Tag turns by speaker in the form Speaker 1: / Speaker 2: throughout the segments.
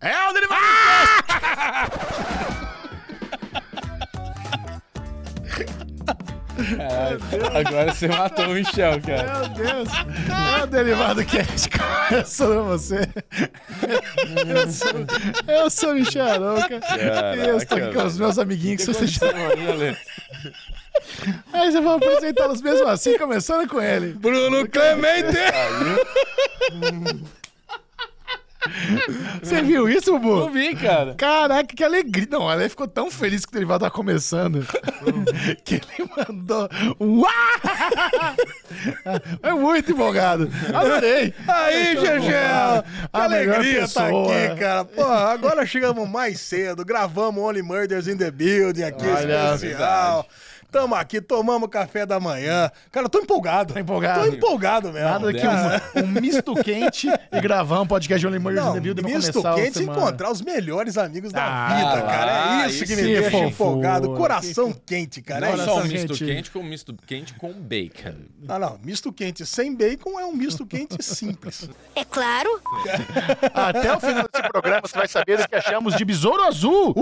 Speaker 1: É o derivado
Speaker 2: Agora você matou o Michel, cara.
Speaker 3: Meu Deus. É o Derivado Cast. Começando você. Eu sou, eu sou o Michel Aroca. e eu estou aqui com os meus amiguinhos que vocês já... Aí você vai apresentá-los mesmo assim, começando com ele.
Speaker 2: Bruno Clemente!
Speaker 3: Você viu isso,
Speaker 2: Eu
Speaker 3: Bubu?
Speaker 2: vi, cara.
Speaker 3: Caraca, que alegria. Não, ele ficou tão feliz que o Derivado tá começando que ele mandou um "Uá!" É muito empolgado. Adorei.
Speaker 1: Aí, Gegel! Que
Speaker 3: A melhor
Speaker 1: alegria
Speaker 3: pessoa.
Speaker 1: tá aqui, cara. Pô, agora chegamos mais cedo, gravamos Only Murders in the Building aqui,
Speaker 3: Olha,
Speaker 1: especial. Tamo aqui, tomamos café da manhã. Cara, eu tô empolgado. Tô
Speaker 3: Tá empolgado.
Speaker 1: Tô empolgado mesmo.
Speaker 3: Nada que um, um misto quente e gravar um podcast de Only Murders in
Speaker 1: Não,
Speaker 3: the Building pra
Speaker 1: misto
Speaker 3: começar a
Speaker 1: quente
Speaker 3: semana.
Speaker 1: encontrar os melhores amigos da
Speaker 3: Ah,
Speaker 1: vida,
Speaker 2: lá,
Speaker 1: cara. É isso
Speaker 2: aí
Speaker 1: que me
Speaker 3: sim,
Speaker 1: deixa
Speaker 3: fofura.
Speaker 1: empolgado. Coração quente, cara.
Speaker 2: Não
Speaker 1: é
Speaker 2: só
Speaker 1: isso.
Speaker 2: um misto
Speaker 3: gente.
Speaker 2: quente, como um misto quente com bacon.
Speaker 1: Não, não. Misto quente sem bacon é um misto quente simples.
Speaker 4: É claro.
Speaker 3: Até o final desse programa você vai saber o que achamos de Besouro Azul,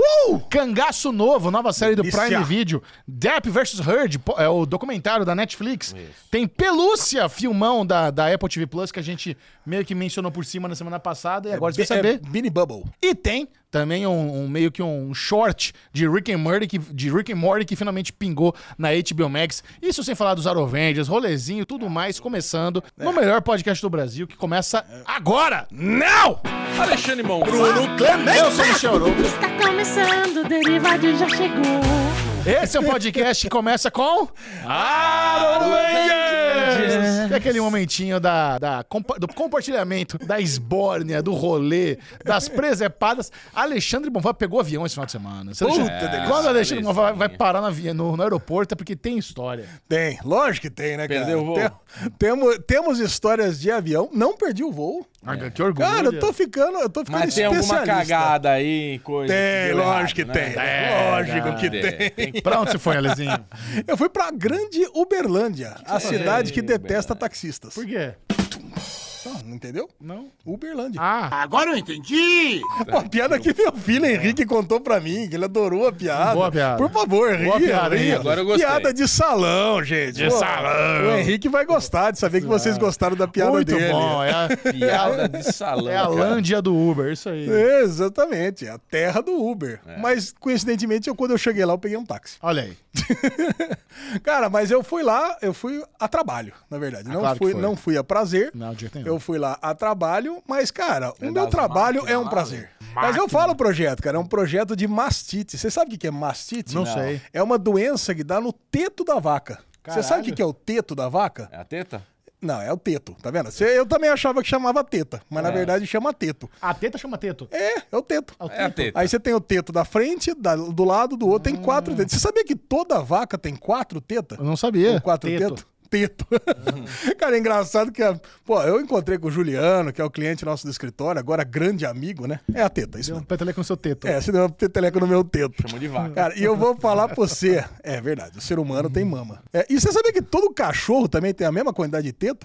Speaker 3: Cangaço Novo, nova série do
Speaker 1: Delícia.
Speaker 3: Prime Video, Depp vs. Heard, po- é o documentário da Netflix. Tem Pelúcia, filmão da, da Apple TV Plus, que a gente meio que mencionou por cima na semana passada, e agora você vai
Speaker 1: É
Speaker 3: saber.
Speaker 1: Mini Bubble.
Speaker 3: E tem também um, um meio que um short de Rick and Morty que, de Rick and Morty que finalmente pingou na HBO Max. Isso sem falar dos Arovengers, rolezinho, tudo mais, começando no melhor podcast do Brasil, que começa agora! Não!
Speaker 2: Alexandre Monfá.
Speaker 1: Bruno Clemente!
Speaker 3: Eu sou o Michel Arouca.
Speaker 4: Está começando, o derivado já chegou.
Speaker 3: Esse é o podcast que começa com...
Speaker 2: Ah,
Speaker 3: Arovengers! Que é aquele momentinho da, da compa- do compartilhamento, da esbórnia, do rolê, das presepadas. Alexandre Bonfá pegou avião esse final de semana. Você
Speaker 1: Puta
Speaker 3: já-
Speaker 1: delícia.
Speaker 3: Quando o Alexandre
Speaker 2: Delícia.
Speaker 3: Bonfá vai, vai parar na via- no, no aeroporto é porque tem história.
Speaker 1: Tem, lógico que tem, né,
Speaker 2: Perdeu o voo?
Speaker 1: cara? Tem- temos, temos histórias de avião, não perdi o voo.
Speaker 3: Que orgulho.
Speaker 1: Cara, eu tô ficando, eu tô ficando
Speaker 2: Mas tem alguma
Speaker 1: especialista.
Speaker 2: cagada aí, coisa. que
Speaker 1: Tem,
Speaker 2: deu
Speaker 1: lógico
Speaker 2: errado,
Speaker 1: que
Speaker 2: né?
Speaker 1: tem. lógico
Speaker 2: Não,
Speaker 1: que
Speaker 2: tem.
Speaker 1: tem.
Speaker 3: Pra onde você foi, Alezinho?
Speaker 1: Eu fui pra Grande Uberlândia, a cidade que
Speaker 2: Uberlândia?
Speaker 1: detesta taxistas.
Speaker 3: Por quê?
Speaker 1: Não, não entendeu?
Speaker 3: Não.
Speaker 1: Uberlândia.
Speaker 3: Ah,
Speaker 2: Ah, tá.
Speaker 1: Uma piada que meu filho Henrique contou pra mim, que ele adorou a piada.
Speaker 3: Boa piada.
Speaker 1: Por favor, Henrique.
Speaker 3: piada, hein?
Speaker 2: Agora eu gostei.
Speaker 1: Piada de salão, gente. De
Speaker 3: salão.
Speaker 1: O Henrique vai gostar de saber que vocês gostaram da piada
Speaker 3: muito
Speaker 1: dele.
Speaker 3: bom. É a,
Speaker 2: Piada de salão.
Speaker 3: é a
Speaker 2: cara.
Speaker 3: Lândia do Uber, isso aí.
Speaker 1: É. Exatamente, a terra do Uber.
Speaker 3: É.
Speaker 1: Mas, coincidentemente, eu, quando eu cheguei lá, eu peguei um táxi.
Speaker 3: Olha aí.
Speaker 1: Cara, mas eu fui lá, eu fui a trabalho, na verdade. não,
Speaker 3: Ah, claro que
Speaker 1: fui,
Speaker 3: foi.
Speaker 1: não fui a prazer.
Speaker 3: Não, de jeito nenhum.
Speaker 1: eu fui lá a trabalho, mas, cara, o meu
Speaker 2: das
Speaker 1: trabalho é um
Speaker 2: máquinas,
Speaker 1: prazer. Mas eu falo projeto, cara, é um projeto de mastite. Você sabe o que que é mastite?
Speaker 3: Não Não. sei.
Speaker 1: É uma doença que dá no teto da vaca. Você sabe o que que é o teto da vaca?
Speaker 2: É a teta?
Speaker 1: Não, é o teto, tá vendo? Você- Eu também achava que chamava teta,
Speaker 3: É.
Speaker 1: mas na verdade chama teto.
Speaker 3: A teta chama teto.
Speaker 1: É, é o teto.
Speaker 2: É a teta.
Speaker 1: Aí você tem o teto da frente, da- do lado, do outro, tem quatro tetas. Você sabia que toda vaca tem quatro tetas?
Speaker 3: Eu não sabia.
Speaker 1: Ou quatro
Speaker 3: Teto.
Speaker 1: teto? Teto. Cara, é engraçado que. a- Pô, eu encontrei com o Juliano, que é o cliente nosso do escritório, agora grande amigo, né? É a teta, isso
Speaker 3: Deu um
Speaker 1: mesmo.
Speaker 3: peteleco no seu teto.
Speaker 1: É, você deu uma peteleca no meu teto.
Speaker 2: Chamou de vaca.
Speaker 1: Cara, e eu vou falar pra você. É verdade, o ser humano tem mama. É, e você sabia que todo cachorro também tem a mesma quantidade de teto?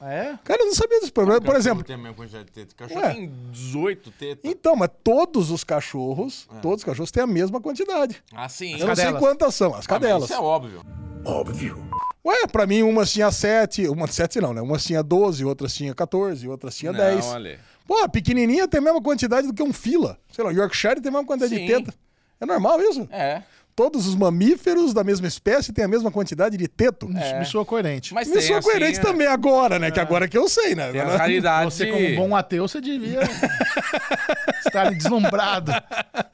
Speaker 3: Ah, é?
Speaker 1: Cara, eu não sabia desse problema. Por exemplo,
Speaker 2: Tem a mesma quantidade de teta. O cachorro
Speaker 1: Ué.
Speaker 2: tem 18 tetas.
Speaker 1: então, mas todos os cachorros, todos os cachorros têm a mesma quantidade.
Speaker 2: Assim,
Speaker 1: Eu não sei
Speaker 3: cadelas.
Speaker 1: quantas são, as cadelas.
Speaker 2: Isso é óbvio.
Speaker 1: Ué, pra mim, umas tinha 7, uma sete não, né? Umas tinha 12, outras tinha 14, outras tinha
Speaker 2: Não,
Speaker 1: 10.
Speaker 2: olha.
Speaker 1: Pô, a pequenininha tem a mesma quantidade do que um fila. Sei lá, Yorkshire tem a mesma quantidade
Speaker 2: Sim.
Speaker 1: de teta. É normal isso?
Speaker 2: É.
Speaker 1: Todos os mamíferos da mesma espécie têm a mesma quantidade de teto.
Speaker 3: Me soa coerente.
Speaker 2: Mas
Speaker 1: Isso
Speaker 2: É. tem
Speaker 1: é
Speaker 2: assim,
Speaker 1: coerente
Speaker 2: né?
Speaker 1: também agora, né? Que agora que eu sei, né?
Speaker 2: Tem as
Speaker 1: Agora-
Speaker 2: raridades.
Speaker 3: Você, como um bom ateu, você devia estar deslumbrado.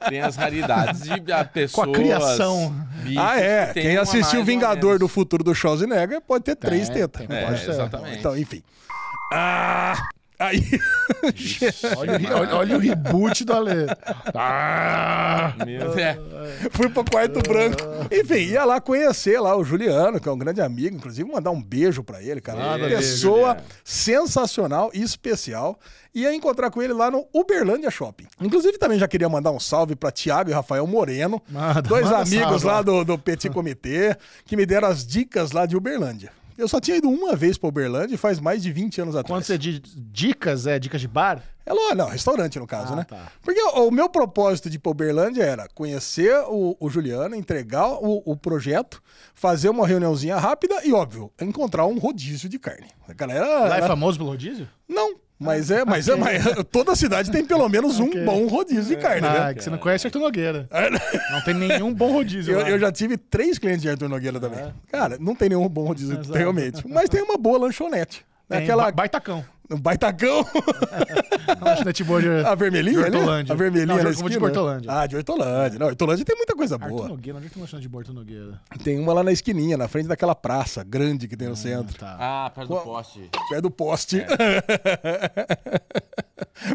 Speaker 2: Tem as raridades de a pessoas.
Speaker 3: criação.
Speaker 2: bichos
Speaker 1: Ah,
Speaker 2: que
Speaker 1: é.
Speaker 2: tem
Speaker 1: Quem
Speaker 2: uma
Speaker 1: assistiu
Speaker 2: mais ou
Speaker 1: Vingador do
Speaker 2: menos.
Speaker 1: Futuro do Schwarzenegger pode ter três tetas.
Speaker 3: tem,
Speaker 2: É,
Speaker 3: Pode ser.
Speaker 2: exatamente.
Speaker 1: Então, enfim. Ah, aí.
Speaker 3: Olha, o re- olha- olha o reboot do Ale. Ah!
Speaker 2: Meu- é.
Speaker 1: Fui pro quarto branco. Enfim, ia lá conhecer lá o Juliano, que é um grande amigo, inclusive mandar um beijo pra ele, cara. Uma
Speaker 2: Nada a ver,
Speaker 1: pessoa
Speaker 2: Juliano.
Speaker 1: sensacional e especial. Ia encontrar com ele lá no Uberlândia Shopping. Inclusive também já queria mandar um salve pra Tiago e Rafael Moreno,
Speaker 3: Manda,
Speaker 1: dois
Speaker 3: manda
Speaker 1: amigos
Speaker 3: salve,
Speaker 1: lá
Speaker 3: ó.
Speaker 1: do, do Petit Comitê, que me deram as dicas lá de Uberlândia. Eu só tinha ido uma vez pra Uberlândia e faz mais de 20 anos atrás.
Speaker 3: Quando você diz dicas, é dicas de bar?
Speaker 1: É lo- não, restaurante no caso,
Speaker 3: Ah,
Speaker 1: né?
Speaker 3: tá.
Speaker 1: Porque o, o meu propósito de ir pra Uberlândia era conhecer o, o Juliano, entregar o, o projeto, fazer uma reuniãozinha rápida e, óbvio, encontrar um rodízio de carne. A galera.
Speaker 3: Lá é
Speaker 1: era-
Speaker 3: famoso pelo rodízio?
Speaker 1: Não, mas é, mas é, mas toda cidade tem pelo menos um bom rodízio de carne,
Speaker 3: Ah,
Speaker 1: né? É,
Speaker 3: que você não conhece Arthur Nogueira. Não tem nenhum bom rodízio.
Speaker 1: Eu,
Speaker 3: lá.
Speaker 1: eu já tive três clientes de Arthur Nogueira também.
Speaker 3: Ah.
Speaker 1: Cara, não tem nenhum bom rodízio, realmente. Mas tem uma boa lanchonete. né?
Speaker 3: Tem
Speaker 1: Aquela
Speaker 3: ba- Baitacão.
Speaker 1: um baitacão,
Speaker 3: Acho que é tipo hoje.
Speaker 1: Ah, a vermelhinha
Speaker 3: de
Speaker 1: ali?
Speaker 3: Hortolândia.
Speaker 1: A vermelhinha
Speaker 3: Não,
Speaker 1: na
Speaker 3: eu como de
Speaker 1: esquina.
Speaker 3: Hortolândia.
Speaker 1: Ah, de Hortolândia. Não, Hortolândia tem muita coisa
Speaker 3: Arthur
Speaker 1: boa.
Speaker 3: Nogueira, onde é que tem lanchonete de Arthur Nogueira?
Speaker 1: Tem uma lá na esquininha, na frente daquela praça grande que tem no centro.
Speaker 3: Tá.
Speaker 2: Ah, perto do poste.
Speaker 1: Perto do poste.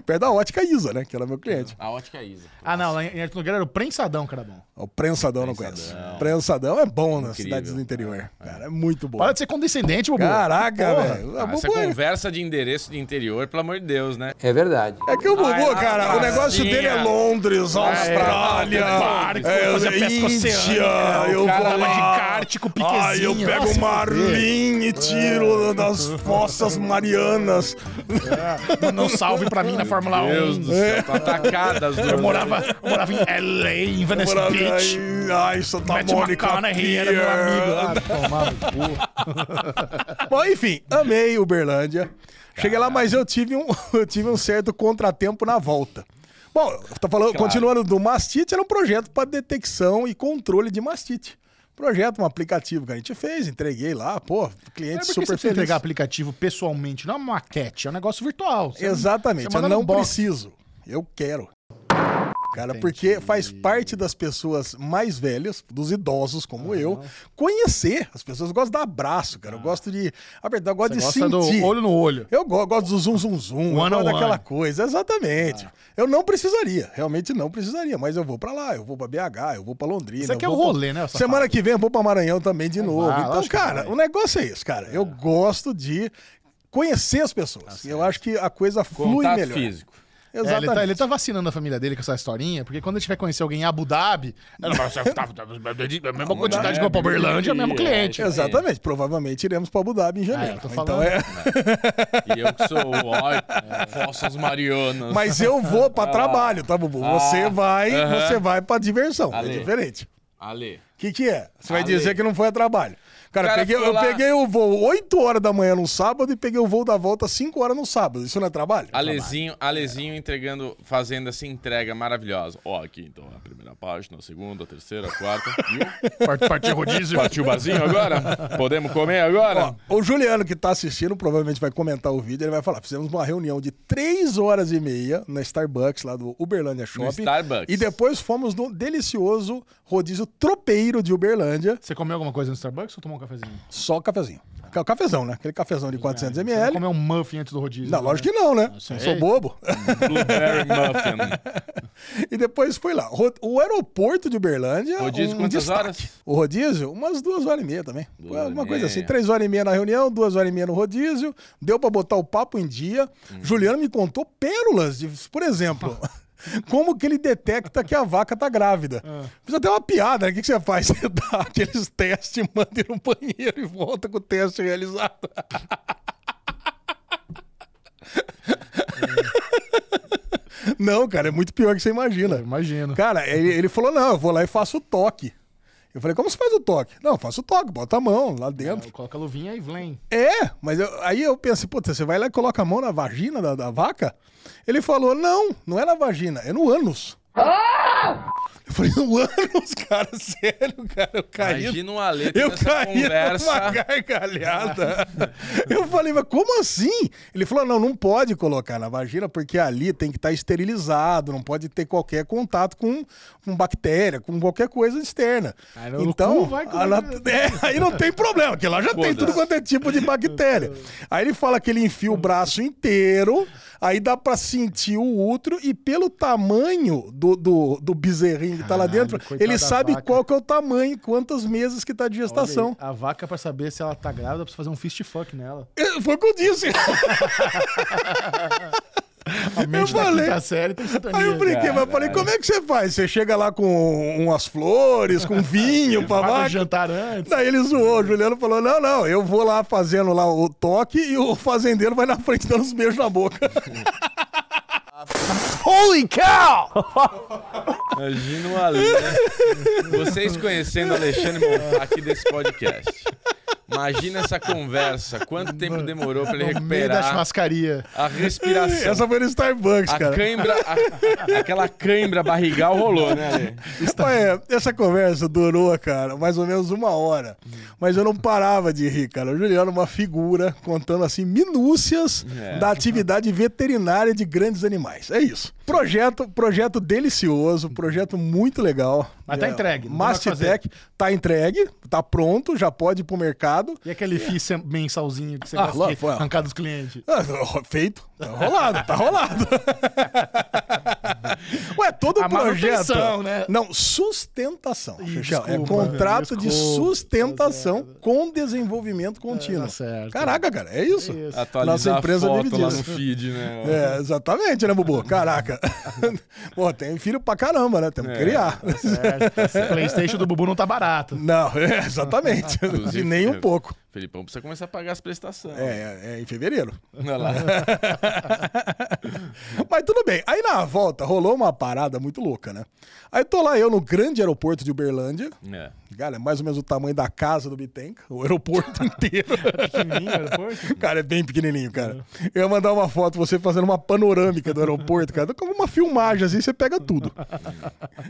Speaker 1: Perto da ótica Isa, né? Que ela é meu cliente.
Speaker 2: A ótica Isa.
Speaker 3: Ah, não, lá em Arthur Nogueira era o prensadão que era bom.
Speaker 1: O prensadão, não conheço. Prensadão é bom nas
Speaker 2: Incrível.
Speaker 1: cidades do interior. Cara, é muito bom.
Speaker 3: Para de ser condescendente, bobo.
Speaker 1: Caraca,
Speaker 3: Porra.
Speaker 1: velho.
Speaker 2: Ah,
Speaker 1: A
Speaker 2: essa
Speaker 1: Bubu é-
Speaker 2: conversa de endereço de interior, pelo amor de Deus, né?
Speaker 5: É verdade.
Speaker 1: É que o Bubu,
Speaker 2: Ai, lá,
Speaker 1: cara, o negócio
Speaker 2: pastinha.
Speaker 1: dele é Londres, Austrália,
Speaker 3: para, que
Speaker 1: é,
Speaker 3: eu vou fazer pesca
Speaker 1: Índia,
Speaker 3: oceânica,
Speaker 1: eu
Speaker 2: cara
Speaker 1: vou
Speaker 2: lá de
Speaker 1: lá.
Speaker 3: kart com o
Speaker 1: Ai, eu
Speaker 3: Piquezinho,
Speaker 1: pego
Speaker 3: nossa,
Speaker 1: o marlim e tiro das fossas marianas.
Speaker 3: Mandou um salve pra mim na Fórmula 1.
Speaker 2: Deus do céu, tá atacada as duas.
Speaker 3: Eu morava, eu morava em LA, em Venice
Speaker 1: Ai,
Speaker 3: Beach.
Speaker 1: Ai, Santa
Speaker 3: Matt
Speaker 1: Mônica
Speaker 3: McConaughey era né, meu
Speaker 1: Pier.
Speaker 3: amigo. Ah, tomava o cu.
Speaker 1: Bom, enfim, amei Uberlândia. Cheguei lá, mas eu tive um, eu tive um certo contratempo na volta. Bom, eu tô falando, continuando do mastite, era um projeto para detecção e controle de mastite. Projeto, um aplicativo que a gente fez, entreguei lá, pô,
Speaker 3: É
Speaker 1: cliente
Speaker 3: porque você
Speaker 1: super
Speaker 3: precisa
Speaker 1: feliz.
Speaker 3: entregar aplicativo pessoalmente, não é uma maquete, é um negócio virtual. Você não-
Speaker 1: Exatamente,
Speaker 3: você
Speaker 1: eu
Speaker 3: manda no
Speaker 1: não
Speaker 3: box.
Speaker 1: preciso. Eu quero. Cara, porque faz parte das pessoas mais velhas, dos idosos como eu, conhecer. As pessoas gostam de dar abraço, cara. Eu gosto de apertar, eu gosto
Speaker 3: Ah. Você
Speaker 1: de
Speaker 3: gosta
Speaker 1: sentir.
Speaker 3: é do olho no olho.
Speaker 1: Eu go- gosto do zum zum zum,
Speaker 3: One
Speaker 1: eu gosto
Speaker 3: on one. Ah.
Speaker 1: daquela coisa, exatamente. Eu não precisaria, realmente não precisaria, mas eu vou pra lá, eu vou pra BH, eu vou pra Londrina.
Speaker 3: Isso aqui
Speaker 1: eu
Speaker 3: é o
Speaker 1: vou pra-
Speaker 3: rolê, né, safado?
Speaker 1: Semana que vem eu vou pra Maranhão também de novo.
Speaker 3: lá,
Speaker 1: então,
Speaker 3: lógico que
Speaker 1: cara,
Speaker 3: vai.
Speaker 1: o negócio é esse, cara. Eu gosto de conhecer as
Speaker 3: Tá
Speaker 1: pessoas. eu acho que a coisa flui
Speaker 2: Contato
Speaker 1: melhor.
Speaker 2: físico.
Speaker 3: É, ele,
Speaker 1: Exatamente.
Speaker 3: tá, ele tá vacinando a família dele com essa historinha, porque quando ele tiver conhecer alguém em Abu Dhabi, ela vai ser a tá- mesma quantidade que vai pra Uberlândia, é o mesmo cliente.
Speaker 2: É,
Speaker 1: Exatamente, provavelmente iremos pra Abu Dhabi em janeiro.
Speaker 3: Ah, eu tô
Speaker 1: então
Speaker 3: falando.
Speaker 1: é...
Speaker 2: E eu que sou o ó, Fossas Marianas.
Speaker 1: Mas eu vou pra trabalho, tá, Bubu?
Speaker 3: Ah.
Speaker 1: Você vai,
Speaker 2: aham.
Speaker 1: você vai pra diversão, é
Speaker 2: Ale.
Speaker 1: diferente.
Speaker 2: Ale.
Speaker 1: O que, que é? Você vai
Speaker 2: Ale.
Speaker 1: dizer que não foi a trabalho. Cara,
Speaker 2: Cara,
Speaker 1: peguei-
Speaker 2: ficou
Speaker 1: eu
Speaker 2: lá-
Speaker 1: peguei o voo 8 horas da manhã no sábado e peguei o voo da volta 5 horas no sábado. Isso não é trabalho?
Speaker 2: Alezinho, Alezinho entregando, fazendo essa entrega maravilhosa. Ó, aqui então, a primeira página, a segunda, a terceira, a quarta. Viu?
Speaker 3: Part- Partiu rodízio.
Speaker 2: Partiu o barzinho agora? Podemos comer agora?
Speaker 1: Ó, o Juliano que tá assistindo provavelmente vai comentar o vídeo, ele vai falar, fizemos uma reunião de 3 horas e meia na Starbucks lá do Uberlândia Shopping.
Speaker 2: Starbucks.
Speaker 1: E depois fomos no delicioso rodízio tropeiro de Uberlândia,
Speaker 3: Você comeu alguma coisa no Starbucks ou tomou um cafezinho?
Speaker 1: só cafezinho. Ca- Cafezão, né? Aquele cafezão de 400
Speaker 3: Você não
Speaker 1: ml.
Speaker 3: comeu um muffin antes do rodízio?
Speaker 1: É, Não, lógico que não, né?
Speaker 3: sei.
Speaker 1: Sou bobo.
Speaker 2: Blueberry Muffin.
Speaker 1: E depois foi lá. Ro- O aeroporto de Uberlândia.
Speaker 2: Rodízio,
Speaker 1: um
Speaker 2: quantas
Speaker 1: destaque.
Speaker 2: horas?
Speaker 1: O rodízio, umas duas horas e meia também.
Speaker 2: Duas horas
Speaker 1: Uma
Speaker 2: e
Speaker 1: coisa
Speaker 2: meia.
Speaker 1: assim, três horas e meia na reunião, duas horas e meia no rodízio. Deu pra botar o papo em dia.
Speaker 2: Uhum.
Speaker 1: Juliano me contou pérolas, de, por exemplo. Como que ele detecta que a vaca tá grávida?
Speaker 2: É.
Speaker 1: Fiz até uma piada, né? O que, que você faz? Você dá aqueles testes, manda ir no banheiro e volta com o teste realizado. Não, cara, é muito pior que você imagina.
Speaker 2: É,
Speaker 3: Imagino.
Speaker 1: Cara, ele, ele falou: não, eu vou lá e faço o toque. Eu falei, como você faz o toque? Não, eu faço o toque, bota a mão lá dentro.
Speaker 3: Coloca a luvinha e vem.
Speaker 1: É, mas eu- aí eu pensei, puta, você vai lá e coloca a mão na vagina da, da vaca? Ele falou, não, não é na vagina, é no ânus. Eu falei, no ânus, cara, sério, cara, eu caí.
Speaker 2: Imagina o Ale
Speaker 1: Eu
Speaker 2: tendo essa
Speaker 1: caí numa
Speaker 2: conversa.
Speaker 1: gargalhada. Eu falei, mas como assim? Ele falou, não, não pode colocar na vagina, porque ali tem que estar esterilizado, não pode ter qualquer contato com, com bactéria, com qualquer coisa externa.
Speaker 3: Aí no
Speaker 1: então,
Speaker 3: cu vai com-
Speaker 1: a nat- é, aí não tem problema, porque lá já tem
Speaker 2: Foda-se.
Speaker 1: tudo quanto é tipo de bactéria. Aí ele fala que ele enfia o braço inteiro, aí dá pra sentir o útero, e pelo tamanho do, do, do bezerrinho que tá lá
Speaker 3: Caralho,
Speaker 1: dentro,
Speaker 3: coitada da
Speaker 1: ele sabe
Speaker 3: vaca.
Speaker 1: qual que é o tamanho, quantas meses que tá de gestação.
Speaker 3: Olha aí, A vaca, pra saber se ela tá grávida, precisa fazer um fist fuck nela.
Speaker 1: É, Foi o que eu disse.
Speaker 3: A mente da
Speaker 1: falei.
Speaker 3: quinta série tem sintonia. né?
Speaker 1: Aí eu brinquei, mas eu falei, como é que você faz? Você chega lá com um, umas flores, com vinho pra
Speaker 3: Paga o
Speaker 1: vaca?
Speaker 3: jantar antes.
Speaker 1: Daí ele zoou, o Juliano falou, não, não, eu vou lá fazendo lá o toque e o fazendeiro vai na frente dando os beijos na boca. Holy cow!
Speaker 2: Imagina o Ale. né? Vocês conhecendo o Alexandre Bonfá aqui desse podcast. Imagina essa conversa. Quanto tempo demorou pra ele
Speaker 3: No meio da
Speaker 2: recuperar
Speaker 3: churrascaria.
Speaker 2: a
Speaker 1: Tá
Speaker 2: respiração?
Speaker 1: Essa foi no Starbucks,
Speaker 2: A
Speaker 1: cara.
Speaker 2: cãibra, a- aquela cãibra barrigal rolou, né, Ale?
Speaker 1: Ué, essa conversa durou, cara, mais ou menos uma hora. Mas eu não parava de rir, cara. O Juliano, é uma figura, contando assim minúcias
Speaker 2: É.
Speaker 1: da atividade veterinária de grandes animais. É isso. Projeto, projeto delicioso, projeto muito legal.
Speaker 3: Mas tá
Speaker 1: É,
Speaker 3: entregue, não tem mais o que
Speaker 1: Mastitec tá entregue, tá pronto, já pode ir pro mercado.
Speaker 3: E aquele FII sem- mensalzinho que você
Speaker 1: Ah, lá
Speaker 3: gosta de
Speaker 1: foi, ó.
Speaker 3: arrancar dos clientes.
Speaker 1: Ah, Feito. Tá rolado, tá rolado. Ué, todo
Speaker 3: A
Speaker 1: projeto.
Speaker 3: manutenção, né?
Speaker 1: Não, sustentação. Chechel. é
Speaker 3: desculpa,
Speaker 1: contrato
Speaker 3: desculpa,
Speaker 1: de sustentação com desenvolvimento contínuo.
Speaker 3: tá certo.
Speaker 1: Caraca, cara, é isso.
Speaker 3: É isso.
Speaker 2: Atualizar
Speaker 1: Nossa empresa
Speaker 2: a foto
Speaker 1: vive
Speaker 2: lá
Speaker 1: disso.
Speaker 2: no feed, né?
Speaker 1: É, exatamente, né, Bubu? Caraca. Pô, tem filho pra caramba, né? Temos que
Speaker 2: É.
Speaker 1: criar.
Speaker 3: Esse Playstation do Bubu não tá barato.
Speaker 1: Não, é, exatamente.
Speaker 2: Inclusive,
Speaker 1: E nem um
Speaker 2: é.
Speaker 1: pouco.
Speaker 2: Felipão precisa começar a pagar as prestações.
Speaker 1: É, é, é em fevereiro.
Speaker 2: Olha lá.
Speaker 1: Mas tudo bem. Aí na volta rolou uma parada muito louca, né? Aí tô lá eu no grande aeroporto de Uberlândia.
Speaker 2: É.
Speaker 1: Cara, é mais ou menos o tamanho da casa do Bitenca, o aeroporto inteiro.
Speaker 3: Pequenininho, aeroporto.
Speaker 1: cara, é bem pequenininho, cara. Eu ia mandar uma foto, você fazendo uma panorâmica do aeroporto, cara. Como uma filmagem, assim, você pega tudo.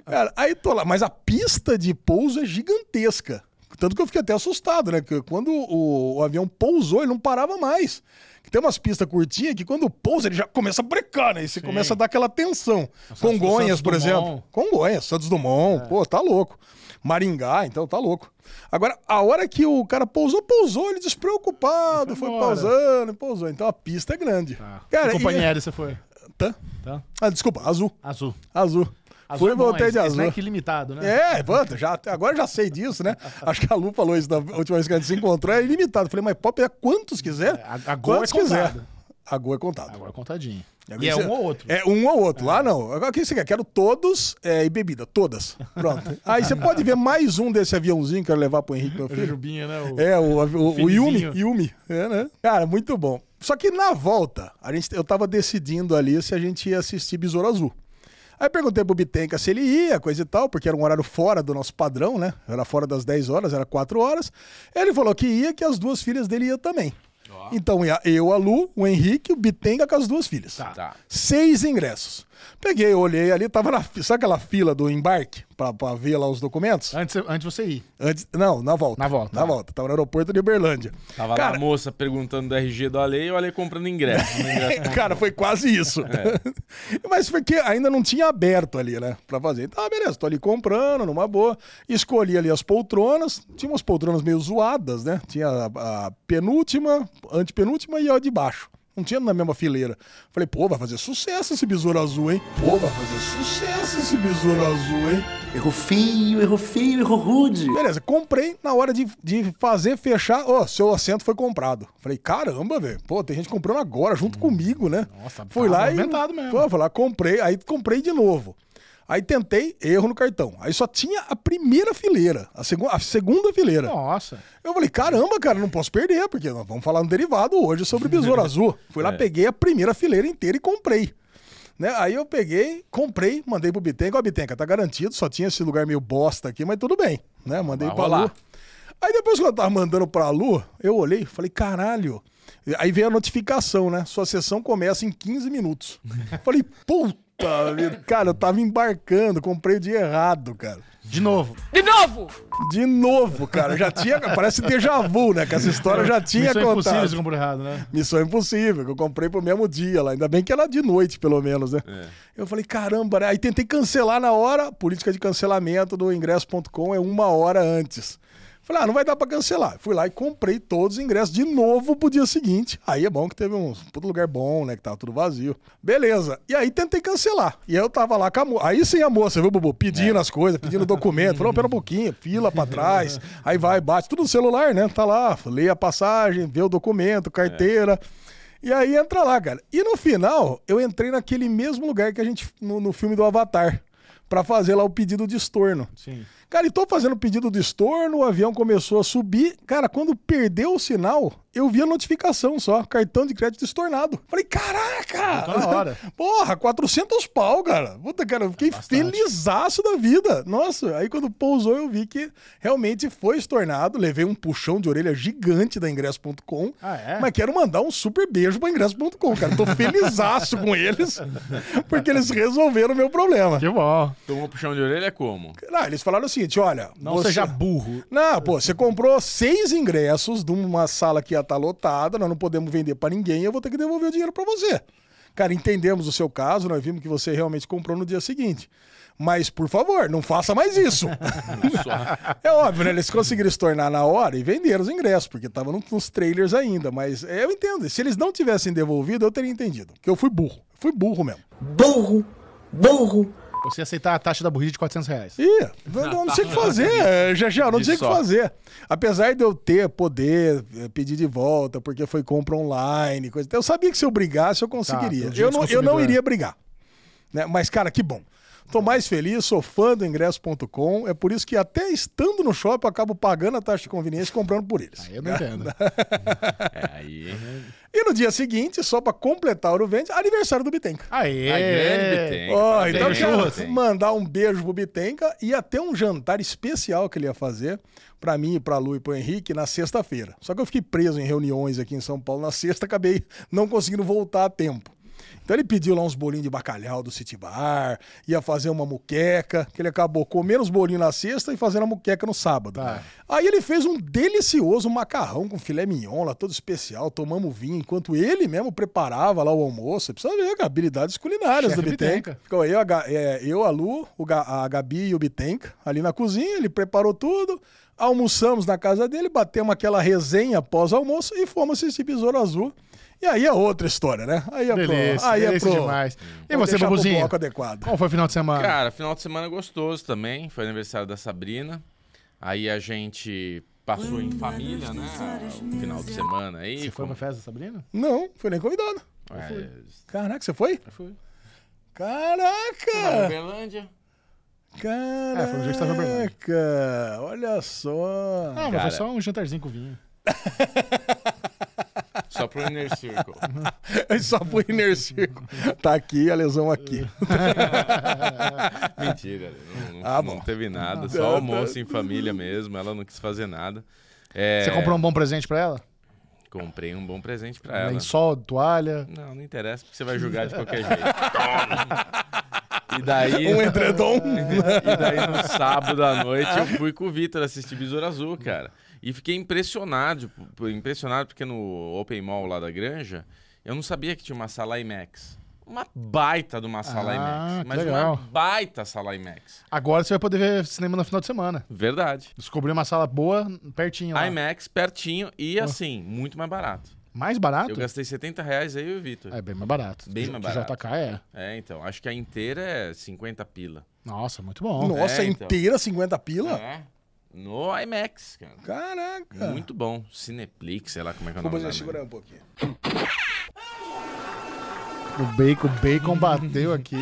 Speaker 1: Cara, aí tô lá. Mas a pista de pouso é gigantesca. Tanto que eu fiquei até assustado, né? Porque quando o, o avião pousou, ele não parava mais. Tem umas pistas curtinhas que quando pousa, ele já começa a brecar, né? E você começa a dar aquela tensão. Congonhas,
Speaker 3: Santos
Speaker 1: por
Speaker 3: Dumont. É.
Speaker 1: exemplo. Congonhas, Santos Dumont, pô, tá louco. Maringá, então tá louco. Agora, a hora que o cara pousou, pousou, ele despreocupado, foi,
Speaker 3: embora.
Speaker 1: pausando, pousou. Então a pista é grande. Cara,
Speaker 3: Ah. que
Speaker 1: e- é-
Speaker 3: companhia aérea você foi?
Speaker 1: Tá?
Speaker 3: Tá.
Speaker 1: Ah, desculpa, azul.
Speaker 3: Azul.
Speaker 1: Azul.
Speaker 3: Azul
Speaker 1: Fui e
Speaker 3: é bom,
Speaker 1: voltei
Speaker 3: é
Speaker 1: de azul.
Speaker 3: snack limitado, né?
Speaker 1: É, puta, já, agora eu já sei disso, né? Acho que a Lu falou isso da última vez que a gente se encontrou, é ilimitado. Falei, mas pode pegar quantos quiser.
Speaker 3: A- a Gol é
Speaker 1: quantos
Speaker 3: contado.
Speaker 1: A Gol é contado.
Speaker 3: Agora contadinho.
Speaker 1: Agora
Speaker 3: E é
Speaker 1: você-
Speaker 3: um ou outro.
Speaker 1: É um ou outro. Lá não. Agora o que você quer? Quero todos é, e bebida, todas. Pronto. Aí você pode ver mais um desse aviãozinho que eu quero levar pro Henrique, meu
Speaker 3: O
Speaker 1: filho.
Speaker 3: Jujubinha, né? O...
Speaker 1: É, o, avi- o, o Yumi.
Speaker 3: Finizinho.
Speaker 1: Yumi. É, né? Cara, muito bom. Só que na volta, a gente, eu tava decidindo ali se a gente ia assistir Besouro Azul. Aí perguntei pro Bitenca se ele ia, coisa e tal, porque era um horário fora do nosso padrão, né? Era fora das 10 horas, era 4 horas. Ele falou que ia, que as duas filhas dele iam também. Então ia eu, a Lu, o Henrique, o Bitenca com as duas filhas.
Speaker 2: Tá.
Speaker 1: Seis ingressos. Peguei, olhei ali, tava na. fi- Sabe aquela fila do embarque pra, pra ver lá os documentos?
Speaker 3: Antes, antes você ir.
Speaker 1: Antes, não, na volta.
Speaker 3: Na volta,
Speaker 1: Na
Speaker 3: tá.
Speaker 1: volta. Tava no aeroporto de Uberlândia.
Speaker 2: Tava lá a
Speaker 1: cara,
Speaker 2: moça perguntando do RG do Ale e o Ale comprando ingresso. né? Ingresso.
Speaker 1: cara, foi quase isso. Mas porque ainda não tinha aberto ali, né? Pra fazer. Tá, beleza, tô ali comprando, numa boa. Escolhi ali as poltronas. Tinha umas poltronas meio zoadas, né? Tinha a, a penúltima, antepenúltima e a de baixo. Não tinha na mesma fileira. Falei, pô, vai fazer sucesso esse besouro azul, hein? Pô, vai fazer sucesso esse besouro azul, hein?
Speaker 5: Errou feio, errou feio, errou rude.
Speaker 1: Beleza, comprei na hora de, de fazer, fechar. Ó, seu assento foi comprado. Falei, caramba, velho. Pô, tem gente comprando agora junto comigo, né?
Speaker 3: Hum. Nossa,
Speaker 1: fui
Speaker 3: tá
Speaker 1: lá e.
Speaker 3: movimentado mesmo.
Speaker 1: Pô, fui lá, comprei, aí comprei de novo. Aí tentei, erro no cartão. Aí só tinha a primeira fileira, a, segu a segunda fileira.
Speaker 3: Nossa.
Speaker 1: Eu falei, caramba, cara, não posso perder, porque nós vamos falar no derivado hoje sobre Besouro Azul. Fui lá,
Speaker 2: É.
Speaker 1: peguei a primeira fileira inteira e comprei. Né? Aí eu peguei, comprei, mandei pro Bitenca. Ó, Bitenca, tá garantido, só tinha esse lugar meio bosta aqui, mas tudo bem. Né? Mandei
Speaker 2: Vai
Speaker 1: pra
Speaker 2: rolar.
Speaker 1: Lu. Aí depois que eu tava mandando pra Lu, eu olhei e falei, caralho. Aí veio a notificação, né? Sua sessão começa em 15 minutos. falei, puta, vida. cara, eu tava embarcando, comprei de errado, cara.
Speaker 3: De novo.
Speaker 1: De novo, cara. Já tinha. Parece déjà vu, né? Que essa história já tinha
Speaker 3: Missão impossível você
Speaker 1: contado.
Speaker 3: comprou errado, né?
Speaker 1: Missão impossível, que eu comprei pro mesmo dia lá. Ainda bem que era de noite, pelo menos, né? Eu falei, caramba, né? Aí tentei cancelar na hora. Política de cancelamento do ingresso.com é uma hora antes. Falei, ah, não vai dar pra cancelar. Fui lá e comprei todos os ingressos de novo pro dia seguinte. Aí é bom que teve um puto lugar bom, né? Que tava tudo vazio. Beleza. E aí tentei cancelar. E aí eu tava lá com a moça. Aí sim a moça, viu, Bubu?
Speaker 3: É.
Speaker 1: Pedindo as coisas, pedindo documento. Falou, pera um pouquinho, fila pra trás.
Speaker 3: É.
Speaker 1: Aí vai, bate. Tudo no celular, né? Tá lá, lê a passagem, vê o documento, carteira. E aí entra lá, cara. E no final, eu entrei naquele mesmo lugar que a gente. no, no filme do Avatar. Pra fazer lá o pedido de estorno.
Speaker 3: Sim.
Speaker 1: Cara, e tô fazendo o pedido de estorno, o avião começou a subir. Cara, quando perdeu o sinal, eu vi a notificação só, cartão de crédito estornado. Falei, caraca!
Speaker 3: Tá na hora.
Speaker 1: Porra, 400 pau, cara. Puta, cara, eu fiquei
Speaker 3: É
Speaker 1: felizaço da vida. Nossa, aí quando pousou eu vi que realmente foi estornado. Levei um puxão de orelha gigante da Ingresso.com.
Speaker 3: Ah, é?
Speaker 1: Mas quero mandar um super beijo pra Ingresso.com, cara. Tô felizaço com eles, porque eles resolveram o meu problema.
Speaker 3: Que bom.
Speaker 2: Tomou um puxão de orelha como?
Speaker 1: Não, eles falaram o seguinte, olha...
Speaker 3: Não seja burro.
Speaker 1: Não, pô, você comprou seis ingressos de uma sala que ia estar lotada, nós não podemos vender pra ninguém, eu vou ter que devolver o dinheiro pra você. Cara, entendemos o seu caso, nós vimos que você realmente comprou no dia seguinte. Mas, por favor, não faça mais isso. é óbvio, né? Eles conseguiram se tornar na hora e venderam os ingressos, porque tava no- nos trailers ainda. Mas é, eu entendo. Se eles não tivessem devolvido, eu teria entendido. Porque eu fui burro. Fui burro mesmo.
Speaker 5: Burro, burro.
Speaker 3: Você aceitar a taxa da burrice de 400 reais.
Speaker 1: Ih, não, não tinha o que fazer, é, já já, não
Speaker 2: De
Speaker 1: tinha o que
Speaker 2: só.
Speaker 1: fazer. Apesar de eu ter poder eh, pedir de volta, porque foi compra online, coisa. Eu sabia que se eu brigasse, eu
Speaker 3: pelo
Speaker 1: conseguiria. eu,
Speaker 3: direito
Speaker 1: não,
Speaker 3: do
Speaker 1: eu não
Speaker 3: consumidor.
Speaker 1: iria brigar. né? Mas, cara, que bom. Tô mais feliz, sou fã do ingresso.com. É por isso que até estando no shopping, eu acabo pagando a taxa de conveniência e comprando por eles.
Speaker 3: Eu não entendo.
Speaker 2: É, aí.
Speaker 1: E no dia seguinte, só pra completar o Ouro Verde, aniversário do Bitenca.
Speaker 3: Aê!
Speaker 2: A
Speaker 1: É.
Speaker 2: grande Bitenca.
Speaker 1: Ó,
Speaker 2: a
Speaker 1: então eu
Speaker 2: grande
Speaker 1: quero
Speaker 2: Bitenca.
Speaker 1: mandar um beijo pro Bitenca e até um jantar especial que ele ia fazer pra mim, pra Lu e pro Henrique na sexta-feira. Só que eu fiquei preso em reuniões aqui em São Paulo na sexta, acabei não conseguindo voltar a tempo. Então ele pediu lá uns bolinhos de bacalhau do City Bar, ia fazer uma muqueca, que ele acabou comendo os bolinhos na sexta e fazendo a muqueca no sábado.
Speaker 3: Tá.
Speaker 1: Aí ele fez um delicioso macarrão com filé mignon lá, todo especial, tomamos vinho, enquanto ele mesmo preparava lá o almoço. Precisa ver, cara, habilidades culinárias
Speaker 3: Chefe
Speaker 1: do Bitenca.
Speaker 3: Bitenca.
Speaker 1: Ficou eu, a, Ga- é, eu, a Lu, o Ga- a Gabi e o Bitenca ali na cozinha, ele preparou tudo, almoçamos na casa dele, batemos aquela resenha após almoço e fomos assistir Besouro Azul. E aí é outra história, né? Aí é
Speaker 3: Delícia,
Speaker 1: pro... Aí é
Speaker 3: delícia
Speaker 1: pro...
Speaker 3: demais. E
Speaker 1: Vou
Speaker 3: você,
Speaker 1: deixar pro
Speaker 3: Babuzinho?
Speaker 1: bloco adequado.
Speaker 3: Como foi o final de semana?
Speaker 2: Cara, final de semana gostoso também. Foi aniversário da Sabrina. Aí a gente passou em família, né? O final de semana aí.
Speaker 3: Você foi pra
Speaker 2: fomos-
Speaker 3: festa, Sabrina?
Speaker 1: Não, fui nem convidado.
Speaker 2: É,
Speaker 1: Caraca, você foi?
Speaker 2: fui.
Speaker 1: Caraca!
Speaker 2: Uberlândia.
Speaker 1: Caraca!
Speaker 3: É, foi no dia que você tava em Uberlândia.
Speaker 1: Olha só!
Speaker 3: Ah, mas
Speaker 2: Cara.
Speaker 3: foi só um jantarzinho com vinho.
Speaker 2: Só pro Inner Circle.
Speaker 1: Só pro Inner Circle. Tá aqui, a lesão aqui.
Speaker 2: Mentira, né? não, não-
Speaker 1: Ah, tá.
Speaker 2: não
Speaker 1: bom.
Speaker 2: teve nada. Só almoço em família mesmo. Ela não quis fazer nada. É,
Speaker 3: Você comprou um bom presente pra ela?
Speaker 2: Comprei um bom presente pra ela.
Speaker 3: Lençol, toalha.
Speaker 2: Não, não interessa, porque você vai julgar de qualquer jeito. e daí.
Speaker 1: Um edredom.
Speaker 3: É,
Speaker 2: e daí no sábado à noite eu fui com o Vitor assistir Besouro Azul, cara. E fiquei impressionado, p- impressionado porque no Open Mall lá da Granja, eu não sabia que tinha uma sala IMAX. Uma baita de uma sala
Speaker 3: Ah, que
Speaker 2: IMAX. Mas
Speaker 3: legal.
Speaker 2: uma baita sala IMAX.
Speaker 3: Agora você vai poder ver cinema no final de semana.
Speaker 2: Verdade.
Speaker 3: Descobri uma sala boa pertinho lá.
Speaker 2: IMAX pertinho e
Speaker 3: Ah.
Speaker 2: assim, muito mais barato.
Speaker 3: Mais barato?
Speaker 2: Eu gastei 70 reais aí, eu e o Vitor.
Speaker 3: É bem mais barato.
Speaker 2: Bem
Speaker 3: Do-
Speaker 2: mais
Speaker 3: do
Speaker 2: barato.
Speaker 3: JK é.
Speaker 2: É, então, acho que a inteira é 50 pila.
Speaker 3: Nossa, muito bom.
Speaker 1: Nossa,
Speaker 2: É, então.
Speaker 1: inteira 50
Speaker 3: Ah.
Speaker 1: pila?
Speaker 2: É. No IMAX, cara.
Speaker 1: Caraca!
Speaker 2: Muito bom. Cineplex, sei lá como é que é o
Speaker 1: Vou fazer
Speaker 2: nome. da-
Speaker 3: né?
Speaker 1: segurar um pouquinho.
Speaker 3: O bacon, o bacon bateu aqui.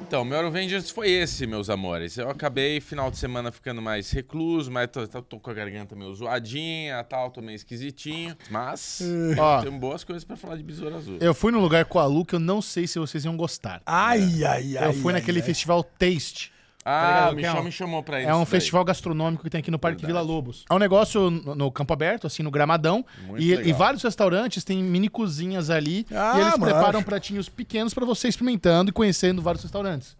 Speaker 2: Então, meu Avengers foi esse, meus amores. Eu acabei final de semana ficando mais recluso, mas tô, tô- tô com a garganta meio zoadinha tal, tô meio esquisitinho. Mas
Speaker 3: Ó.
Speaker 2: tem boas coisas pra falar de Besouro Azul.
Speaker 3: Eu fui num lugar com a Lu que eu não sei se vocês iam gostar.
Speaker 1: Ai, ai, ai.
Speaker 3: eu fui
Speaker 1: ai,
Speaker 3: naquele
Speaker 1: ai.
Speaker 3: festival Taste.
Speaker 2: Ah,
Speaker 3: ligado,
Speaker 2: o
Speaker 3: que é
Speaker 2: Michel
Speaker 3: um-
Speaker 2: me chamou pra isso.
Speaker 3: É um
Speaker 2: daí.
Speaker 3: festival gastronômico que tem aqui no Parque
Speaker 2: Verdade.
Speaker 3: Vila Lobos. É um negócio no no campo aberto, assim, no gramadão.
Speaker 2: Muito
Speaker 3: E,
Speaker 2: legal.
Speaker 3: e vários restaurantes têm mini cozinhas ali.
Speaker 1: Ah,
Speaker 3: e eles
Speaker 1: mano.
Speaker 3: preparam pratinhos pequenos pra você experimentando e conhecendo vários restaurantes.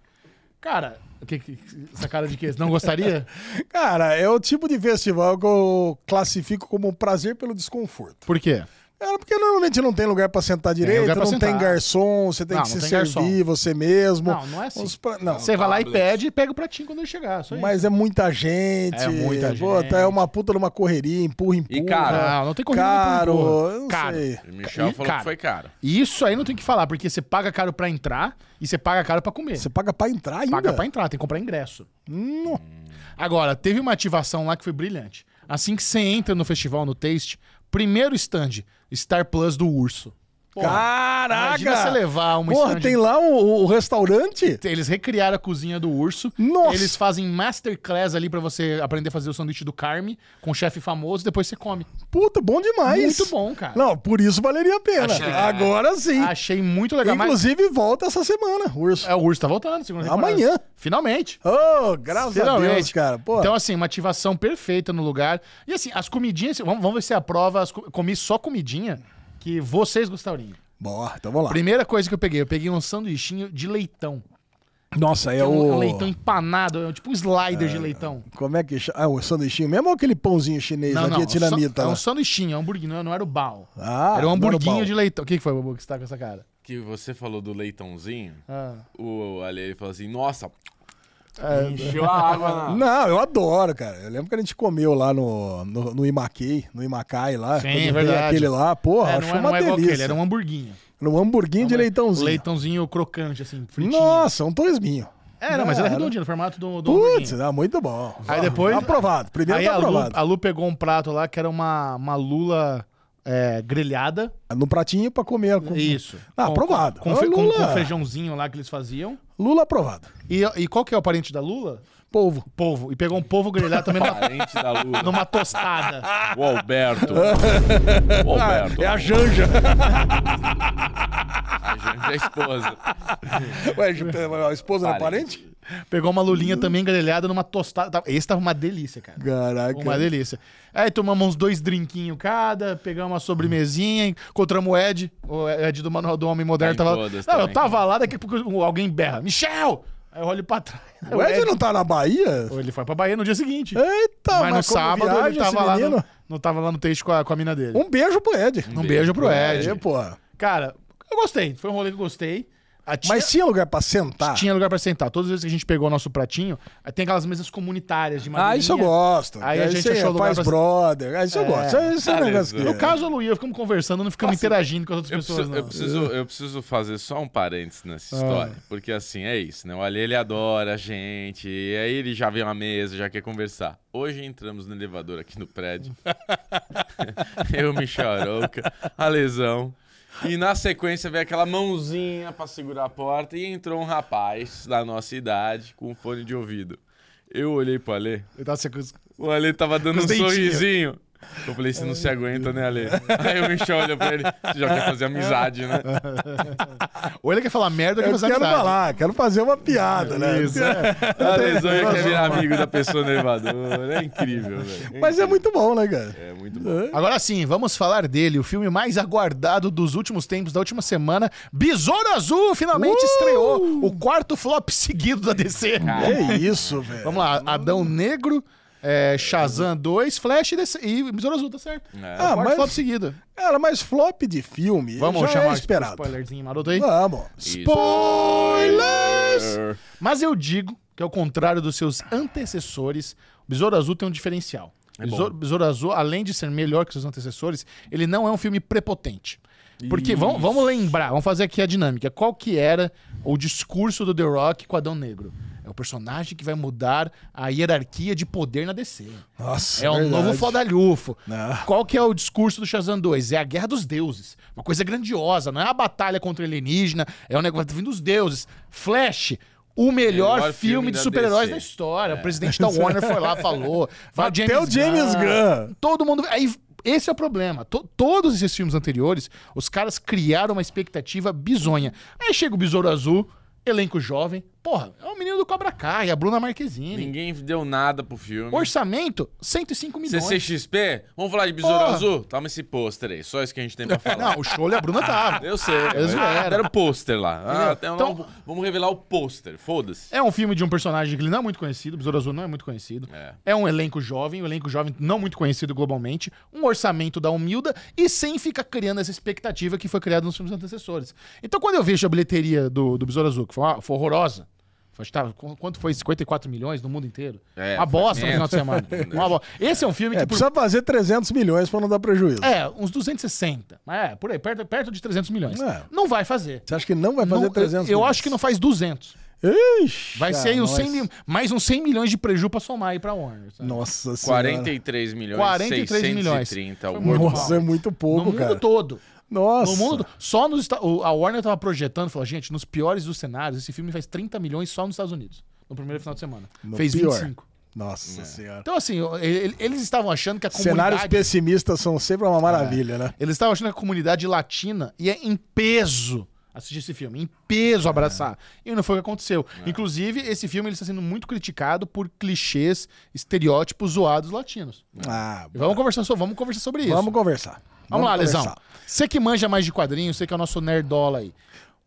Speaker 3: Cara, o que, que- essa cara de que? Não gostaria?
Speaker 1: Cara, é o tipo de festival que eu classifico como um prazer pelo desconforto.
Speaker 3: Por quê?
Speaker 1: Cara, porque normalmente não tem lugar pra sentar direito,
Speaker 3: lugar pra
Speaker 1: não tem
Speaker 3: sentar.
Speaker 1: garçom, você tem
Speaker 3: Não,
Speaker 1: que
Speaker 3: não
Speaker 1: se
Speaker 3: tem
Speaker 1: servir
Speaker 3: garçom.
Speaker 1: você mesmo.
Speaker 3: Não, não é assim.
Speaker 1: Os pra- Não,
Speaker 3: Você vai lá e
Speaker 2: tablet.
Speaker 3: pede e pega o pratinho quando ele chegar. Só isso.
Speaker 1: um mas é muita gente.
Speaker 3: É muita
Speaker 1: Pô,
Speaker 3: gente.
Speaker 1: tá, é uma puta numa correria, empurra, empurra.
Speaker 2: E caro.
Speaker 3: Ah, Não, não tem corrida
Speaker 1: Caro,
Speaker 3: não tem porra.
Speaker 1: eu não
Speaker 3: Caro.
Speaker 1: sei.
Speaker 2: O Michel
Speaker 3: Ih,
Speaker 2: falou
Speaker 3: cara.
Speaker 2: que foi caro.
Speaker 3: E Isso aí não tem o que falar, porque você paga caro pra entrar e você paga caro pra comer.
Speaker 1: Você paga pra entrar ainda?
Speaker 3: paga pra entrar, tem que comprar ingresso. Hum. Agora, teve uma ativação lá que foi brilhante. Assim que você entra no festival, no Taste, Primeiro stand, Star Plus do Urso.
Speaker 1: Caraca!
Speaker 3: Imagina você levar uma
Speaker 1: Porra,
Speaker 3: stand-
Speaker 1: tem lá o, o- o restaurante?
Speaker 3: Eles recriaram a cozinha do urso.
Speaker 1: Nossa!
Speaker 3: Eles fazem masterclass ali pra você aprender a fazer o sanduíche do carne com o chefe famoso, depois você come.
Speaker 1: Puta, bom demais.
Speaker 3: Muito bom, cara.
Speaker 1: Ah, Não, por isso valeria a pena.
Speaker 3: Achei-
Speaker 1: Agora sim.
Speaker 3: Achei muito legal. mas-
Speaker 1: Inclusive, volta essa semana, urso.
Speaker 3: É, o urso tá voltando, segunda temporada.
Speaker 1: Amanhã.
Speaker 3: Finalmente.
Speaker 1: Ô, graças a Deus,
Speaker 3: Finalmente.
Speaker 1: cara. Pô,
Speaker 3: Então, assim, uma ativação perfeita no lugar. E assim, as comidinhas, vamos, vamos ver se é a prova. as co- comi só comidinha que vocês gostariam.
Speaker 1: bora, então vamos lá.
Speaker 3: Primeira coisa que eu peguei, eu peguei um sanduichinho de leitão.
Speaker 1: Nossa, é
Speaker 3: É um, é um
Speaker 1: o...
Speaker 3: leitão empanado, é um- tipo um slider de leitão.
Speaker 1: Como é que chama? Ah, o sanduichinho mesmo ou aquele pãozinho chinês tá lá de
Speaker 3: é
Speaker 1: tiramita? né?
Speaker 3: um sanduichinho, é um hamburguinho, não, não era o bal.
Speaker 1: Ah,
Speaker 3: era um
Speaker 1: não era o
Speaker 3: hamburguinho
Speaker 1: bal.
Speaker 3: de leitão. O que que foi, Babu, que você tá com essa cara?
Speaker 2: Que você falou do leitãozinho,
Speaker 3: Ah.
Speaker 2: o Ale ele falou assim, nossa, encheu a água na...
Speaker 1: Não, eu adoro, cara. Eu lembro que a gente comeu lá no, no, no Imaquei, no Imacai lá.
Speaker 3: Sim, é
Speaker 1: quando veio
Speaker 3: verdade.
Speaker 1: aquele lá, porra,
Speaker 3: É,
Speaker 1: achou
Speaker 3: não, é-
Speaker 1: uma
Speaker 3: não é igual
Speaker 1: delícia.
Speaker 3: aquele, era um hamburguinho.
Speaker 1: Era um hamburguinho de leitãozinho.
Speaker 3: Leitãozinho crocante, assim, fritinho.
Speaker 1: Nossa, um torresminho.
Speaker 3: É, não, mas era
Speaker 1: Não, era-
Speaker 3: redondinho, no formato do, do
Speaker 1: Putz,
Speaker 3: hamburguinho.
Speaker 1: ah, muito bom.
Speaker 3: Aí depois-
Speaker 1: Aprovado. Primeiro
Speaker 3: Aí
Speaker 1: tá
Speaker 3: a Lu,
Speaker 1: aprovado.
Speaker 3: a Lu pegou um prato lá que era uma, uma lula é, grelhada.
Speaker 1: No pratinho pra comer. com-
Speaker 3: Isso.
Speaker 1: Ah,
Speaker 3: Com-
Speaker 1: aprovado.
Speaker 3: Com,
Speaker 1: Ah,
Speaker 3: com, fe- com-
Speaker 1: lula.
Speaker 3: com feijãozinho lá que eles faziam.
Speaker 1: Lula aprovado.
Speaker 3: E, e qual que é o parente da lula?
Speaker 1: Polvo.
Speaker 3: Polvo. E pegou um polvo grelhado também numa,
Speaker 2: Parente da Lula.
Speaker 3: numa tostada.
Speaker 2: O Alberto. O Alberto.
Speaker 1: É a Janja.
Speaker 2: A gente é a esposa.
Speaker 1: Ué, a esposa não é
Speaker 2: Parente.
Speaker 1: parente?
Speaker 3: Pegou uma lulinha também grelhada numa tostada. Tava- Esse tava uma delícia, cara.
Speaker 1: Caraca.
Speaker 3: Uma delícia. Aí tomamos uns dois drinquinhos cada, pegamos uma sobremesinha, encontramos o Ed, o Ed do Manual do Homem Moderno.
Speaker 2: Tá em
Speaker 3: Tava...
Speaker 2: todas
Speaker 3: Não, eu
Speaker 2: também.
Speaker 3: tava lá, daqui a pouco alguém berra, Michel! Aí eu olho pra trás.
Speaker 1: O Ed não tá na Bahia?
Speaker 3: Ele foi pra Bahia no dia seguinte.
Speaker 1: Eita,
Speaker 3: mas no
Speaker 1: como
Speaker 3: sábado
Speaker 1: viaja
Speaker 3: ele
Speaker 1: esse
Speaker 3: tava lá,
Speaker 1: menino?
Speaker 3: no, não tava lá no texto com a, com a mina dele.
Speaker 1: Um beijo pro Ed.
Speaker 3: Um, beijo pro Ed.
Speaker 1: É, porra.
Speaker 3: Cara, eu gostei. Foi um rolê que eu gostei. A tia-
Speaker 1: Mas tá. tinha lugar pra sentar?
Speaker 3: Tinha lugar pra sentar. Todas as vezes que a gente pegou o nosso pratinho, aí tem aquelas mesas comunitárias de madeirinha.
Speaker 1: Ah, isso eu gosto.
Speaker 3: Aí a gente
Speaker 1: você
Speaker 3: achou lugar
Speaker 1: faz
Speaker 3: pra-
Speaker 1: brother. Ah, isso eu
Speaker 3: É.
Speaker 1: gosto. Isso é- Isso é um
Speaker 2: Cara,
Speaker 1: negócio que...
Speaker 2: no
Speaker 3: No caso, a Lu e eu ficamos conversando, não ficamos interagindo com as outras
Speaker 2: Eu
Speaker 3: pessoas,
Speaker 2: preciso,
Speaker 3: não.
Speaker 2: eu,
Speaker 3: Ah.
Speaker 2: preciso, eu preciso fazer só um parênteses nessa história. Porque assim, é isso, né? O Ale, ele adora a gente. E aí ele já vem à mesa, já quer conversar. Hoje entramos no elevador aqui no prédio. eu, Michel Arouca, a lesão. E na sequência veio aquela mãozinha pra segurar a porta e entrou um rapaz da nossa idade com um fone de ouvido. Eu olhei pro Ale,
Speaker 3: Eu tava tá se- com
Speaker 2: o Ale tava dando
Speaker 3: Os
Speaker 2: um
Speaker 3: dentinhos.
Speaker 2: sorrisinho. Eu falei, você não se aguenta, né, Ale? Aí o Michel olha pra ele, você já quer fazer amizade, né?
Speaker 3: Ou ele quer falar merda, ou quer
Speaker 1: Eu
Speaker 3: fazer
Speaker 1: quero
Speaker 3: amizade.
Speaker 1: falar, quero fazer uma piada, né?
Speaker 3: Isso, é.
Speaker 2: A lesonha quer virar amigo da pessoa no elevador. É incrível, velho.
Speaker 1: Mas é muito bom, né, cara?
Speaker 2: É muito bom.
Speaker 3: Agora sim, vamos falar dele, o filme mais aguardado dos últimos tempos, da última semana. Besouro Azul
Speaker 1: Uh!
Speaker 3: finalmente estreou o quarto flop seguido da DC.
Speaker 1: É isso, velho.
Speaker 3: Vamos lá, Adão Negro, é, Shazam 2, Flash e, DC, e Besouro Azul, tá certo.
Speaker 2: É.
Speaker 3: Ah,
Speaker 1: Ah,
Speaker 3: quarto
Speaker 1: mas-
Speaker 3: flop seguido.
Speaker 1: Cara, mas flop de filme
Speaker 3: Vamos
Speaker 1: já
Speaker 3: chamar
Speaker 1: é
Speaker 3: o
Speaker 1: esperado.
Speaker 3: spoilerzinho maroto aí?
Speaker 1: Vamos.
Speaker 3: Spoilers! Mas eu digo que, ao contrário dos seus antecessores, o Besouro Azul tem um diferencial. Besouro, Besouro Azul, além de ser melhor que seus antecessores, ele não é um filme prepotente. Porque vamos, vamos lembrar, vamos fazer aqui a dinâmica. Qual que era o discurso do The Rock com Adão Negro? É o personagem que vai mudar a hierarquia de poder na DC.
Speaker 1: Nossa,
Speaker 3: É um
Speaker 1: verdade.
Speaker 3: novo fodalhufo.
Speaker 1: Ah.
Speaker 3: Qual que é o discurso do Shazam 2? É a guerra dos deuses. Uma coisa grandiosa, não é a batalha contra alienígena, é um negócio vindo dos deuses. Flash, o melhor,
Speaker 2: Melhor
Speaker 3: filme,
Speaker 2: filme
Speaker 3: de
Speaker 2: da É.
Speaker 3: super-heróis
Speaker 2: DC.
Speaker 3: da história. O presidente da Warner foi lá, falou. Vai
Speaker 1: Até o James Gunn.
Speaker 3: Todo mundo. Aí, esse é o problema. To- todos esses filmes anteriores, os caras criaram uma expectativa bizonha. Aí chega o Besouro Azul, elenco jovem. Porra, é o menino do Cobra Kai, a Bruna Marquezine.
Speaker 2: Ninguém deu nada pro filme.
Speaker 3: Orçamento, 105 milhões.
Speaker 2: CCXP? Vamos falar de Besouro
Speaker 3: Porra.
Speaker 2: Azul? Toma esse pôster aí, só isso que a gente tem pra falar.
Speaker 3: Não, Ah, o show e a
Speaker 2: Ah,
Speaker 3: Bruna tava.
Speaker 2: Eu sei.
Speaker 3: Eles vieram.
Speaker 2: Era o pôster lá. Ah, tem um-
Speaker 3: Então-
Speaker 2: vamos revelar o pôster, foda-se.
Speaker 3: É um filme de um personagem que ele não é muito conhecido, o Besouro Azul não é muito conhecido.
Speaker 2: É.
Speaker 3: um elenco jovem, um elenco jovem não muito conhecido globalmente, um orçamento da humilda e sem ficar criando essa expectativa que foi criada nos filmes antecessores. Então quando eu vejo a bilheteria do, do Besouro Azul, que foi, uma- foi horrorosa, foi, acho que tava- qu- quanto foi? 54 milhões no mundo inteiro?
Speaker 2: É,
Speaker 3: uma
Speaker 2: foi
Speaker 3: bosta no
Speaker 2: menos.
Speaker 3: final de semana. Uma bosta. Esse é um filme que...
Speaker 1: É,
Speaker 3: por-
Speaker 1: precisa fazer 300 milhões pra não dar prejuízo.
Speaker 3: é, uns 260. É, por aí, perto, perto de 300 milhões.
Speaker 1: É.
Speaker 3: Não vai fazer.
Speaker 1: Você acha que não vai fazer
Speaker 3: Não, eu-
Speaker 1: 300
Speaker 3: eu
Speaker 1: milhões?
Speaker 3: acho que não faz 200.
Speaker 1: Ixi,
Speaker 3: Vai ser aí uns
Speaker 1: nós.
Speaker 3: 100 mil- mais uns 100 milhões de preju pra somar aí pra Warner. sabe?
Speaker 1: Nossa senhora.
Speaker 2: 43 milhões,
Speaker 3: 43 milhões.
Speaker 2: 630.
Speaker 3: Foi
Speaker 2: o
Speaker 3: muito
Speaker 2: World
Speaker 1: Nossa, é muito
Speaker 3: No
Speaker 1: pouco,
Speaker 3: mundo
Speaker 1: cara.
Speaker 3: todo.
Speaker 1: Nossa.
Speaker 3: No mundo, só nos Esta- o- A Warner tava projetando, falou, gente, nos piores dos cenários, esse filme faz 30 milhões só nos Estados Unidos. No primeiro final de semana.
Speaker 1: No
Speaker 3: Fez
Speaker 1: pior.
Speaker 3: 25.
Speaker 1: Nossa senhora.
Speaker 3: Então, assim, o- ele- eles estavam achando que a
Speaker 1: Cenários
Speaker 3: comunidade.
Speaker 1: pessimistas são sempre
Speaker 3: É.
Speaker 1: uma maravilha, né?
Speaker 3: Eles estavam achando que a comunidade latina ia em peso assistir esse filme, em peso abraçar. E não foi o que aconteceu.
Speaker 1: É.
Speaker 3: Inclusive, esse filme ele está sendo muito criticado por clichês, estereótipos zoados latinos.
Speaker 1: Ah,
Speaker 3: É. E vamos conversar, so- vamos conversar sobre isso.
Speaker 1: vamos conversar.
Speaker 3: Vamos, lá,
Speaker 1: conversar.
Speaker 3: Lesão. Você que manja mais de quadrinhos, você que é o nosso nerdola aí.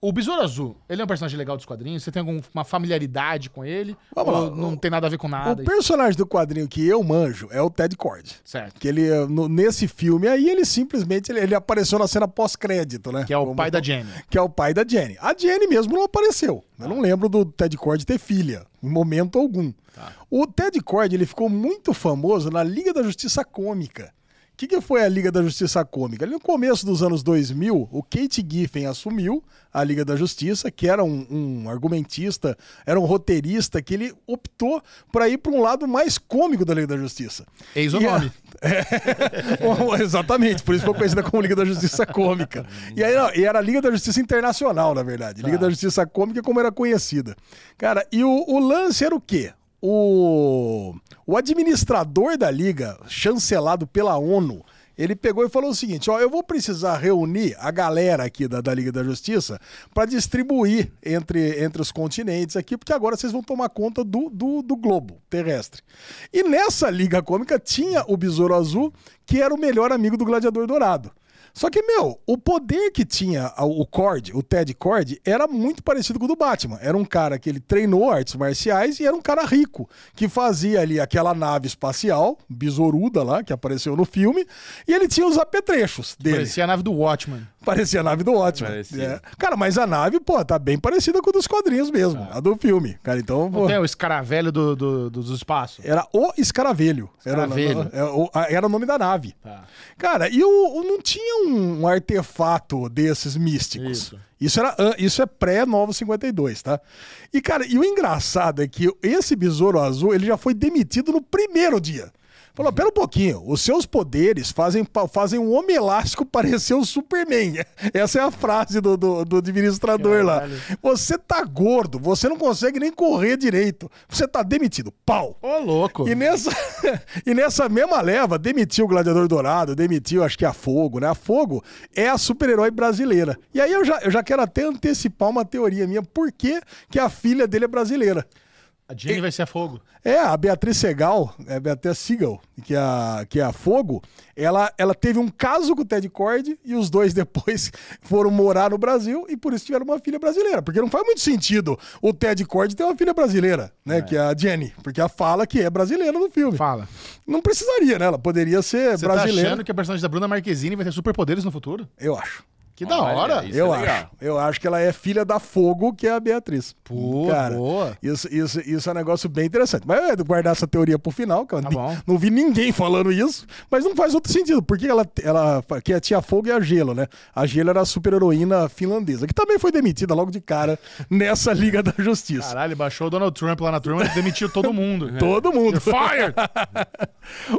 Speaker 3: O Besouro Azul, ele é um personagem legal dos quadrinhos? Você tem alguma familiaridade com ele?
Speaker 1: Vamos
Speaker 3: Ou
Speaker 1: lá.
Speaker 3: Não tem nada a ver com nada.
Speaker 1: O personagem do quadrinho que eu manjo é o Ted Cord.
Speaker 3: Certo.
Speaker 1: Que ele, eh, no- nesse filme aí, ele simplesmente ele, ele apareceu na cena pós-crédito, né?
Speaker 3: Que é o
Speaker 1: Como-
Speaker 3: pai da Jenny.
Speaker 1: Que é o pai da Jenny. A Jenny mesmo não apareceu. Eu não lembro do Ted Cord ter filha, em momento algum.
Speaker 3: Tá.
Speaker 1: O Ted Cord, ele ficou muito famoso na Liga da Justiça Cômica. O que, que foi a Liga da Justiça Cômica? Ali no começo dos anos 2000, o Kate Giffen assumiu a Liga da Justiça, que era um, um argumentista, era um roteirista, que ele optou para ir para um lado mais cômico da Liga da Justiça.
Speaker 3: Eis o
Speaker 1: E a-
Speaker 3: nome.
Speaker 1: Bom, Exatamente, por isso foi conhecida como Liga da Justiça Cômica. E aí, não, e era a Liga da Justiça Internacional, na verdade. Liga da Justiça Cômica, como era conhecida. Cara, e o, o lance era o quê? O, o administrador da Liga, chancelado pela ONU, ele pegou e falou o seguinte: ó, eu vou precisar reunir a galera aqui da, da Liga da Justiça para distribuir entre, entre os continentes aqui, porque agora vocês vão tomar conta do, do, do globo terrestre. E nessa Liga Cômica tinha o Besouro Azul, que era o melhor amigo do Gladiador Dourado. Só que, meu, o poder que tinha a- o Cord, o Ted Cord, era muito parecido com o do Batman. Era um cara que ele treinou artes marciais e era um cara rico, que fazia ali aquela nave espacial, besouruda lá, que apareceu no filme, e ele tinha os apetrechos dele.
Speaker 3: Parecia
Speaker 1: Parecia,
Speaker 3: a nave do Watchman.
Speaker 1: a nave do Watchmen.
Speaker 2: Parecia.
Speaker 1: É. Cara, mas a nave, pô, tá bem parecida com a dos quadrinhos mesmo, a do filme. Cara, então...
Speaker 3: Não
Speaker 1: pô,
Speaker 3: tem o escaravelho do, do, do, do espaço?
Speaker 1: Era o Escaravelho. Era,
Speaker 3: Escaravelho.
Speaker 1: é, o- a- era o nome da nave.
Speaker 3: Tá.
Speaker 1: Cara, e o, o- não tinha um, artefato desses místicos.
Speaker 3: Isso.
Speaker 1: Isso. era, an- isso é pré-Novo 52, tá? E, cara, e o engraçado é que esse besouro azul, ele já foi demitido no primeiro dia. Falou, pera um pouquinho, os seus poderes fazem, pa- fazem um homem elástico parecer o Superman. Essa é a frase do, do, do administrador lá. Você tá gordo, você não consegue nem correr direito. Você tá demitido. Pau!
Speaker 3: Ô, louco.
Speaker 1: E nessa, e nessa mesma leva, demitiu o Gladiador Dourado, demitiu, acho que a Fogo, né? A Fogo é a super-herói brasileira. E aí eu já, eu já quero até antecipar uma teoria minha, por que, que a filha dele é brasileira?
Speaker 3: A Jenny vai ser a fogo.
Speaker 1: É, a Beatriz Segal, é a Beatriz Segal, que é a, que é a Fogo, ela, ela teve um caso com o Ted Cord e os dois depois foram morar no Brasil e por isso tiveram uma filha brasileira. Porque não faz muito sentido o Ted Cord ter uma filha brasileira, né? Que é a Jenny, porque ela fala que é brasileira no filme.
Speaker 3: Fala.
Speaker 1: Não precisaria, né? Ela poderia ser
Speaker 3: Você tá
Speaker 1: brasileira.
Speaker 3: achando que a personagem da Bruna Marquezine vai ter superpoderes no futuro?
Speaker 1: Eu acho.
Speaker 3: Que da
Speaker 2: Olha,
Speaker 3: hora.
Speaker 2: isso.
Speaker 1: eu
Speaker 2: é legal.
Speaker 1: acho. Eu acho que ela é filha da Fogo, que é a Beatriz.
Speaker 3: Pô, boa.
Speaker 1: Isso, isso, isso é um negócio bem interessante. Mas eu ia guardar essa teoria pro final, que eu
Speaker 3: Tá
Speaker 1: ni-
Speaker 3: bom.
Speaker 1: não vi ninguém falando isso, mas não faz outro sentido, porque ela, ela que tinha Fogo e a Gelo, né? A Gelo era a super heroína finlandesa, que também foi demitida logo de cara nessa Liga da Justiça.
Speaker 3: Caralho, baixou o Donald Trump lá na turma e demitiu todo mundo.
Speaker 1: Todo mundo.
Speaker 3: Fire!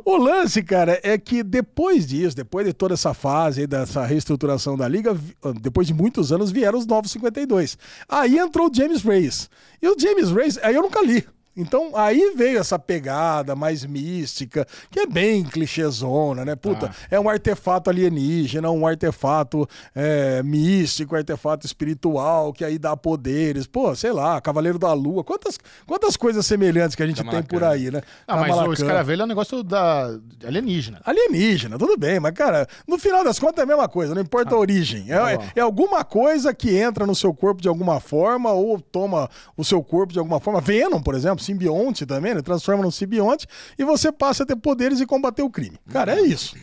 Speaker 1: O lance, cara, é que depois disso, depois de toda essa fase aí, dessa reestruturação da liga, vi- ah, depois de muitos anos vieram os novos 52. Aí entrou o James Reyes. E o James Reyes, aí eu nunca li. Então, aí veio essa pegada mais mística, que é bem clichêzona, né? Puta,
Speaker 3: Ah.
Speaker 1: é um artefato alienígena, um artefato é, místico, um artefato espiritual, que aí dá poderes. Pô, sei lá, Cavaleiro da Lua. Quantas, quantas coisas semelhantes que a gente tem
Speaker 2: Kamalacan.
Speaker 1: por aí, né?
Speaker 3: Tá Ah, mas o
Speaker 1: Kamalacan
Speaker 3: escaravelho é um negócio da alienígena.
Speaker 1: alienígena, tudo bem, mas cara, no final das contas é a mesma coisa, não importa a origem. É,
Speaker 3: Ah, tá bom.
Speaker 1: é alguma coisa que entra no seu corpo de alguma forma ou toma o seu corpo de alguma forma. Venom, por exemplo, simbionte também, né? transforma num simbionte e você passa a ter poderes e combater o crime. Cara, é
Speaker 3: Uhum.
Speaker 1: isso.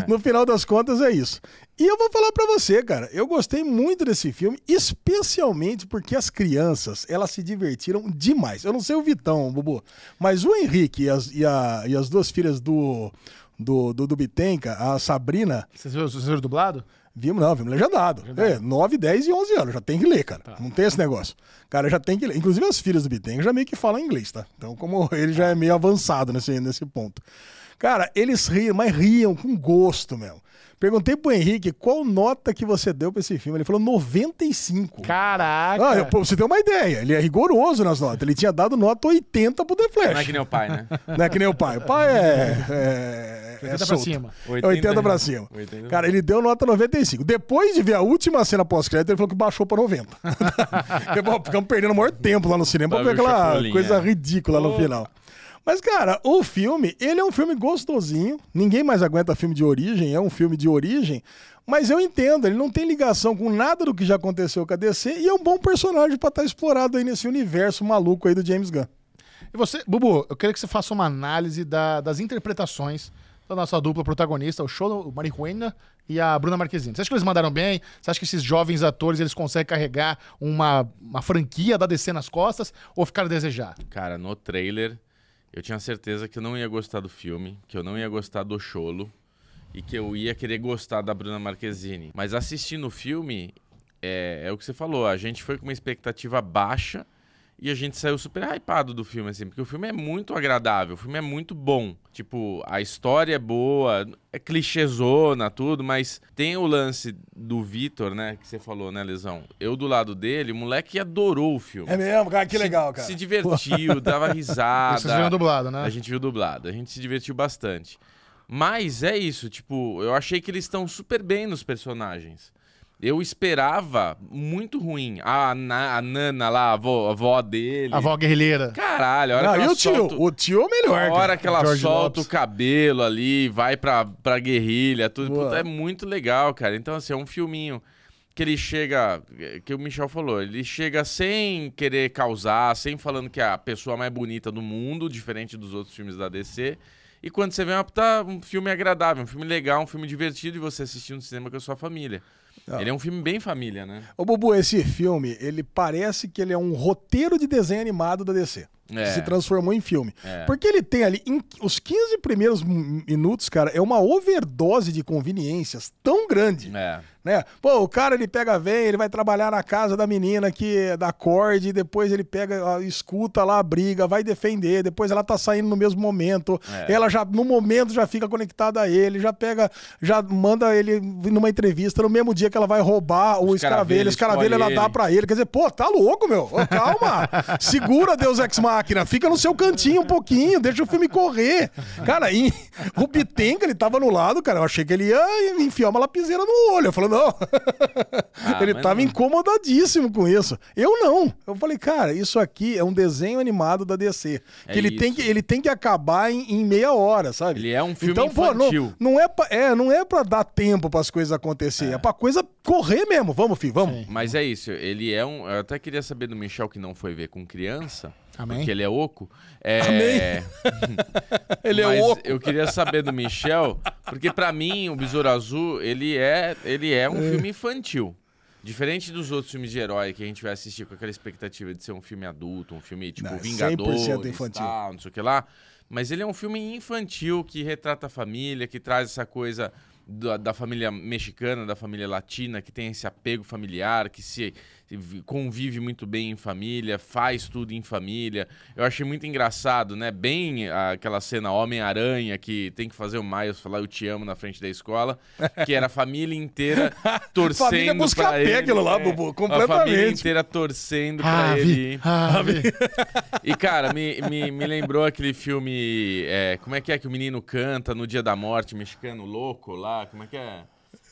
Speaker 1: No final das contas é isso. E eu vou falar pra você, cara, eu gostei muito desse filme, especialmente porque as crianças, elas se divertiram demais. Eu não sei o Vitão, Bubu, mas o Henrique e as, e a- e as duas filhas do do, do, do Bitenca, a Sabrina.
Speaker 3: Vocês viram, vocês viram dublado?
Speaker 1: Vimos, não, vimos legendado. É, 9, 10 e 11 anos, já tem que ler, cara. Não tem esse negócio. Cara, já tem que ler. Inclusive as filhas do Bittencourt já meio que falam inglês, tá? Então, como ele já é meio avançado nesse, nesse ponto. Cara, eles riam, mas riam com gosto mesmo. Perguntei pro Henrique qual nota que você deu pra esse filme. Ele falou 95.
Speaker 3: Caraca.
Speaker 1: Ah, eu- pra você ter uma ideia, ele é rigoroso nas notas. Ele tinha dado nota 80 pro The Flash.
Speaker 2: Não é que nem o pai, né?
Speaker 1: Não é que nem o pai. O pai é. é, é
Speaker 3: 80 pra
Speaker 1: solto.
Speaker 3: cima.
Speaker 1: 80, pra cima.
Speaker 2: 80.
Speaker 1: Cara, ele deu nota 95. Depois de ver a última cena pós-crédito, ele falou que baixou pra 90. Porque, pô, ficamos perdendo o maior tempo lá no cinema pra
Speaker 2: Pra
Speaker 1: ver
Speaker 2: ver o
Speaker 1: aquela
Speaker 2: Chapolin,
Speaker 1: coisa
Speaker 2: é.
Speaker 1: ridícula no final. Mas, cara, o filme, ele é um filme gostosinho. Ninguém mais aguenta filme de origem, é um filme de origem. Mas eu entendo, ele não tem ligação com nada do que já aconteceu com a DC e é um bom personagem pra estar explorado aí nesse universo maluco aí do James Gunn.
Speaker 3: E você, Bubu, eu queria que você faça uma análise da- das interpretações da nossa dupla protagonista, o Cholo o Marihuana e a Bruna Marquezine. Você acha que eles mandaram bem? Você acha que esses jovens atores eles conseguem carregar uma, uma franquia da DC nas costas ou ficaram a desejar?
Speaker 2: Cara, no trailer, eu tinha certeza que eu não ia gostar do filme, que eu não ia gostar do Cholo e que eu ia querer gostar da Bruna Marquezine. Mas assistindo o filme, é, é o que você falou, a gente foi com uma expectativa baixa e a gente saiu super hypado do filme, assim, porque o filme é muito agradável, o filme é muito bom. Tipo, a história é boa, é clichêzona, tudo, mas tem o lance do Vitor, né, que você falou, né, Lesão? Eu do lado dele, o moleque adorou o filme.
Speaker 1: É mesmo, cara, que
Speaker 2: Se-
Speaker 1: legal, cara.
Speaker 2: Se divertiu, dava risada.
Speaker 3: Vocês viram dublado, né?
Speaker 2: A gente viu dublado, a gente se divertiu bastante. Mas é isso, tipo, eu achei que eles estão super bem nos personagens. Eu esperava muito ruim. Ah, A, na- a Nana lá, a avó, a avó dele.
Speaker 3: A avó guerrilheira.
Speaker 2: Caralho, a hora
Speaker 1: Não,
Speaker 2: que
Speaker 1: e
Speaker 2: ela
Speaker 1: o tio?
Speaker 2: solta-
Speaker 1: O tio é o melhor.
Speaker 2: a hora
Speaker 1: cara.
Speaker 2: que ela
Speaker 3: Jorge
Speaker 2: solta
Speaker 3: Lopes.
Speaker 2: o cabelo ali, vai pra, pra guerrilha, tudo.
Speaker 1: Boa.
Speaker 2: Puta, é muito legal, cara. Então, assim, é um filminho que ele chega. Que o Michel falou, ele chega sem querer causar, sem falando que é a pessoa mais bonita do mundo, diferente dos outros filmes da DC. E quando você vê, é uma puta- um filme agradável, um filme legal, um filme divertido de você assistir no cinema com a sua família.
Speaker 3: Ah.
Speaker 2: Ele é um filme bem família, né?
Speaker 1: Ô, Bubu, esse filme, ele parece que ele é um roteiro de desenho animado da DC.
Speaker 2: É.
Speaker 1: Se transformou em filme. Porque ele tem ali, em- os 15 primeiros m- minutos, cara, é uma overdose de conveniências tão grande
Speaker 2: É.
Speaker 1: né? Pô, o cara ele pega vem, ele vai trabalhar na casa da menina que é da Cord, e depois ele pega, ó, escuta lá a briga, vai defender, depois ela tá saindo no mesmo momento.
Speaker 2: É.
Speaker 1: Ela já no momento já fica conectada a ele, já pega, já manda ele numa entrevista no mesmo dia que ela vai roubar o
Speaker 2: Os
Speaker 1: escaravelho,
Speaker 2: escaravelho,
Speaker 1: escaravelho ela
Speaker 2: escolhe
Speaker 1: dá
Speaker 2: ele.
Speaker 1: pra ele. Quer dizer, pô, tá louco, meu. Ô, calma. Segura Deus Ex Máquina, fica no seu cantinho um pouquinho, deixa o filme correr. Cara, e o Bitenga, ele tava no lado, cara. Eu achei que ele ia enfiar uma lapiseira no olho. Eu falei, não. ele
Speaker 2: Ah, mas
Speaker 1: tava
Speaker 2: não.
Speaker 1: incomodadíssimo com isso. Eu não. Eu falei, cara, isso aqui é um desenho animado da DC.
Speaker 2: É
Speaker 1: que ele tem
Speaker 2: isso.
Speaker 1: que ele tem que acabar em, em meia hora, sabe? Então,
Speaker 2: Ele é um filme
Speaker 1: não-
Speaker 2: infantil.
Speaker 1: não, é pra, é, não é pra dar tempo pras coisas acontecerem, é. pra coisa correr mesmo. Vamos, filho, vamos.
Speaker 2: Mas é isso, ele é um. Eu até queria saber do Michel que não foi ver com criança.
Speaker 3: Amém.
Speaker 2: Porque ele é oco. É,
Speaker 1: Ele
Speaker 2: mas
Speaker 1: é oco.
Speaker 2: Eu queria saber do Michel, porque pra mim o Besouro Azul ele é, ele é um filme infantil. Diferente dos outros filmes de herói que a gente vai assistir com aquela expectativa de ser um filme adulto, um filme tipo
Speaker 1: Não, é
Speaker 2: Vingadores,
Speaker 1: 100% infantil.
Speaker 2: tal, não sei o que lá. Mas ele é um filme infantil que retrata a família, que traz essa coisa da, da família mexicana, da família latina, que tem esse apego familiar, que se se vi- convive muito bem em família, faz tudo em família. Eu achei muito engraçado, né? Bem ah, aquela cena Homem-Aranha que tem que fazer o Miles falar eu te amo na frente da escola, que era a família inteira torcendo
Speaker 1: Família busca
Speaker 2: pra
Speaker 1: pé
Speaker 2: ele.
Speaker 1: aquilo lá,
Speaker 2: né?
Speaker 1: Bubu,
Speaker 2: A família
Speaker 1: completamente. Ah,
Speaker 2: inteira torcendo pra ele.
Speaker 3: Rave,
Speaker 2: ir.
Speaker 3: rave.
Speaker 2: E, cara, me, me, me lembrou aquele filme. é, como é que é que o menino canta no dia da morte, mexicano louco lá? Como é que é?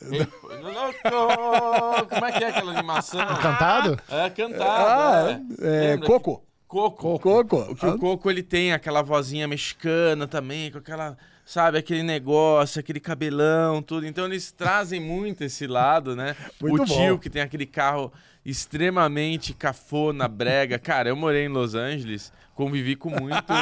Speaker 2: Ele- Louco! Como é que é aquela animação?
Speaker 3: Cantado?
Speaker 2: É
Speaker 1: Ah,
Speaker 2: cantada.
Speaker 1: é,
Speaker 2: Lembra?
Speaker 1: coco.
Speaker 2: Coco.
Speaker 1: Coco. ah.
Speaker 2: O que o Coco ele tem aquela vozinha mexicana também, com aquela, sabe, aquele negócio, aquele cabelão, tudo. Então eles trazem muito esse lado, né?
Speaker 1: Muito
Speaker 2: o tio
Speaker 1: bom.
Speaker 2: que tem aquele carro extremamente cafona, brega. Cara, eu morei em Los Angeles, convivi com muito.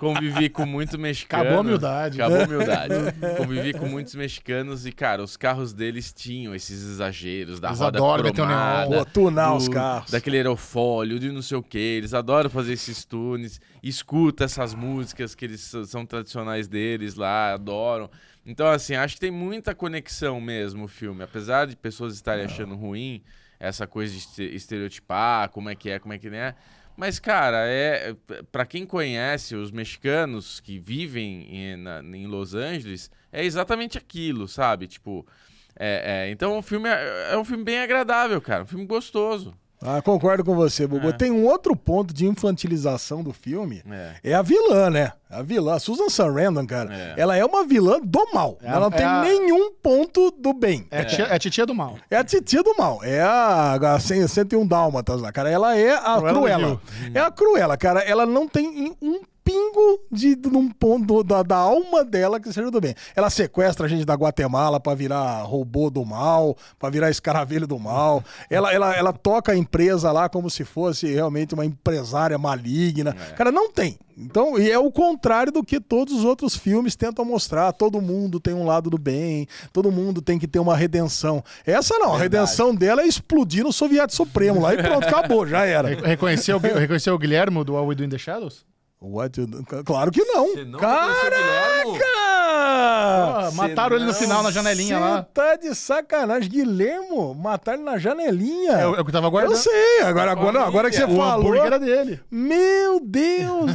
Speaker 2: convivi com muito mexicano.
Speaker 3: Acabou a humildade.
Speaker 2: Acabou a humildade. convivi com muitos mexicanos e, cara, os carros deles tinham esses exageros da
Speaker 3: Eles
Speaker 2: roda
Speaker 3: adoram meter o neon.
Speaker 2: cromada.
Speaker 1: Pô, tunar os carros.
Speaker 2: Daquele aerofólio, de não sei o que. Eles adoram fazer esses tunes. Escuta essas músicas que eles s- são tradicionais deles lá, adoram. Então, assim, acho que tem muita conexão mesmo o filme. Apesar de pessoas estarem achando ruim essa coisa de este- estereotipar, como é que é, como é que não é. Mas, cara, é para quem conhece os mexicanos que vivem em, na- em Los Angeles, é exatamente aquilo, sabe? Tipo, é, é, então o filme é, é um filme bem agradável, cara. Um filme gostoso.
Speaker 1: Ah, concordo com você,
Speaker 3: É.
Speaker 1: Bubu. Tem um outro ponto de infantilização do filme.
Speaker 2: É.
Speaker 1: É a vilã, né? A vilã, Susan Sarandon, cara.
Speaker 2: É.
Speaker 1: Ela é uma vilã do mal.
Speaker 3: É a-
Speaker 1: ela
Speaker 3: é
Speaker 1: não tem
Speaker 3: a-
Speaker 1: nenhum ponto do bem.
Speaker 3: É, a tia- é a titia do mal.
Speaker 1: É a titia do mal. É a, a 100 101 Dálmatas lá, cara. Ela é a
Speaker 3: Cruella do
Speaker 1: Cruella. É a Cruella, cara. Ela não tem um pingo de, de um ponto da, da alma dela que seja do bem. Ela sequestra a gente da Guatemala pra virar robô do mal, pra virar escaravelho do mal. Ela, ela, ela toca a empresa lá como se fosse realmente uma empresária maligna. Cara, não tem. Então, e é o contrário do que todos os outros filmes tentam mostrar. Todo mundo tem um lado do bem, todo mundo tem que ter uma redenção. Essa não, a redenção dela é explodir no Soviético Supremo lá e pronto, acabou, já
Speaker 3: Re-
Speaker 1: era.
Speaker 3: Reconheceu, o Gui- reconheceu o Guilhermo do All We Do in the Shadows?
Speaker 1: What you do- Claro que não.
Speaker 2: não
Speaker 1: Caraca!
Speaker 3: Ah, mataram ele no
Speaker 2: não-
Speaker 3: final, na janelinha lá.
Speaker 1: Você tá de sacanagem, Guilhermo, mataram ele na janelinha.
Speaker 3: É o é o que eu tava
Speaker 1: Eu
Speaker 3: guardando.
Speaker 1: sei, agora, agora, agora que você
Speaker 3: O
Speaker 1: falou.
Speaker 3: hambúrguer era dele.
Speaker 1: Meu Deus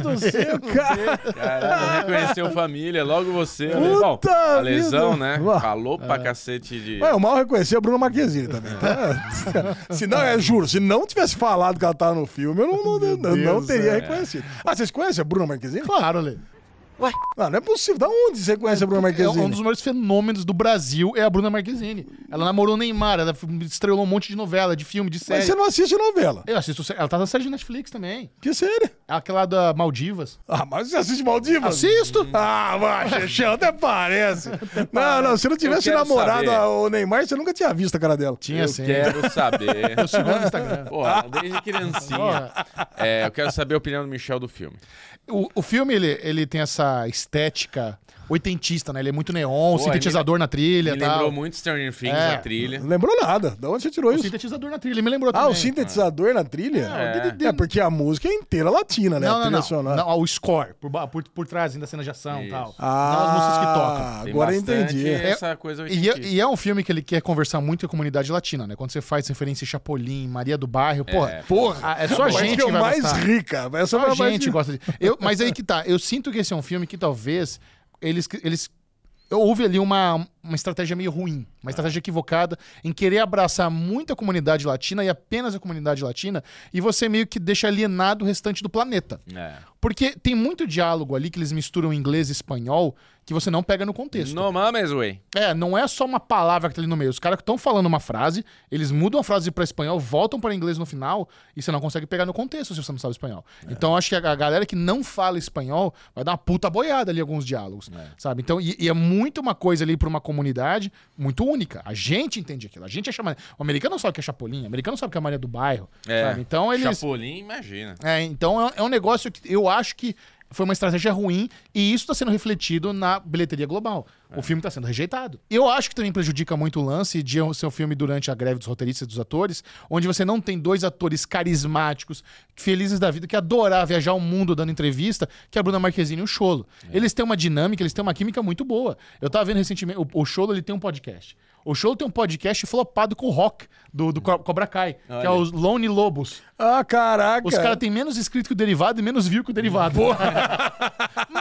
Speaker 1: do céu, cara.
Speaker 2: Caralho, reconheceu É. família, logo você. Ale- Bom,
Speaker 1: Puta
Speaker 2: a
Speaker 1: vida.
Speaker 2: lesão, né?
Speaker 1: Ué.
Speaker 2: Falou pra cacete de.
Speaker 1: Ué, É, o mal reconheceu a Bruna Marquezine também. tá? se não, é, juro, se não tivesse falado que ela tava no filme, eu não, não- não
Speaker 3: Deus,
Speaker 1: teria
Speaker 3: é.
Speaker 1: reconhecido. Ah, vocês conhecem a Bruna Marquezine?
Speaker 3: Claro, Lê.
Speaker 1: Ah, não é possível. Da onde você conhece a Bruna
Speaker 3: É um
Speaker 1: Marquezine?
Speaker 3: dos maiores fenômenos do Brasil é a Bruna Marquezine. Ela namorou o Neymar, ela f- estrelou um monte de novela, de filme, de série.
Speaker 1: Mas você não assiste novela.
Speaker 3: Eu assisto, sé- ela tá na série de Netflix também. É
Speaker 1: Que série?
Speaker 3: Aquela da Maldivas.
Speaker 1: Ah, mas você assiste Maldivas?
Speaker 3: Assisto.
Speaker 1: Ah, vai, Xexão, até parece. Não, não, se não tivesse
Speaker 2: quero
Speaker 1: namorado
Speaker 2: saber.
Speaker 1: a- o Neymar, você nunca tinha visto a cara dela.
Speaker 3: Tinha
Speaker 2: eu
Speaker 3: sim.
Speaker 2: quero saber.
Speaker 3: Eu sigo ela no Instagram.
Speaker 2: Porra, desde criancinha.
Speaker 3: Porra.
Speaker 2: É, eu quero saber a opinião do Michel do filme.
Speaker 3: O, o filme, ele, ele tem essa estética oitentista, né? Ele é muito neon, sintetizador na trilha
Speaker 2: Me
Speaker 3: e tal.
Speaker 2: lembrou muito Stranger Things,
Speaker 3: É.
Speaker 2: a trilha.
Speaker 1: Não lembrou nada. Da onde você tirou isso?
Speaker 3: Sintetizador na trilha, ele me lembrou
Speaker 1: Ah,
Speaker 3: também.
Speaker 1: o sintetizador na trilha?
Speaker 2: É.
Speaker 1: É. porque a música é inteira latina, né?
Speaker 3: Não,
Speaker 1: a
Speaker 3: não,
Speaker 1: trilha
Speaker 3: não.
Speaker 1: sonora.
Speaker 3: não. O score, por, ba- por, por trás ainda da cena de ação e tal. Não as músicas que tocam.
Speaker 1: Ah,
Speaker 2: Tem
Speaker 1: agora eu
Speaker 2: bastante
Speaker 1: entendi.
Speaker 2: Essa coisa
Speaker 3: E é,
Speaker 2: oitentista.
Speaker 3: e é um filme que ele quer conversar muito com a comunidade latina, né? Quando você faz referência em Chapolin, Maria do Bairro, porra.
Speaker 1: Porra,
Speaker 3: É só a gente
Speaker 1: que
Speaker 3: que
Speaker 1: é o
Speaker 3: vai
Speaker 1: mais
Speaker 3: gostar.
Speaker 1: rica. Essa
Speaker 3: Só
Speaker 1: foi
Speaker 3: a
Speaker 1: a mais
Speaker 3: gente
Speaker 1: rica.
Speaker 3: gosta de... Eu, mas aí que tá. Eu sinto que esse é um filme que talvez eles... eles Houve ali uma, uma estratégia meio ruim, uma estratégia equivocada em querer abraçar muita comunidade latina e apenas a comunidade latina, e você meio que deixa alienado o restante do planeta.
Speaker 2: É.
Speaker 3: Porque tem muito diálogo ali que eles misturam inglês e espanhol que você não pega no contexto.
Speaker 2: No mames, way.
Speaker 3: É, não é só uma palavra que tá ali no meio. Os caras que estão falando uma frase, eles mudam a frase pra espanhol, voltam pra inglês no final e você não consegue pegar no contexto se você não sabe espanhol. Então acho que a a galera que não fala espanhol vai dar uma puta boiada ali em alguns diálogos, sabe? Então e, e é muito uma coisa ali pra uma comunidade muito única. A gente entende aquilo. A gente é chamado. O americano sabe o que é Chapolin, o americano sabe o que é Maria do Bairro,
Speaker 2: É.
Speaker 3: sabe? Então eles
Speaker 2: Chapolin, imagina.
Speaker 3: é, então é, é um negócio que eu acho que foi uma estratégia ruim e isso está sendo refletido na bilheteria global. O filme está sendo rejeitado. Eu acho que também prejudica muito o lance de ser um filme durante a greve dos roteiristas e dos atores, onde você não tem dois atores carismáticos, felizes da vida, que adorar viajar o mundo dando entrevista, que é a Bruna Marquezine e o Cholo. Eles têm uma dinâmica, eles têm uma química muito boa. Eu tava vendo recentemente, o, o Cholo ele tem um podcast. O Cholo tem um podcast flopado com o Rock, do, do Co- Cobra Kai, que é
Speaker 2: Olha.
Speaker 3: os Lone Lobos.
Speaker 1: Ah, caraca.
Speaker 3: Os caras têm menos inscrito que o derivado e menos view que o derivado.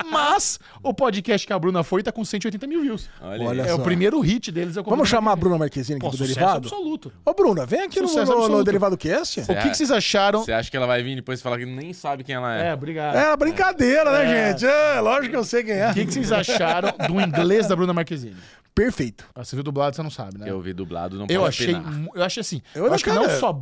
Speaker 3: Mas o podcast que a Bruna foi tá com 180 mil views.
Speaker 2: Olha,
Speaker 1: Olha
Speaker 2: aí.
Speaker 3: É o
Speaker 1: só.
Speaker 3: primeiro hit deles. é o
Speaker 1: Vamos
Speaker 3: Cobra
Speaker 1: chamar a Bruna Marquezine aqui
Speaker 3: Pô,
Speaker 1: do
Speaker 3: sucesso
Speaker 1: Derivado?
Speaker 3: absoluto.
Speaker 1: Ô, Bruna, vem aqui no,
Speaker 3: Sucesso
Speaker 1: no- no
Speaker 3: absoluto.
Speaker 1: Derivado Cast.
Speaker 3: O que, que vocês acharam?
Speaker 2: Você acha que ela vai vir depois e falar que nem sabe quem ela
Speaker 3: É,
Speaker 2: é?
Speaker 3: obrigado.
Speaker 1: É, brincadeira, né, gente? É, lógico que eu sei quem é.
Speaker 3: O que, que vocês acharam do inglês da Bruna Marquezine?
Speaker 1: Perfeito.
Speaker 3: Ah, você viu dublado, você não sabe, né?
Speaker 2: Eu vi dublado, não
Speaker 3: Eu
Speaker 2: pode
Speaker 3: achei,
Speaker 2: opinar.
Speaker 3: mu- eu achei assim.
Speaker 1: Eu
Speaker 3: Eu,
Speaker 1: não
Speaker 3: acho que
Speaker 1: quero-
Speaker 3: não só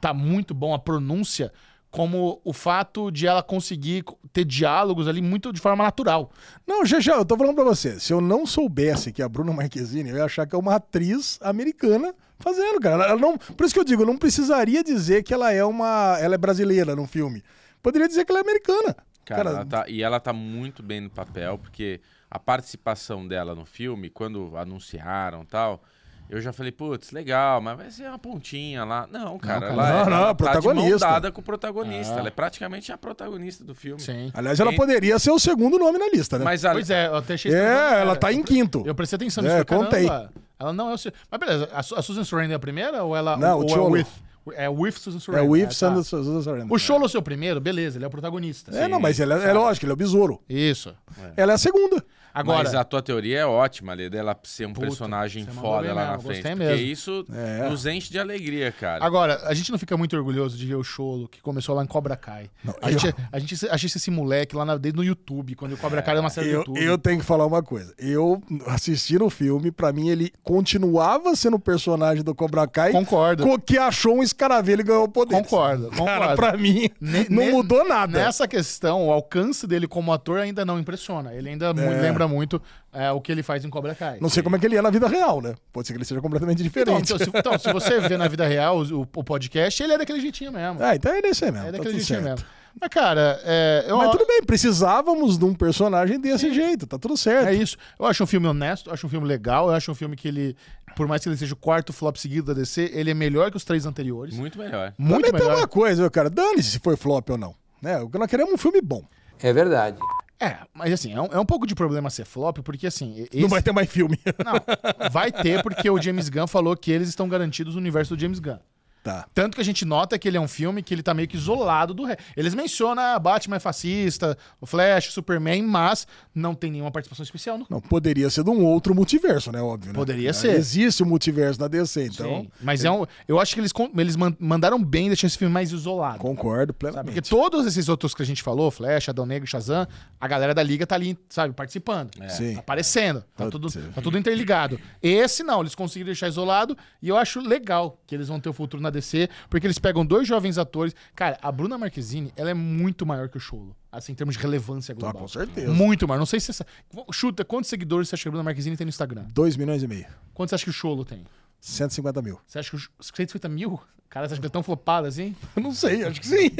Speaker 3: tá muito bom a pronúncia, como o fato de ela conseguir co- ter diálogos ali muito de forma natural.
Speaker 1: Não, já, já, eu tô falando pra você. Se eu não soubesse que a Bruna Marquezine, eu ia achar que é uma atriz americana Fazendo, cara. Ela não, por isso que eu digo, eu não precisaria dizer que ela é uma. Ela é brasileira no filme. Poderia dizer que ela é americana.
Speaker 2: Cara,
Speaker 1: Cara,
Speaker 2: ela tá- e ela tá muito bem no papel, porque a participação dela no filme, quando anunciaram e tal, eu já falei, putz, legal, mas vai ser uma pontinha lá. Não, cara,
Speaker 3: cara,
Speaker 2: ela,
Speaker 1: não,
Speaker 2: é,
Speaker 1: não,
Speaker 2: ela
Speaker 1: é
Speaker 2: tá de mão
Speaker 1: protagonista.
Speaker 2: dada com o protagonista.
Speaker 3: Ah.
Speaker 2: Ela é praticamente a protagonista do filme.
Speaker 3: Sim.
Speaker 1: Aliás, ela poderia ser o segundo nome na lista, né?
Speaker 2: Mas a,
Speaker 3: Pois é, eu até achei
Speaker 1: é, ela tá
Speaker 3: em
Speaker 1: em quinto.
Speaker 3: Eu prestei atenção
Speaker 1: É,
Speaker 3: nisso.
Speaker 1: conta aí.
Speaker 3: Caramba, ela não é o. se- Mas beleza, a, Su- a Susan Sarandon é a primeira ou ela.
Speaker 1: Não,
Speaker 3: ou
Speaker 1: o
Speaker 3: é
Speaker 1: Cholo.
Speaker 3: with? É with Susan
Speaker 1: é
Speaker 3: Sarandon.
Speaker 1: o If
Speaker 3: tá.
Speaker 1: Sanders- Susan Sarandon.
Speaker 3: O Cholo é o seu primeiro, beleza, ele é o protagonista.
Speaker 1: É, não, mas ela, é lógico, ele é o besouro.
Speaker 3: Isso.
Speaker 1: Ela é a segunda.
Speaker 3: Agora.
Speaker 2: Mas a tua teoria é ótima, ali, dela ser um personagem
Speaker 3: você mandou
Speaker 2: foda
Speaker 3: bem
Speaker 2: lá na
Speaker 3: mesmo,
Speaker 2: frente.
Speaker 3: gostei
Speaker 2: Porque
Speaker 3: mesmo.
Speaker 2: isso
Speaker 1: É.
Speaker 2: nos enche de alegria, cara.
Speaker 3: Agora, a gente não fica muito orgulhoso de ver o Cholo, que começou lá em Cobra Kai. a,
Speaker 1: eu-
Speaker 3: gente, a gente assiste esse moleque lá na, desde no YouTube, quando o Cobra Kai era uma série do
Speaker 1: Eu,
Speaker 3: YouTube.
Speaker 1: eu tenho que falar uma coisa. Eu assisti no filme, pra mim ele continuava sendo o personagem do Cobra Kai.
Speaker 3: Concordo.
Speaker 1: co- Que achou um escaravelho e ganhou poder.
Speaker 3: Concordo,
Speaker 1: Cara,
Speaker 3: concordo.
Speaker 1: pra mim,
Speaker 3: Ne-
Speaker 1: não
Speaker 3: ne-
Speaker 1: mudou nada.
Speaker 3: Nessa questão, o alcance dele como ator ainda não impressiona. Ele ainda mu- lembra muito é, o que ele faz em Cobra Kai.
Speaker 1: Não sei como é que ele é na vida real, né? Pode ser que ele seja completamente
Speaker 3: Então,
Speaker 1: diferente.
Speaker 3: então, se, então, se você vê na vida real o, o podcast, ele é daquele jeitinho mesmo.
Speaker 1: Ah, então é desse aí mesmo.
Speaker 3: É
Speaker 1: tá
Speaker 3: daquele
Speaker 1: tudo
Speaker 3: jeitinho
Speaker 1: certo.
Speaker 3: mesmo. Mas, cara, é, eu,
Speaker 1: Mas tudo bem, precisávamos de um personagem desse jeito, tá tudo certo.
Speaker 3: é isso. Eu acho um filme honesto, eu acho um filme legal, eu acho um filme que ele, por mais que ele seja o quarto flop seguido da DC, ele é melhor que os três anteriores.
Speaker 2: Muito melhor.
Speaker 3: Muito
Speaker 1: Hum. Também tem
Speaker 3: melhor.
Speaker 1: uma coisa, viu, cara. Dane-se se foi flop ou não. Né? O que nós queremos é um filme bom.
Speaker 6: É verdade.
Speaker 3: É, mas assim, é um, é um pouco de problema ser flop, porque assim. e- Esse...
Speaker 1: Não vai ter mais filme.
Speaker 3: Não, vai ter, porque o James Gunn falou que eles estão garantidos no universo do James Gunn.
Speaker 1: Tá.
Speaker 3: Tanto que a gente nota que ele é um filme que ele tá meio que isolado do resto. Eles mencionam ah, Batman é fascista, o Flash, Superman, mas não tem nenhuma participação especial no
Speaker 1: Não, poderia ser de um outro multiverso, né? Óbvio. né?
Speaker 3: Poderia
Speaker 1: Já
Speaker 3: ser.
Speaker 1: Existe o multiverso na DC, então.
Speaker 3: Sim, Mas é um, eu acho que eles, con- eles man- mandaram bem deixar esse filme mais isolado.
Speaker 1: Concordo
Speaker 3: Porque
Speaker 1: plenamente.
Speaker 3: todos esses outros que a gente falou, Flash, Adão Negro, Shazam, a galera da liga tá ali, sabe, participando.
Speaker 1: Sim.
Speaker 3: Tá aparecendo. Tá tudo,
Speaker 1: Putz.
Speaker 3: tá tudo interligado. Esse não, eles conseguiram deixar isolado e eu acho legal que eles vão ter o futuro na DC, porque eles pegam dois jovens atores. Cara, a Bruna Marquezine, ela é muito maior que o Cholo. Assim, em termos de relevância
Speaker 1: Tá,
Speaker 3: global.
Speaker 1: com certeza.
Speaker 3: Muito maior. Não sei se essa. Chuta, quantos seguidores você acha que a Bruna Marquezine tem no Instagram?
Speaker 1: 2 milhões e meio.
Speaker 3: Quantos você acha que o Cholo tem?
Speaker 1: 150 mil.
Speaker 3: Você acha que os 150 mil? Cara, você acha que ele é tão flopado assim?
Speaker 1: Eu não sei, acho que sim.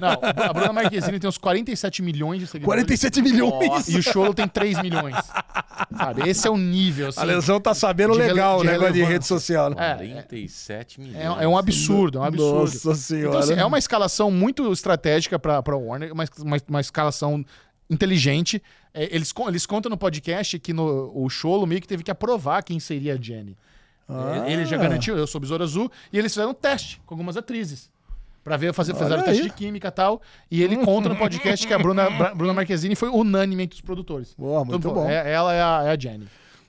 Speaker 3: Não, a Bruna Marquezine tem uns 47 milhões de seguidores.
Speaker 1: 47 milhões.
Speaker 3: E o Cholo tem 3 milhões. Sabe? Esse é o nível, assim.
Speaker 1: A lesão tá sabendo
Speaker 3: De rele-
Speaker 1: legal,
Speaker 3: de
Speaker 1: né? Negócio de
Speaker 3: relevância.
Speaker 1: rede social. né?
Speaker 2: 47 milhões.
Speaker 3: É, é um absurdo, é um absurdo.
Speaker 1: Nossa senhora.
Speaker 3: Então, assim, é uma escalação muito estratégica pra, pra Warner, uma, uma, uma escalação inteligente. É, eles, con- eles contam no podcast que no, o Cholo meio que teve que aprovar quem seria a Jenny.
Speaker 1: Ah.
Speaker 3: É, Ele já garantiu, eu sou Besouro Azul, e eles fizeram um teste com algumas atrizes. Pra ver, fazer, fizeram um
Speaker 1: Olha
Speaker 3: teste
Speaker 1: aí. Hum.
Speaker 3: de química e tal. E ele conta no podcast que a Bruna, Bra- Bruna Marquezine foi unânime entre os produtores.
Speaker 1: Boa,
Speaker 3: Todo
Speaker 1: muito
Speaker 3: mundo falou,
Speaker 1: bom.
Speaker 3: "É- ela é a, é a Jenny.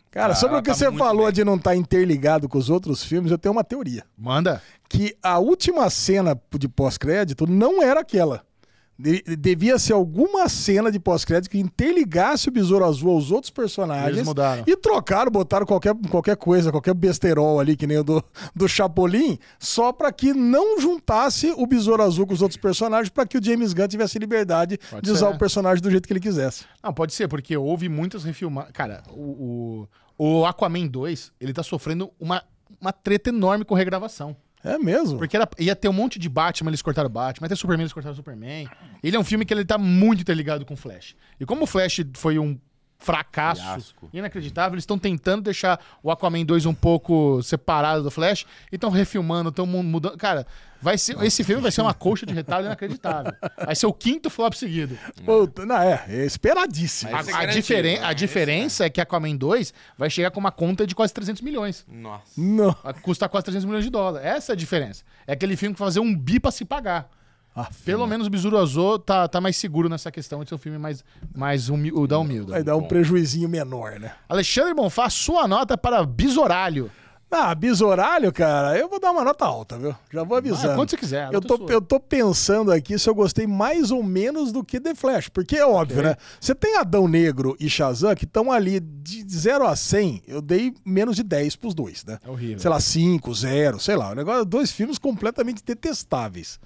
Speaker 1: Cara, sobre
Speaker 2: ela
Speaker 1: o
Speaker 3: Ah,
Speaker 1: que
Speaker 2: tá
Speaker 1: você
Speaker 2: muito
Speaker 1: falou
Speaker 2: bem.
Speaker 1: de não estar interligado com os outros filmes, eu tenho uma teoria.
Speaker 3: Manda.
Speaker 1: que a última cena de pós-crédito não era aquela. De- devia ser alguma cena de pós-crédito que interligasse o Besouro Azul aos outros personagens.
Speaker 3: Eles mudaram.
Speaker 1: E trocaram, botaram qualquer, qualquer coisa, qualquer besterol ali, que nem o do, do Chapolin, só pra que não juntasse o Besouro Azul com os outros personagens, pra que o James Gunn tivesse liberdade
Speaker 3: Pode
Speaker 1: de usar
Speaker 3: ser. né?
Speaker 1: o personagem do jeito que ele quisesse.
Speaker 3: Não, pode ser, porque houve muitas refilmagens. Cara, o, o, o Aquaman 2, ele tá sofrendo uma, uma treta enorme com regravação.
Speaker 1: É mesmo.
Speaker 3: Porque era- ia ter um monte de Batman, eles cortaram Batman, ia ter Superman, eles cortaram Superman. Ele é um filme que ele tá muito interligado com o Flash. E como o Flash foi um fracasso
Speaker 2: Fiasco.
Speaker 3: inacreditável, eles estão tentando deixar o Aquaman 2 um pouco separado do Flash e estão refilmando, estão mudando. Cara, vai ser, esse filme vai ser uma coxa de retalho inacreditável. Vai ser o quinto flop seguido.
Speaker 1: Puta, não, é, é esperadíssimo.
Speaker 2: Mas- Esse é
Speaker 3: A, a,
Speaker 2: garantido,
Speaker 3: diferen-
Speaker 2: né?
Speaker 3: a
Speaker 2: Esse
Speaker 3: diferença é que a Aquaman 2 vai chegar com uma conta de quase 300 milhões.
Speaker 2: Nossa.
Speaker 1: Não.
Speaker 3: Vai custar quase 300 milhões de dólares. Essa é a diferença. É aquele filme que fazer um bi pra se pagar.
Speaker 1: Ah,
Speaker 3: Pelo menos o Besouro Azul tá, tá mais seguro nessa questão de ser um filme mais, mais humi o da humilde.
Speaker 1: Vai dar um prejuizinho menor, né?
Speaker 3: Alexandre Bonfá, sua nota para Besouralho.
Speaker 1: Ah, bisoralho, cara, eu vou dar uma nota alta, viu? Já vou avisando.
Speaker 3: Ah, quanto você quiser, a
Speaker 1: Eu
Speaker 3: nota é
Speaker 1: tô,
Speaker 3: sua.
Speaker 1: eu tô pensando aqui se eu gostei mais ou menos do que The Flash, porque é óbvio, né? Você tem Adão Negro e Shazam que estão ali de 0 a 100, eu dei menos de 10 pros dois, né?
Speaker 3: É horrível.
Speaker 1: Sei lá, 5, 0, sei lá. O negócio, dois filmes completamente detestáveis.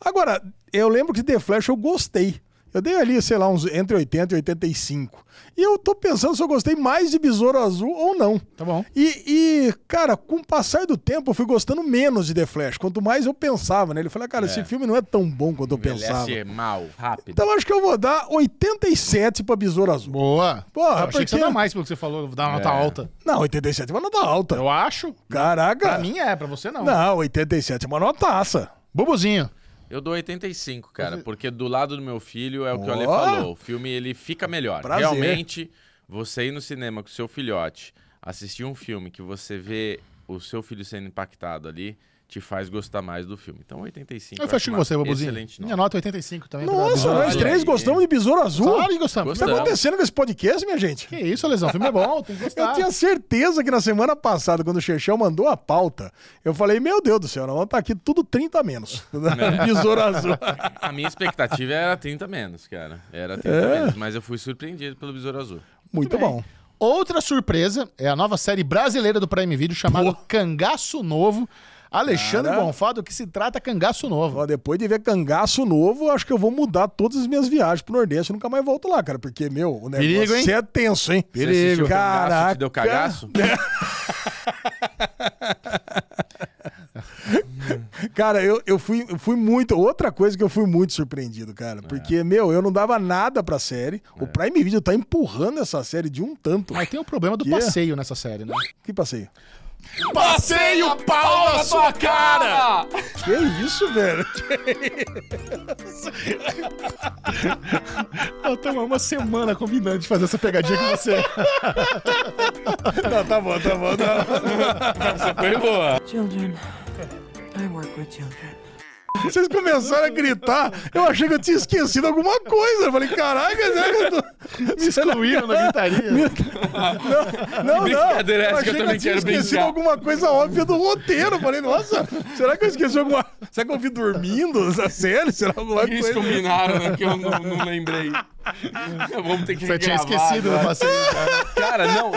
Speaker 1: Agora, eu lembro que The Flash eu gostei. Eu dei ali, sei lá, uns entre 80 e 85. E eu tô pensando se eu gostei mais de Besouro Azul ou não.
Speaker 3: Tá bom.
Speaker 1: E, e, cara, com o passar do tempo, eu fui gostando menos de The Flash. Quanto mais eu pensava né? nele. Eu falei, cara, esse filme não é tão bom quanto eu pensava.
Speaker 2: Envelhece mal, rápido.
Speaker 1: Então eu acho que eu vou dar 87 pra Besouro Azul.
Speaker 3: Boa.
Speaker 1: Porra,
Speaker 3: eu achei que você
Speaker 1: porque-
Speaker 3: dá mais pelo que você falou, dá
Speaker 2: É.
Speaker 3: uma nota alta.
Speaker 1: Não, 87 é uma nota alta.
Speaker 3: Eu acho.
Speaker 1: Caraca.
Speaker 3: Pra mim é, pra você não.
Speaker 1: Não, 87 é uma notaça.
Speaker 3: Bubuzinho.
Speaker 2: Eu dou 85, cara, porque do lado do meu filho é o que o
Speaker 1: Ó.
Speaker 2: Ale falou. O filme ele fica melhor.
Speaker 1: Prazer.
Speaker 2: Realmente, você ir no cinema com o seu filhote, assistir um filme que você vê o seu filho sendo impactado ali, te faz gostar mais do filme. Então, 85.
Speaker 3: Eu
Speaker 2: acho
Speaker 3: fecho com
Speaker 2: uma
Speaker 3: você, Bobuzinho.
Speaker 2: Excelente
Speaker 3: Minha
Speaker 2: nota.
Speaker 3: nota é 85 também.
Speaker 1: Nossa,
Speaker 2: Olha
Speaker 1: nós
Speaker 2: aí.
Speaker 1: três gostamos de Besouro Azul.
Speaker 3: Claro que
Speaker 1: O
Speaker 3: gostamos.
Speaker 1: que tá
Speaker 2: Gostamos.
Speaker 1: acontecendo com esse podcast, minha gente?
Speaker 3: Que isso, Lesão? O filme é bom, tem que gostar.
Speaker 1: Eu tinha certeza que na semana passada, quando o Chechel mandou a pauta, eu falei, meu Deus do céu, não tá aqui tudo 30 a menos.
Speaker 2: É.
Speaker 1: Besouro Azul.
Speaker 2: A minha expectativa era 30 menos, cara. Era 30
Speaker 1: É?
Speaker 2: menos, mas eu fui surpreendido pelo Besouro Azul.
Speaker 1: Muito
Speaker 3: bem.
Speaker 1: bom.
Speaker 3: Outra surpresa é a nova série brasileira do Prime Video chamada Cangaço Novo. Alexandre
Speaker 1: Cara.
Speaker 3: Bonfá, do que se trata Cangaço Novo.
Speaker 1: Ó, depois de ver cangaço novo, eu acho que eu vou mudar todas as minhas viagens pro Nordeste. Eu nunca mais volto lá, cara, porque, meu, o negócio
Speaker 3: Perigo, hein?
Speaker 1: é tenso, hein?
Speaker 2: Você assistiu Cangaço,
Speaker 1: Caraca.
Speaker 2: te deu cagaço?
Speaker 1: Cara, eu, eu, fui, eu fui muito. Outra coisa que eu fui muito surpreendido, cara. Porque, meu, eu não dava nada pra série. O Prime Video tá empurrando essa série de um tanto.
Speaker 3: Mas tem o problema do
Speaker 1: Que?
Speaker 3: passeio nessa série, né?
Speaker 1: Que passeio?
Speaker 3: Passei o pau na sua cara!
Speaker 1: Que isso, velho?
Speaker 3: Eu tava uma semana combinando de fazer essa pegadinha com você.
Speaker 1: Não, tá bom, tá bom, tá bom.
Speaker 2: Foi boa.
Speaker 5: Children. I work with children.
Speaker 1: Vocês começaram a gritar, eu achei que eu tinha esquecido alguma coisa. Eu falei, caraca, será que eu tô... Me
Speaker 3: Excluíram na gritaria.
Speaker 1: Não, não.
Speaker 2: brincadeira é essa
Speaker 1: Eu
Speaker 2: que
Speaker 1: achei
Speaker 2: eu
Speaker 1: que eu tinha
Speaker 2: também quero
Speaker 1: esquecido
Speaker 2: brincar?
Speaker 1: alguma coisa óbvia do roteiro. Eu falei, nossa, será que eu esqueci alguma... Será que eu vi dormindo essa série? Será alguma coisa...
Speaker 3: é.
Speaker 2: Eles combinaram, né? Que eu não, não lembrei. Vamos ter que né?
Speaker 3: Você tinha
Speaker 2: regravar
Speaker 3: esquecido do
Speaker 2: agora.
Speaker 3: passeio.
Speaker 2: Cara, não,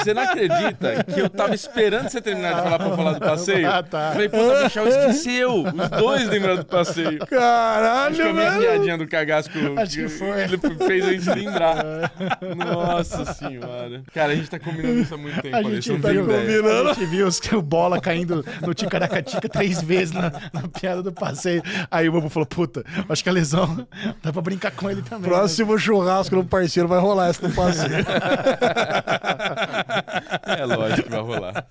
Speaker 2: você não acredita que eu tava esperando você terminar de falar pra eu falar do passeio?
Speaker 3: Ah, tá.
Speaker 2: Falei, puta, o Michel esqueceu. Os dois lembraram do passeio. Acho que a
Speaker 1: Caralho,
Speaker 2: minha
Speaker 1: velho.
Speaker 2: piadinha do cagasco
Speaker 3: Acho que foi.
Speaker 2: ele fez a gente lembrar. Nossa senhora. Cara, a gente tá combinando isso há muito tempo. um
Speaker 3: A
Speaker 2: Ale,
Speaker 3: gente
Speaker 2: você não
Speaker 3: tá
Speaker 2: tem ideia.
Speaker 1: combinando.
Speaker 3: A gente viu os, o bola caindo no ticaracatica três vezes na, na piada do passeio. Aí o Bobo falou: puta, acho que a lesão dá pra brincar com ele também. né?"
Speaker 1: Próximo churrasco do parceiro vai rolar essa do passeio.
Speaker 2: É lógico que vai rolar.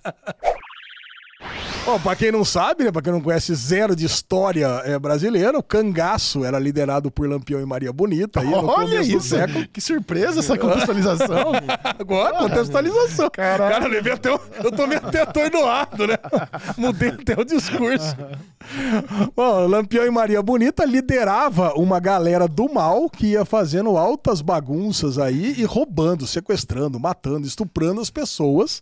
Speaker 1: Bom, pra quem não sabe, né, pra quem não conhece zero de história eh, brasileira, o Cangaço era liderado por Lampião e Maria Bonita aí no
Speaker 3: Olha
Speaker 1: começo do
Speaker 3: isso!
Speaker 1: século.
Speaker 3: Que surpresa essa contextualização!
Speaker 1: Agora, contextualização.
Speaker 3: Caraca.
Speaker 1: Cara, eu, levei até, o- eu tomei até atordoado, né? Mudei até o discurso. Bom, Lampião e Maria Bonita liderava uma galera do mal que ia fazendo altas bagunças aí e roubando, sequestrando, matando, estuprando as pessoas.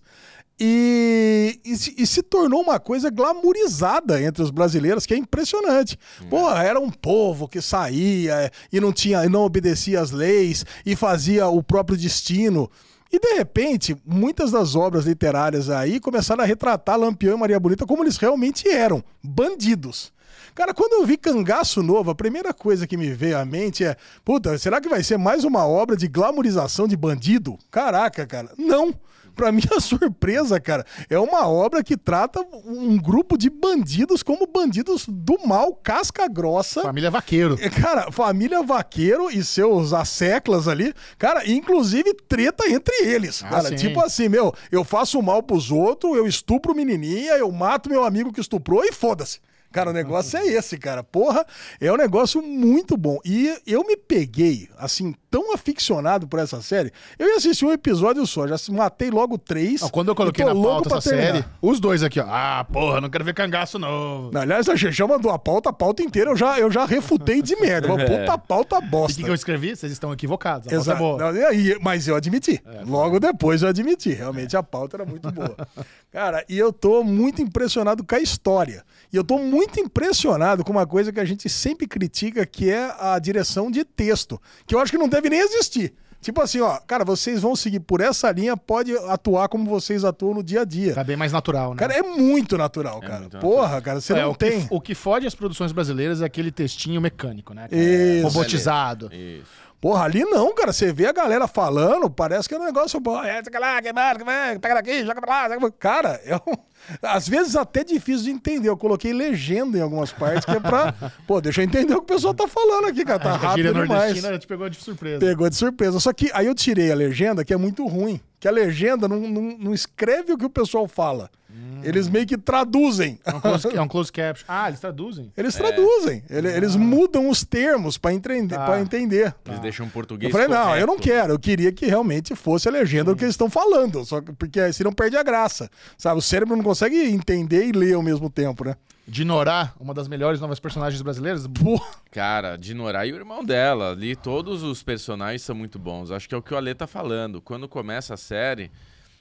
Speaker 1: E, e se- e se tornou uma coisa glamourizada entre os brasileiros, que é impressionante. Pô, era um povo que saía é, e não tinha, e não obedecia às leis e fazia o próprio destino. E de repente, muitas das obras literárias aí começaram a retratar Lampião e Maria Bonita como eles realmente eram, bandidos. Cara, quando eu vi Cangaço Novo, a primeira coisa que me veio à mente é: puta, será que vai ser mais uma obra de glamorização de bandido? Caraca, cara. Não! Pra minha surpresa, cara, é uma obra que trata um grupo de bandidos como bandidos do mal, casca grossa.
Speaker 3: Família Vaqueiro.
Speaker 1: É, Cara, família vaqueiro e seus asseclas ali, cara, inclusive treta entre eles. cara,
Speaker 3: Ah, sim.
Speaker 1: tipo assim, meu, eu faço mal pros outros, eu estupro menininha, eu mato meu amigo que estuprou e foda-se. Cara, o negócio é esse, cara. Porra, é um negócio muito bom. E eu me peguei, assim, tão aficionado por essa série. Eu ia assistir um episódio só, já matei logo três.
Speaker 3: Ó, Ah, Quando eu
Speaker 1: e
Speaker 3: coloquei na
Speaker 1: tô louco
Speaker 3: pauta
Speaker 1: pra
Speaker 3: essa
Speaker 1: terminar.
Speaker 3: série, os dois aqui, ó. Ah, porra, não quero ver cangaço novo.
Speaker 1: Não, Aliás, a Xexão mandou a pauta, a pauta inteira eu já, eu já refutei de merda. Uma puta pauta
Speaker 3: E o
Speaker 1: bosta.
Speaker 3: que, que eu escrevi? Vocês estão equivocados. A pauta é
Speaker 1: Exato.
Speaker 3: boa.
Speaker 1: Não, e aí, mas eu admiti.
Speaker 3: É,
Speaker 1: Logo depois eu admiti. Realmente a pauta era muito boa. Cara, e eu tô muito impressionado com a história. E eu tô muito impressionado com uma coisa que a gente sempre critica, que é a direção de texto. Que eu acho que não deve nem existir. Tipo assim, ó, cara, vocês vão seguir por essa linha, pode atuar como vocês atuam no dia a dia.
Speaker 3: Tá bem mais natural, né?
Speaker 1: Cara, é muito natural, cara.
Speaker 2: muito natural.
Speaker 1: Porra, cara, você
Speaker 3: É,
Speaker 1: não
Speaker 3: o, Que,
Speaker 1: tem.
Speaker 3: o que fode as produções brasileiras é aquele textinho mecânico, né? cara?
Speaker 1: Isso.
Speaker 3: Robotizado.
Speaker 2: Isso.
Speaker 1: Porra, ali não, cara. Você vê a galera falando, parece que é um negócio bom. É, sei lá, que mais, que mais, pega daqui, joga pra lá. joga pra- Cara, é um... às vezes até difícil de entender. Eu coloquei legenda em algumas partes que é pra. Pô, deixa eu entender o que o pessoal tá falando aqui, cara. Tá
Speaker 3: A É, gíria
Speaker 1: rápido demais.
Speaker 3: nordestina né? te pegou de surpresa.
Speaker 1: Pegou de surpresa. Só que aí eu tirei a legenda, que é muito ruim. Que a legenda não, não, não escreve o que o pessoal fala.
Speaker 3: Hum.
Speaker 1: Eles meio que traduzem.
Speaker 3: É um, close, é um close caption. Ah, eles traduzem.
Speaker 1: Eles traduzem. Ele- Eles mudam os termos pra entender.
Speaker 3: É. Ah. Tá.
Speaker 1: pra entender.
Speaker 2: Eles deixam o português.
Speaker 1: Eu falei, não, eu não
Speaker 2: correto.
Speaker 1: quero. Eu queria que realmente fosse a legenda do que eles estão falando. Só que, porque aí senão perde a graça. Sabe? O cérebro não consegue entender e ler ao mesmo tempo, né?
Speaker 3: Dinorá, uma das melhores novas personagens brasileiras.
Speaker 2: Cara, Dinorá e o irmão dela. Ali todos os personagens são muito bons. Acho que é o que o Ale tá falando. Quando começa a série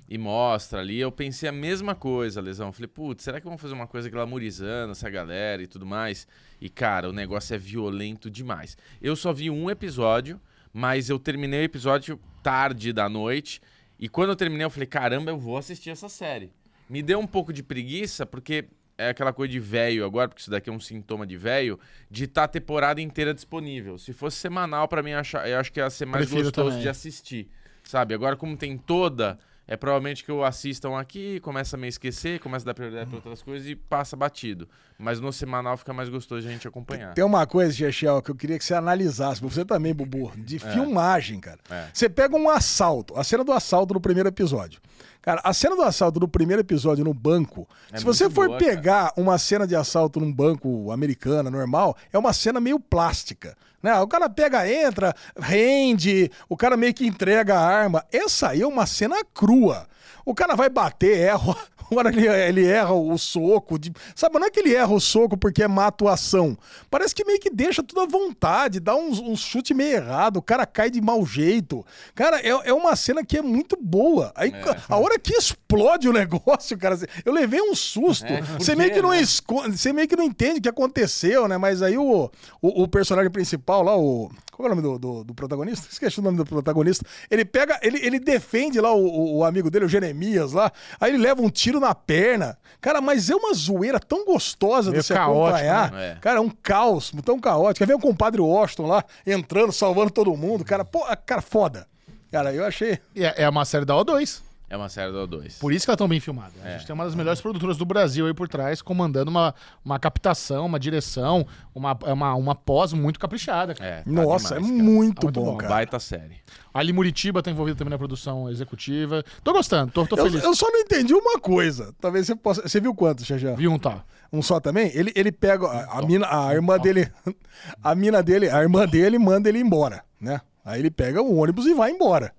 Speaker 2: e mostra ali, eu pensei a mesma coisa, Lesão. Falei, putz, será que vão fazer uma coisa glamorizando essa galera e tudo mais? E, cara, o negócio é violento demais. Eu só vi um episódio, mas eu terminei o episódio tarde da noite. E quando eu terminei, eu falei, caramba, eu vou assistir essa série. Me deu um pouco de preguiça, porque é aquela coisa de velho agora, porque isso daqui é um sintoma de velho, de estar a temporada inteira disponível. Se fosse semanal, pra mim, eu acha- eu acho que ia ser mais
Speaker 3: Prefiro
Speaker 2: gostoso
Speaker 3: também.
Speaker 2: de assistir. Sabe? Agora, como tem toda, é provavelmente que eu assistam aqui, começa a me esquecer, começa a dar prioridade
Speaker 1: Uhum.
Speaker 2: pra outras coisas e passa batido. Mas no semanal fica mais gostoso de a gente acompanhar.
Speaker 1: Tem uma coisa, Chechel, que eu queria que você analisasse, você também, Bubu, de filmagem, cara.
Speaker 2: É.
Speaker 1: Você pega um assalto, a cena do assalto no primeiro episódio. Cara, a cena do assalto no primeiro episódio no banco,
Speaker 2: É
Speaker 1: se você
Speaker 2: muito
Speaker 1: for
Speaker 2: boa,
Speaker 1: pegar uma cena de assalto num banco americano normal, é uma cena meio plástica. Né? O cara pega, entra, rende, o cara meio que entrega a arma. Essa aí é uma cena crua. O cara vai bater, erra. Agora ele, ele erra o soco. de- sabe, não é que ele erra o soco porque é má atuação. Parece que meio que deixa tudo à vontade, dá uns, um chute meio errado, o cara cai de mau jeito. Cara, é, é uma cena que é muito boa. Aí,
Speaker 2: É.
Speaker 1: A hora que explode o negócio, cara, eu levei um susto.
Speaker 2: É, por
Speaker 1: você, meio
Speaker 2: quê,
Speaker 1: que não
Speaker 2: né?
Speaker 1: esconde, você meio que não entende o que aconteceu, né? Mas aí o, o, o personagem principal lá, o. Qual é o nome do, do, do protagonista? Esqueci o nome do protagonista. Ele pega, ele, ele defende lá o, o, o amigo dele, o Jeremias lá. Aí ele leva um tiro na perna. Cara, mas é uma zoeira tão gostosa
Speaker 3: Meio
Speaker 1: de se
Speaker 3: caótico,
Speaker 1: acompanhar.
Speaker 2: né? É.
Speaker 1: Cara, é um caos, tão caótico. Aí vem o compadre Washington lá, entrando, salvando todo mundo. Cara, pô, cara, foda. Cara, eu achei.
Speaker 2: Tá
Speaker 3: E É, é uma série da O2.
Speaker 1: um
Speaker 2: É uma série do O2.
Speaker 3: Por isso que ela é tão bem filmada. A gente tem uma das melhores produtoras do Brasil aí por trás, comandando uma, uma captação, uma direção, uma, é uma, uma pós muito caprichada. Cara.
Speaker 2: É, tá
Speaker 1: Nossa,
Speaker 2: demais,
Speaker 1: é
Speaker 2: cara. Tá
Speaker 1: muito,
Speaker 3: Muito
Speaker 1: bom,
Speaker 3: bom.
Speaker 1: cara.
Speaker 2: Baita série.
Speaker 3: Ali Muritiba tá envolvida também na produção executiva. Tô gostando, tô, tô
Speaker 1: Eu,
Speaker 3: feliz.
Speaker 1: eu só não entendi uma coisa. Talvez você possa. Você viu quanto, Xajão?
Speaker 3: Vi um tá.
Speaker 1: Um só também? Ele, ele pega. A,
Speaker 2: Um
Speaker 1: a mina, a irmã dele. A mina dele, a irmã dele manda ele embora, né? Aí ele pega o ônibus e vai embora.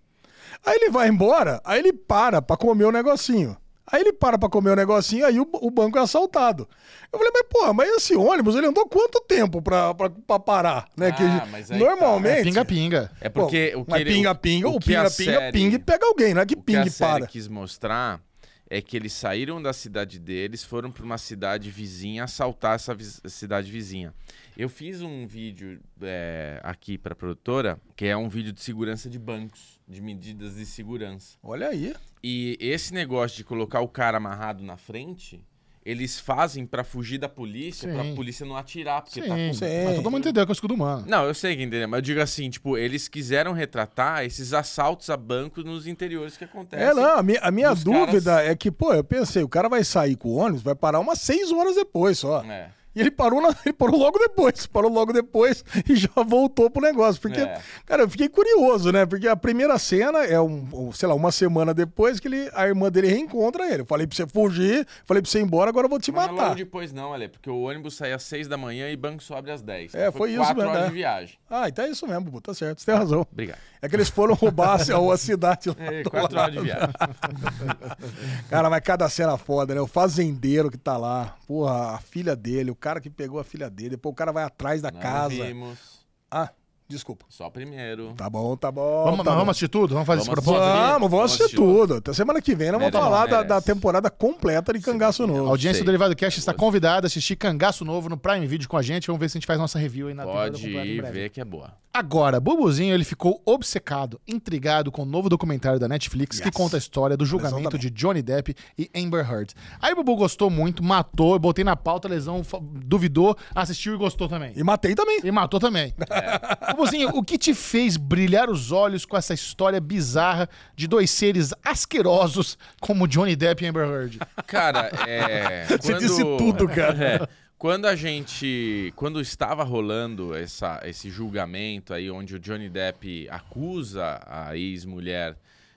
Speaker 1: Aí ele vai embora, aí ele para pra comer o negocinho. Aí ele para pra comer o negocinho, aí o, o banco é assaltado. Eu falei, mas porra, mas esse ônibus, ele andou quanto tempo pra, pra, pra parar? Né? Que
Speaker 2: Ah, mas aí tá.
Speaker 1: normalmente.
Speaker 3: É pinga-pinga.
Speaker 2: É porque o que
Speaker 1: mas
Speaker 2: ele-
Speaker 1: pinga-pinga, o
Speaker 2: que a
Speaker 1: pinga-pinga,
Speaker 2: série-
Speaker 1: pinga e pega alguém, não é que
Speaker 2: O que a
Speaker 1: pingue
Speaker 2: série
Speaker 1: para.
Speaker 2: quis mostrar é que eles saíram da cidade deles, foram para uma cidade vizinha assaltar essa vi- cidade vizinha. Eu fiz um vídeo é, aqui para produtora, que é um vídeo de segurança de bancos, de medidas de segurança.
Speaker 1: Olha aí.
Speaker 2: E esse negócio de colocar o cara amarrado na frente, eles fazem para fugir da polícia,
Speaker 3: Sim.
Speaker 2: para a polícia não atirar, porque
Speaker 3: Sim,
Speaker 2: tá com
Speaker 1: Sim.
Speaker 3: Mas todo mundo entendeu que é o escudo humano.
Speaker 2: não, eu sei que entendeu, mas eu digo assim, tipo, eles quiseram retratar esses assaltos a bancos nos interiores que acontecem.
Speaker 1: É, não, a minha, a minha
Speaker 2: Os
Speaker 1: dúvida
Speaker 2: caras-
Speaker 1: é que, pô, eu pensei, o cara vai sair com o ônibus, vai parar umas seis horas depois só.
Speaker 2: É.
Speaker 1: E ele parou, na- ele parou logo depois, parou logo depois e já voltou pro negócio. Porque,
Speaker 2: É.
Speaker 1: cara, eu fiquei curioso, né? Porque a primeira cena é, um, um, sei lá, uma semana depois que ele, a irmã dele reencontra ele. Eu falei pra você fugir, falei pra você ir embora, agora eu vou te
Speaker 2: Mas não é
Speaker 1: matar.
Speaker 2: logo depois não, Ale, porque o ônibus sai às 6 da manhã e banco sobe às 10.
Speaker 1: É, foi isso
Speaker 2: quatro
Speaker 1: mesmo,
Speaker 2: horas
Speaker 1: é.
Speaker 2: de viagem.
Speaker 1: Ah, então é isso mesmo, Bubu, tá certo, você tem razão.
Speaker 2: Ah, Obrigado.
Speaker 1: É que eles foram roubar a, a cidade lá
Speaker 2: É,
Speaker 1: do
Speaker 2: quatro
Speaker 1: lado.
Speaker 2: horas de viagem.
Speaker 1: Cara, mas cada cena foda, né? O fazendeiro que tá lá, porra, a filha dele, o cara que pegou a filha dele, depois o cara vai atrás da
Speaker 2: Não
Speaker 1: casa.
Speaker 2: vimos.
Speaker 1: Ah, Desculpa.
Speaker 2: Só primeiro.
Speaker 1: Tá bom, tá bom.
Speaker 3: Vamos,
Speaker 1: tá
Speaker 3: vamos
Speaker 1: bom.
Speaker 3: assistir tudo? Vamos fazer
Speaker 2: Vamos
Speaker 3: esse propósito?
Speaker 2: assistir.
Speaker 1: Vamos, vamos assistir tudo. Até semana que vem nós vamos
Speaker 2: Merece,
Speaker 1: falar da,
Speaker 2: merece.
Speaker 1: da temporada completa de Cangaço
Speaker 3: A
Speaker 1: Novo.
Speaker 3: audiência
Speaker 2: Sei.
Speaker 3: do Derivado Cast está
Speaker 2: Gostei.
Speaker 3: convidada a assistir Cangaço Novo no Prime Video com a gente. Vamos ver se a gente faz nossa review aí na temporada
Speaker 2: Pode
Speaker 3: completa em
Speaker 2: ir
Speaker 3: breve.
Speaker 2: ver que é boa.
Speaker 3: Agora, Bubuzinho, ele ficou obcecado, intrigado com o novo documentário da Netflix que
Speaker 1: Yes.
Speaker 3: conta a história do julgamento
Speaker 1: também.
Speaker 3: de Johnny Depp e Amber Heard. Aí o Bubu gostou muito, matou, eu botei na pauta, lesão fa- duvidou, assistiu e gostou também.
Speaker 1: E matei também.
Speaker 3: E matou também.
Speaker 1: É.
Speaker 3: Bubuzinho, o que te fez brilhar os olhos com essa história bizarra de dois seres asquerosos como Johnny Depp e Amber Heard?
Speaker 2: Cara, é.
Speaker 1: Você disse tudo, cara.
Speaker 2: É, quando a gente. Quando estava rolando essa, esse julgamento aí, onde o Johnny Depp acusa a ex-mulher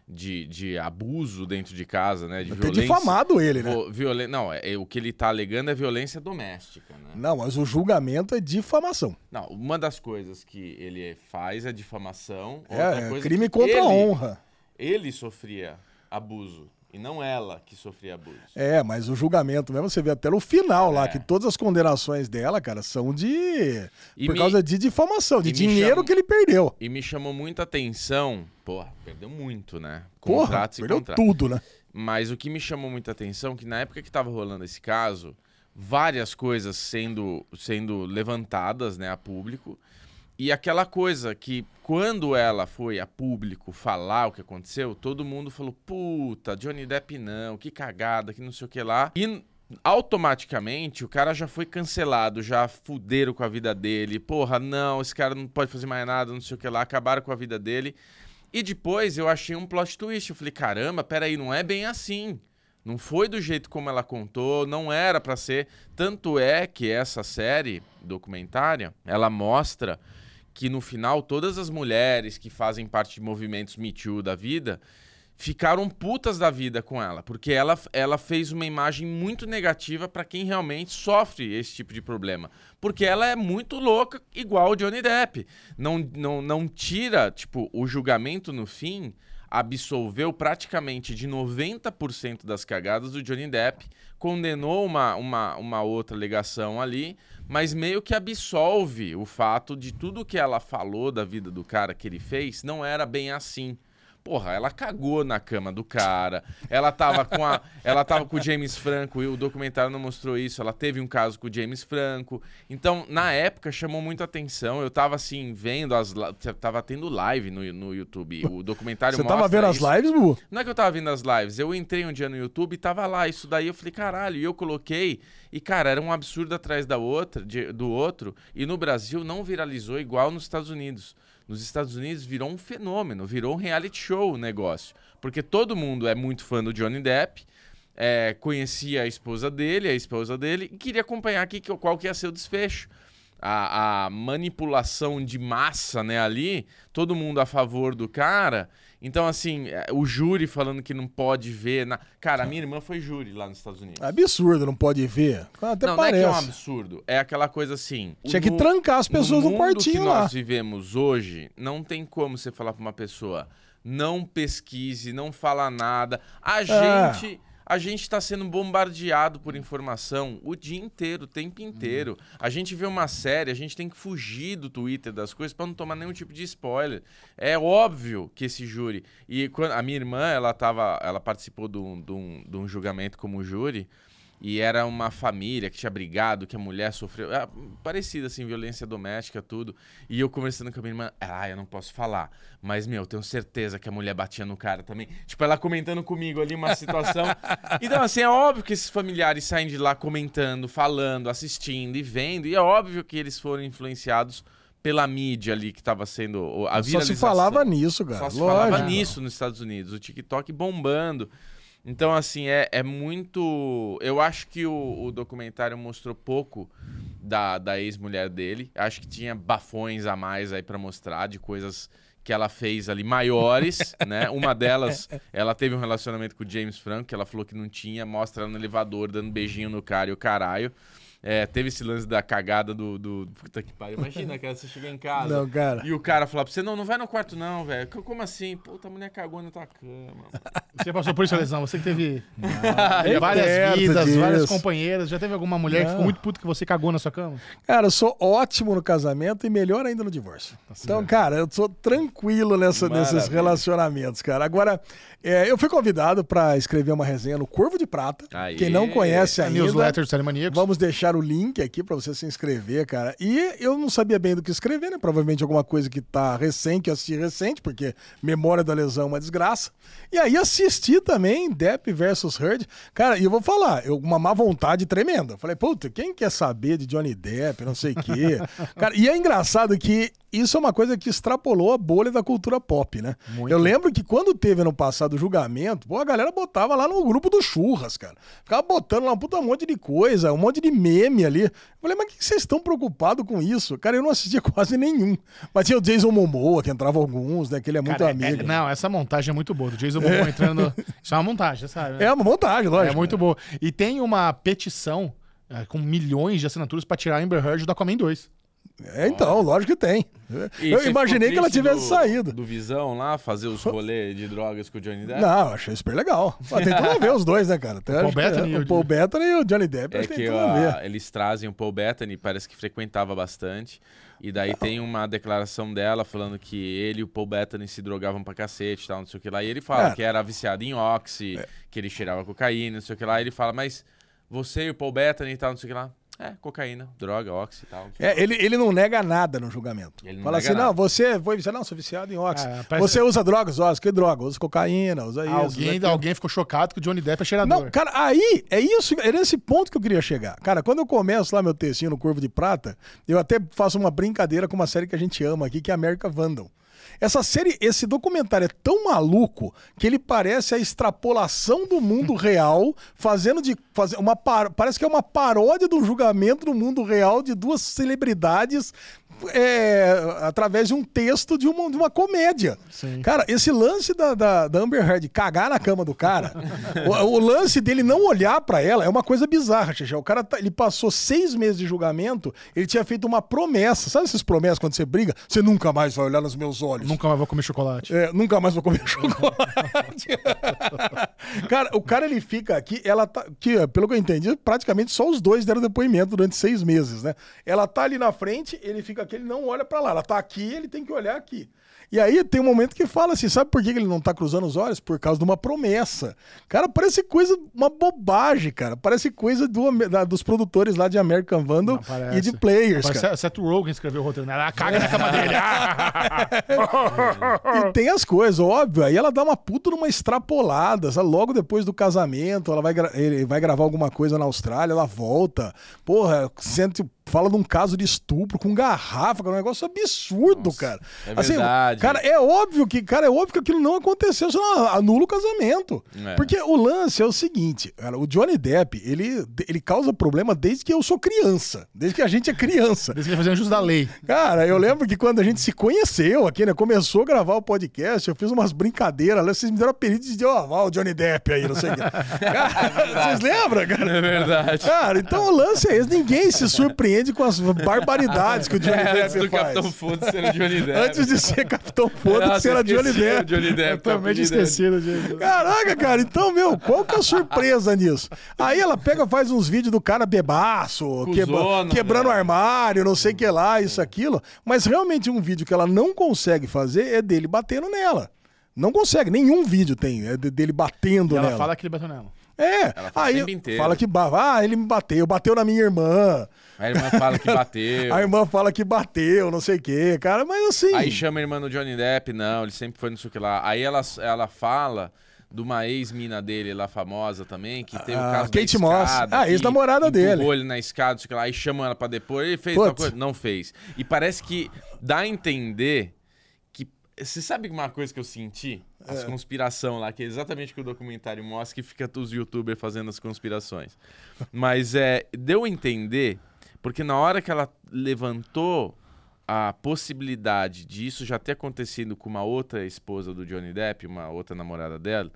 Speaker 2: de, de abuso dentro de casa, né? De
Speaker 1: Ter
Speaker 2: violência.
Speaker 1: difamado ele, né?
Speaker 2: vo- violen- Não, é, é, o que ele tá alegando é violência doméstica, né?
Speaker 1: Não, mas o julgamento é difamação.
Speaker 2: Não, uma das coisas que ele faz é difamação. outra
Speaker 1: É,
Speaker 2: coisa
Speaker 1: crime
Speaker 2: que
Speaker 1: contra
Speaker 2: ele,
Speaker 1: a honra.
Speaker 2: Ele sofria abuso. E não ela que sofria abuso.
Speaker 1: É, mas o julgamento mesmo, você vê até no final lá,
Speaker 2: É.
Speaker 1: que todas as condenações dela, cara, são de.
Speaker 2: E
Speaker 1: por
Speaker 2: me-
Speaker 1: causa de difamação, de
Speaker 2: e me
Speaker 1: dinheiro
Speaker 2: chamam-
Speaker 1: que ele perdeu.
Speaker 2: E me chamou muita atenção. Porra, perdeu muito, né?
Speaker 1: Porra,
Speaker 2: Contratos e
Speaker 1: perdeu
Speaker 2: contratos.
Speaker 1: tudo, né?
Speaker 2: Mas o que me chamou muita atenção é que na época que tava rolando esse caso, várias coisas sendo, sendo levantadas né, a público. E aquela coisa que quando ela foi a público falar o que aconteceu, todo mundo falou: puta, Johnny Depp não, que cagada, que não sei o que lá. E automaticamente o cara já foi cancelado, já fuderam com a vida dele. Porra, não, esse cara não pode fazer mais nada, não sei o que lá, acabaram com a vida dele. E depois eu achei um plot twist. Eu falei, caramba, peraí, não é bem assim. Não foi do jeito como ela contou, não era pra ser. Tanto é que essa série documentária, ela mostra que no final todas as mulheres que fazem parte de movimentos Me Too da vida ficaram putas da vida com ela, porque ela, ela fez uma imagem muito negativa pra quem realmente sofre esse tipo de problema, porque ela é muito louca igual o Johnny Depp. Não não, não tira, tipo, o julgamento no fim absolveu praticamente de 90% das cagadas do Johnny Depp, condenou uma, uma, uma outra alegação ali, mas meio que absolve o fato de tudo que ela falou da vida do cara que ele fez não era bem assim. Porra, ela cagou na cama do cara. Ela tava com a, ela tava com o James Franco e o documentário não mostrou isso. Ela teve um caso com o James Franco. Então, na época chamou muita atenção. Eu tava assim vendo as, li- tava tendo live no, no YouTube. O documentário
Speaker 1: Você tava
Speaker 2: mostra
Speaker 1: vendo as
Speaker 2: isso.
Speaker 1: lives, Bubu?
Speaker 2: Não é que eu tava vendo as lives, eu entrei um dia no YouTube e tava lá isso daí, eu falei, caralho, e eu coloquei, e cara, era um absurdo atrás da outra, de- do outro, e no Brasil não viralizou igual nos Estados Unidos. Nos Estados Unidos virou um fenômeno, virou um reality show o negócio, porque todo mundo é muito fã do Johnny Depp, é, conhecia a esposa dele, a esposa dele, e queria acompanhar aqui que- qual que ia ser o desfecho. A, a manipulação de massa, né, ali, todo mundo a favor do cara. Então, assim, é, o júri falando que não pode ver. na- Cara, a minha irmã foi júri lá nos Estados Unidos.
Speaker 1: É Absurdo, não pode ver. Até
Speaker 2: não,
Speaker 1: parece.
Speaker 2: não é que é um absurdo. É aquela coisa assim.
Speaker 1: Tinha que
Speaker 2: no-
Speaker 1: trancar as pessoas
Speaker 2: no
Speaker 1: no,
Speaker 2: mundo que
Speaker 1: quartinho lá.
Speaker 2: nós vivemos hoje, não tem como você falar pra uma pessoa não pesquise, não fala nada. A
Speaker 1: É.
Speaker 2: gente a gente tá sendo bombardeado por informação o dia inteiro, o tempo inteiro. A gente vê uma série, a gente tem que fugir do Twitter das coisas pra não tomar nenhum tipo de spoiler. É óbvio que esse júri e quando a minha irmã, ela tava, ela participou de um, de um, de um julgamento como júri. E era uma família que tinha brigado, que a mulher sofreu. é, parecida, assim, violência doméstica, tudo. E eu conversando com a minha irmã, ela, ah, eu não posso falar. Mas, meu, eu tenho certeza que a mulher batia no cara também. Tipo, ela comentando comigo ali uma situação. então, assim, é óbvio que esses familiares saem de lá comentando, falando, assistindo e vendo. E é óbvio que eles foram influenciados pela mídia ali que tava sendo o- a
Speaker 1: Só se
Speaker 2: viralização.
Speaker 1: falava nisso, cara.
Speaker 2: Só se
Speaker 1: Lógico.
Speaker 2: falava nisso nos Estados Unidos, o TikTok bombando. Então, assim, é, é muito. Eu acho que o, o documentário mostrou pouco da, da ex-mulher dele. Acho que tinha bafões a mais aí pra mostrar de coisas que ela fez ali maiores, né? Uma delas, ela teve um relacionamento com o James Franco, que ela falou que não tinha, mostra ela no elevador dando beijinho no cara e o caralho. é, teve esse lance da cagada do. do- puta que pariu. Imagina, cara, você chegar em casa.
Speaker 1: Não, cara.
Speaker 2: E o cara falar pra você, não, não vai no quarto não, velho. Co- Como assim? Puta, a mulher cagou na tua cama. mano."
Speaker 3: Você passou por isso, lesão. Você que teve
Speaker 1: é
Speaker 3: várias
Speaker 1: perto
Speaker 3: vidas, várias
Speaker 1: disso.
Speaker 3: companheiras. Já teve alguma mulher que ficou
Speaker 1: Não.
Speaker 3: muito puta que você cagou na sua cama?
Speaker 1: Cara, eu sou ótimo no casamento e melhor ainda no divórcio. então, cara, eu sou tranquilo nessa- nesses
Speaker 2: Tá Maravilha.
Speaker 1: relacionamentos, cara. Agora, é, eu fui convidado pra escrever uma resenha no Corvo de Prata.
Speaker 2: Aê. É
Speaker 1: Quem não conhece
Speaker 3: A
Speaker 1: ainda,
Speaker 3: newsletter do Série Maníacos.
Speaker 1: É, Vamos deixar o link aqui pra você se inscrever, cara. E eu não sabia bem do que escrever, né? Provavelmente alguma coisa que tá recente, que eu assisti recente, porque memória da lesão é uma desgraça. E aí assisti também Depp versus Heard. Cara, e eu vou falar, eu uma má vontade tremenda. Falei, puta, quem quer saber de Johnny Depp, não sei o quê. cara, e é engraçado que isso é uma coisa que extrapolou a bolha da cultura pop, né? Eu lembro que quando teve ano passado o julgamento, pô, a galera botava lá no grupo do Churras, cara. Ficava botando lá um puta monte de coisa, um monte de meme ali. Eu falei, mas o que que vocês estão preocupados com isso? Cara, eu não assistia quase nenhum. Mas tinha o Jason Momoa, que entrava alguns, né? Que ele é muito
Speaker 3: Cara, é-
Speaker 1: amigo.
Speaker 3: é- não, essa montagem é muito boa. Do Jason Momoa entrando. no- Isso é uma montagem, sabe?
Speaker 1: É uma montagem,
Speaker 3: É
Speaker 1: lógico.
Speaker 3: muito boa. E tem uma petição é, com milhões de assinaturas pra tirar a Amber Heard do Aquaman 2.
Speaker 1: É, então, lógico que tem.
Speaker 2: E
Speaker 1: eu
Speaker 2: você
Speaker 1: imaginei
Speaker 2: ficou
Speaker 1: que ela
Speaker 2: triste
Speaker 1: tivesse
Speaker 2: do-
Speaker 1: saído.
Speaker 2: Do Visão lá, fazer os rolês de drogas com o Johnny Depp.
Speaker 1: Não, achei super legal. Ó, tem tudo a ver os dois, né, cara? Tem-
Speaker 3: Paul
Speaker 1: acho que-
Speaker 3: Bettany e o-
Speaker 1: o Paul Bettany e o Johnny Depp
Speaker 2: É
Speaker 1: tem
Speaker 2: que
Speaker 1: tudo
Speaker 2: ó,
Speaker 1: a ver.
Speaker 2: eles trazem o Paul Bettany, parece que frequentava bastante. E daí tem uma declaração dela falando que ele e o Paul Bettany se drogavam pra cacete, tal, não sei o que lá. E ele fala
Speaker 1: É.
Speaker 2: que era viciado em oxi, que ele cheirava cocaína, não sei o que lá. E ele fala, mas você e o Paul Bettany e tal, não sei o que lá. É, cocaína, droga, oxi e tal.
Speaker 1: É, ele, ele não nega nada no julgamento.
Speaker 2: Ele não
Speaker 1: Fala
Speaker 2: nega
Speaker 1: assim,
Speaker 2: nada.
Speaker 1: não, você foi viciado, não, sou viciado em óxido.
Speaker 3: Ah, parece-
Speaker 1: Você usa drogas, ó, que droga? Usa cocaína, usa isso. usa
Speaker 3: Alguém,
Speaker 1: aquilo.
Speaker 3: alguém ficou chocado que o Johnny Depp é cheirador.
Speaker 1: né, Não, cara, aí é isso, é nesse ponto que eu queria chegar. Cara, quando eu começo lá meu textinho no Corvo de Prata, eu até faço uma brincadeira com uma série que a gente ama aqui, que é América Vandal. Essa série, esse documentário é tão maluco que ele parece a extrapolação do mundo real, fazendo de fazer uma par- parece que é uma paródia do julgamento do mundo real de duas celebridades é, através de um texto de uma, de uma comédia. Cara, esse lance da, da, da Amber Heard cagar na cama do cara, o, o lance dele não olhar pra ela é uma coisa bizarra, Xixi. O cara tá- ele passou seis meses de julgamento, ele tinha feito uma promessa. Sabe essas promessas quando você briga? Você nunca mais vai olhar nos meus olhos.
Speaker 3: Nunca mais vou comer chocolate.
Speaker 1: É, nunca mais vou comer chocolate. cara, o cara ele fica aqui, ela tá. Que, pelo que eu entendi, praticamente só os dois deram depoimento durante seis meses, né? Ela tá ali na frente, ele fica aqui, ele não olha pra lá. Ela tá aqui, ele tem que olhar aqui. E aí tem um momento que fala assim: sabe por que que ele não tá cruzando os olhos? Por causa de uma promessa. Cara, parece coisa, uma bobagem, cara. Parece coisa do, da- dos produtores lá de American Vandal
Speaker 3: parece.
Speaker 1: e de Players, cara.
Speaker 3: Parece é Seth Rogen escreveu o roteiro. né? Ela caga na cama dele.
Speaker 1: E tem as coisas, óbvio. Aí ela dá uma puta numa extrapolada, sabe? Logo depois do casamento, ela vai, gra- ele vai gravar alguma coisa na Austrália, ela volta. Porra, sente, fala de um caso de estupro com garrafa, que é um negócio absurdo, cara.
Speaker 2: é verdade.
Speaker 1: Cara, é óbvio que, cara, é óbvio que aquilo não aconteceu, senão anula o casamento.
Speaker 2: É.
Speaker 1: Porque o lance é o seguinte, cara, o Johnny Depp, ele, ele causa problema desde que eu sou criança, desde que a gente é criança.
Speaker 3: Eles querem fazer anjos um da lei.
Speaker 1: Cara, eu lembro que quando a gente se conheceu aqui, né? Começou a gravar o podcast, eu fiz umas brincadeiras lá, vocês me deram apelido de ó, ó, o Johnny Depp aí, não sei o quê. Cara, vocês lembram, cara?
Speaker 2: É verdade.
Speaker 1: Cara, então o lance é esse. Ninguém se surpreende com as barbaridades que o Johnny
Speaker 2: É, antes
Speaker 1: Depp
Speaker 2: do Capitão
Speaker 1: faz.
Speaker 2: Foda ser o Johnny Depp.
Speaker 1: Antes de ser Capitão Foda-se, era Johnny
Speaker 2: esqueceu o
Speaker 1: Depp.
Speaker 2: Johnny Depp.
Speaker 3: Totalmente
Speaker 2: o apelido dele.
Speaker 3: esquecido disso.
Speaker 1: Caraca, cara, então, meu, qual que é a surpresa nisso? Aí ela pega, faz uns vídeos do cara bebaço, quebra-
Speaker 2: Cusona,
Speaker 1: quebrando o
Speaker 2: né?
Speaker 1: armário, não sei o que lá, isso, aquilo. Mas realmente um vídeo que ela não consegue fazer é dele batendo nela. Não consegue, nenhum vídeo tem é de- dele batendo
Speaker 3: E ela
Speaker 1: nela.
Speaker 3: fala que ele bateu nela.
Speaker 1: é,
Speaker 2: Ela fala o tempo
Speaker 1: aí
Speaker 2: inteiro.
Speaker 1: fala que ba- ah, ele me bateu, bateu na minha irmã.
Speaker 2: A irmã fala que bateu.
Speaker 1: A irmã fala que bateu, não sei o que, cara, mas assim.
Speaker 2: Aí chama a irmã do Johnny Depp, não, ele sempre foi não sei o que lá. Aí ela, ela fala de uma ex-mina dele lá famosa também, que teve o
Speaker 1: Ah,
Speaker 2: caso
Speaker 1: Kate
Speaker 2: da
Speaker 1: Moss.
Speaker 2: escada.
Speaker 1: Ah,
Speaker 2: que
Speaker 1: ex-namorada
Speaker 2: empurrou
Speaker 1: dele.
Speaker 2: ele na escada, não sei o que lá. Aí chama ela pra depor, ele fez
Speaker 1: Putz.
Speaker 2: tal coisa. Não fez. E parece que dá a entender que... Você sabe uma coisa que eu senti? As conspiração lá, que é exatamente o que o documentário mostra, que fica os youtubers fazendo as conspirações. Mas é, deu a entender, porque na hora que ela levantou a possibilidade disso já ter acontecido com uma outra esposa do Johnny Depp, uma outra namorada dela,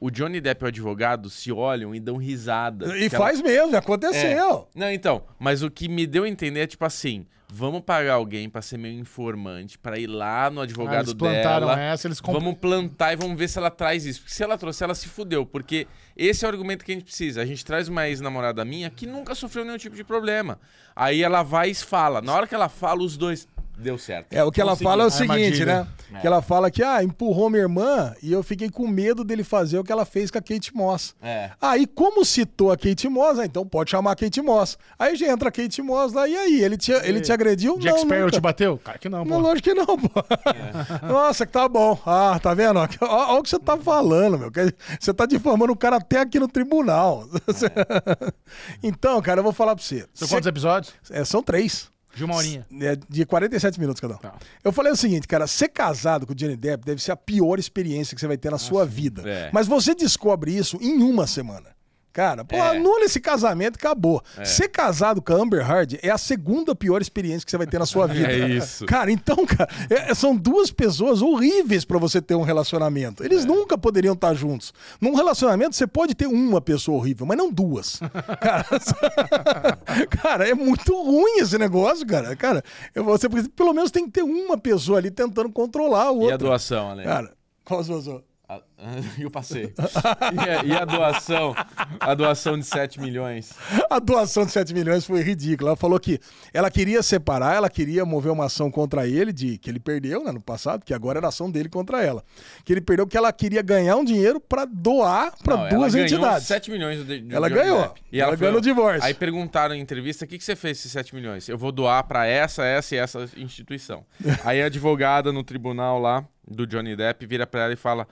Speaker 2: o Johnny Depp e o advogado se olham e dão risada.
Speaker 1: E
Speaker 2: Que ela-
Speaker 1: faz mesmo, aconteceu.
Speaker 2: Não, então, mas o que me deu a entender é tipo assim, vamos pagar alguém pra ser meu informante, pra ir lá no
Speaker 3: Ah, eles
Speaker 2: advogado
Speaker 3: plantaram
Speaker 2: dela.
Speaker 3: essa, eles compraram.
Speaker 2: Vamos plantar e vamos ver se ela traz isso. Porque se ela trouxer, ela se fudeu. Porque esse é o argumento que a gente precisa. A gente traz uma ex-namorada minha que nunca sofreu nenhum tipo de problema. Aí ela vai e fala. Na hora que ela fala, os dois. Deu certo.
Speaker 1: É, o que ela
Speaker 2: Consegui.
Speaker 1: fala é o
Speaker 3: Armadilha.
Speaker 1: seguinte, né? Que ela fala que, ah, empurrou minha irmã e eu fiquei com medo dele fazer o que ela fez com a Kate Moss.
Speaker 2: É.
Speaker 1: Aí, como citou a Kate Moss, ah, então pode chamar a Kate Moss. Aí já entra a Kate Moss lá, e aí? Ele te, ele te agrediu?
Speaker 3: Jack
Speaker 1: não,
Speaker 3: Sparrow
Speaker 1: nunca.
Speaker 3: te bateu? Cara, que não,
Speaker 1: Não,
Speaker 3: pô. É.
Speaker 1: lógico que não, pô. Nossa, que tá bom. Ah, tá vendo? Ó, ó o que você tá falando, meu. Que Você tá difamando o cara até aqui no tribunal.
Speaker 3: É.
Speaker 1: então, cara, eu vou falar pra você.
Speaker 3: São
Speaker 1: Você-
Speaker 3: quantos episódios?
Speaker 1: é, são três.
Speaker 3: De uma horinha.
Speaker 1: É, de 47 minutos cada um.
Speaker 3: Tá.
Speaker 1: Eu falei o seguinte, cara, ser casado com o Johnny Depp deve ser a pior experiência que você vai ter na sua vida.
Speaker 2: É.
Speaker 1: Mas você descobre isso em uma semana. Cara, pô,
Speaker 2: É.
Speaker 1: anula esse casamento e acabou. Ser casado com a Amber Heard é a segunda pior experiência que você vai ter na sua vida.
Speaker 2: É isso.
Speaker 1: Cara, então, cara, é- são duas pessoas horríveis pra você ter um relacionamento.
Speaker 2: É.
Speaker 1: Eles nunca poderiam estar juntos. Num relacionamento, você pode ter uma pessoa horrível, mas não duas. Cara, cara, é muito ruim esse negócio, cara. Cara, eu- você pelo menos tem que ter uma pessoa ali tentando controlar a
Speaker 2: E a
Speaker 1: outra.
Speaker 2: doação, Ale?
Speaker 1: Cara, qual as duas?
Speaker 2: A- E o passeio. e, a, e a doação? A doação de 7 milhões.
Speaker 1: A doação de 7 milhões foi ridícula. Ela falou que ela queria separar, ela queria mover uma ação contra ele, de que ele perdeu né, no passado, que agora era a ação dele contra ela. Que ele perdeu, que ela queria ganhar um dinheiro pra doar pra
Speaker 2: Não,
Speaker 1: duas
Speaker 2: ela ganhou
Speaker 1: entidades.
Speaker 2: 7 milhões do, do
Speaker 1: Ela
Speaker 2: Johnny
Speaker 1: ganhou.
Speaker 2: Depp.
Speaker 1: Ela
Speaker 2: foi-
Speaker 1: ganhou no divórcio.
Speaker 2: Aí perguntaram em entrevista: o que, que você fez com esses 7 milhões? Eu vou doar pra essa, essa e essa instituição. Aí a advogada no tribunal lá do Johnny Depp vira pra ela e fala: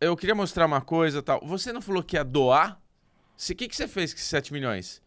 Speaker 2: Eu queria mostrar uma coisa tal. Você não falou que ia doar? Se- O que, que você fez com esses 7 milhões?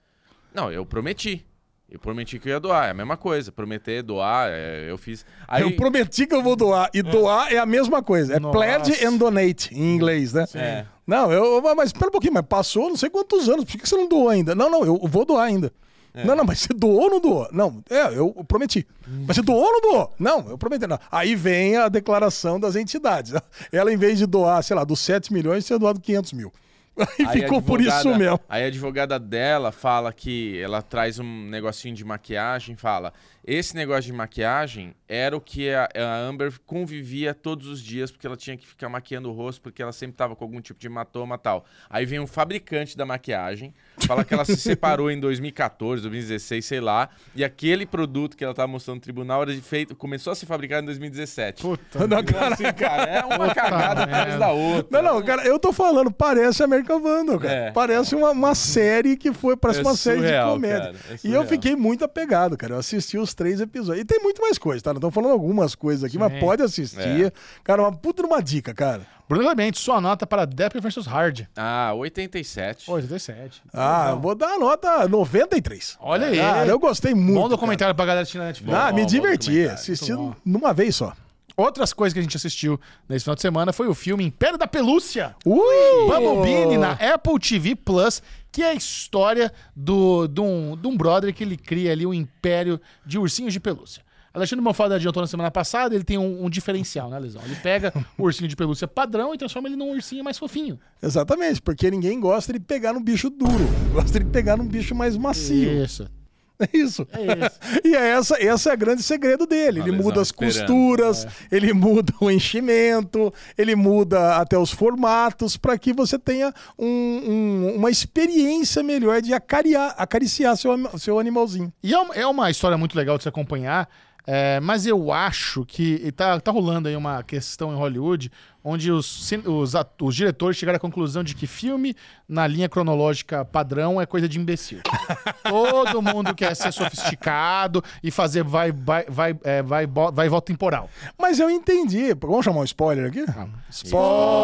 Speaker 2: Não, eu prometi. Eu prometi que eu ia doar, é a mesma coisa. Prometer, doar, é, eu fiz. Aí,
Speaker 1: Eu prometi que eu vou doar. E doar é a mesma coisa. É
Speaker 3: Nossa.
Speaker 1: pledge and donate em inglês, né?
Speaker 2: É.
Speaker 1: Não, eu. Mas espera um pouquinho, mas passou não sei quantos anos. Por que que você não doou ainda? Não, não, eu vou doar ainda.
Speaker 2: É.
Speaker 1: Não, não, mas você doou ou não doou? Não, é, eu prometi.
Speaker 2: Hum.
Speaker 1: Mas você doou ou não doou? Não, eu prometi. Não. Aí vem a declaração das entidades. Ela, em vez de doar, sei lá, dos 7 milhões, tinha doado 500 mil. Aí,
Speaker 2: Aí a
Speaker 1: ficou por
Speaker 2: advogada-
Speaker 1: isso mesmo.
Speaker 2: Aí a advogada dela fala que ela traz um negocinho de maquiagem, fala: esse negócio de maquiagem era o que a, a Amber convivia todos os dias, porque ela tinha que ficar maquiando o rosto, porque ela sempre tava com algum tipo de hematoma e tal. Aí vem um fabricante da maquiagem, fala que ela se separou em 2014, 2016, sei lá, e aquele produto que ela tava mostrando no tribunal era de feito, começou a ser fabricado em 2017.
Speaker 3: Puta.
Speaker 1: Não,
Speaker 2: Então,
Speaker 1: cara,
Speaker 2: assim, cara, é uma cagada atrás
Speaker 3: merda.
Speaker 2: da outra.
Speaker 1: não, não, cara, eu tô falando, parece American Vandal, cara.
Speaker 2: É.
Speaker 1: Parece uma, uma série que foi, parece
Speaker 2: É
Speaker 1: uma série
Speaker 2: surreal,
Speaker 1: de comédia.
Speaker 2: cara, é
Speaker 1: e eu
Speaker 2: surreal.
Speaker 1: fiquei muito apegado, cara. Eu assisti os três episódios. E tem muito mais coisa, tá? Não tô falando algumas coisas aqui, mas
Speaker 3: Sim.
Speaker 1: pode assistir.
Speaker 2: É.
Speaker 1: Cara, uma puta numa dica, cara.
Speaker 3: Bruno Clemente, sua nota para Depp versus Hard.
Speaker 2: Ah, 87.
Speaker 3: 87.
Speaker 1: Ah, eu vou dar a nota 93.
Speaker 3: Olha aí.
Speaker 1: Cara, eu gostei muito.
Speaker 3: É. Bom documentário pra galera assistir na Netflix.
Speaker 1: Cara. Ah,
Speaker 2: Bom,
Speaker 1: me
Speaker 2: bom
Speaker 1: diverti.
Speaker 2: documentário.
Speaker 1: Assisti
Speaker 3: Muito
Speaker 1: numa vez só.
Speaker 3: Outras coisas que a gente assistiu nesse final de semana foi o filme Império da Pelúcia.
Speaker 1: Ui!
Speaker 3: Bumblebee na Apple TV Plus, que é a história do, de, um, de um brother que ele cria ali o império de ursinhos de pelúcia. Alexandre Mofada adiantou na semana passada, ele tem um, um diferencial, né, Lesão? Ele pega o ursinho de pelúcia padrão e transforma ele num ursinho mais fofinho.
Speaker 1: Exatamente, porque ninguém gosta de pegar num bicho duro. Gosta de pegar num bicho mais macio.
Speaker 3: Isso.
Speaker 1: É isso.
Speaker 3: É isso.
Speaker 1: e é essa, essa é a grande segredo dele.
Speaker 2: Uma
Speaker 1: Ele
Speaker 2: lesão
Speaker 1: muda as
Speaker 2: esperando. é.
Speaker 1: costuras, ele muda o enchimento, ele muda até os formatos para que você tenha um- um- uma experiência melhor de acariar, acariciar seu, am- seu animalzinho.
Speaker 3: E é uma, é uma história muito legal de se acompanhar, é, mas eu acho que e tá, tá rolando aí uma questão em Hollywood onde os, cin- os, atu- os diretores chegaram à conclusão de que filme na linha cronológica padrão é coisa de imbecil. Todo mundo quer ser sofisticado e fazer vai, vai, vai, é, vai, bo- vai e volta temporal.
Speaker 1: Mas eu entendi. Vamos chamar um spoiler aqui?
Speaker 3: Ah,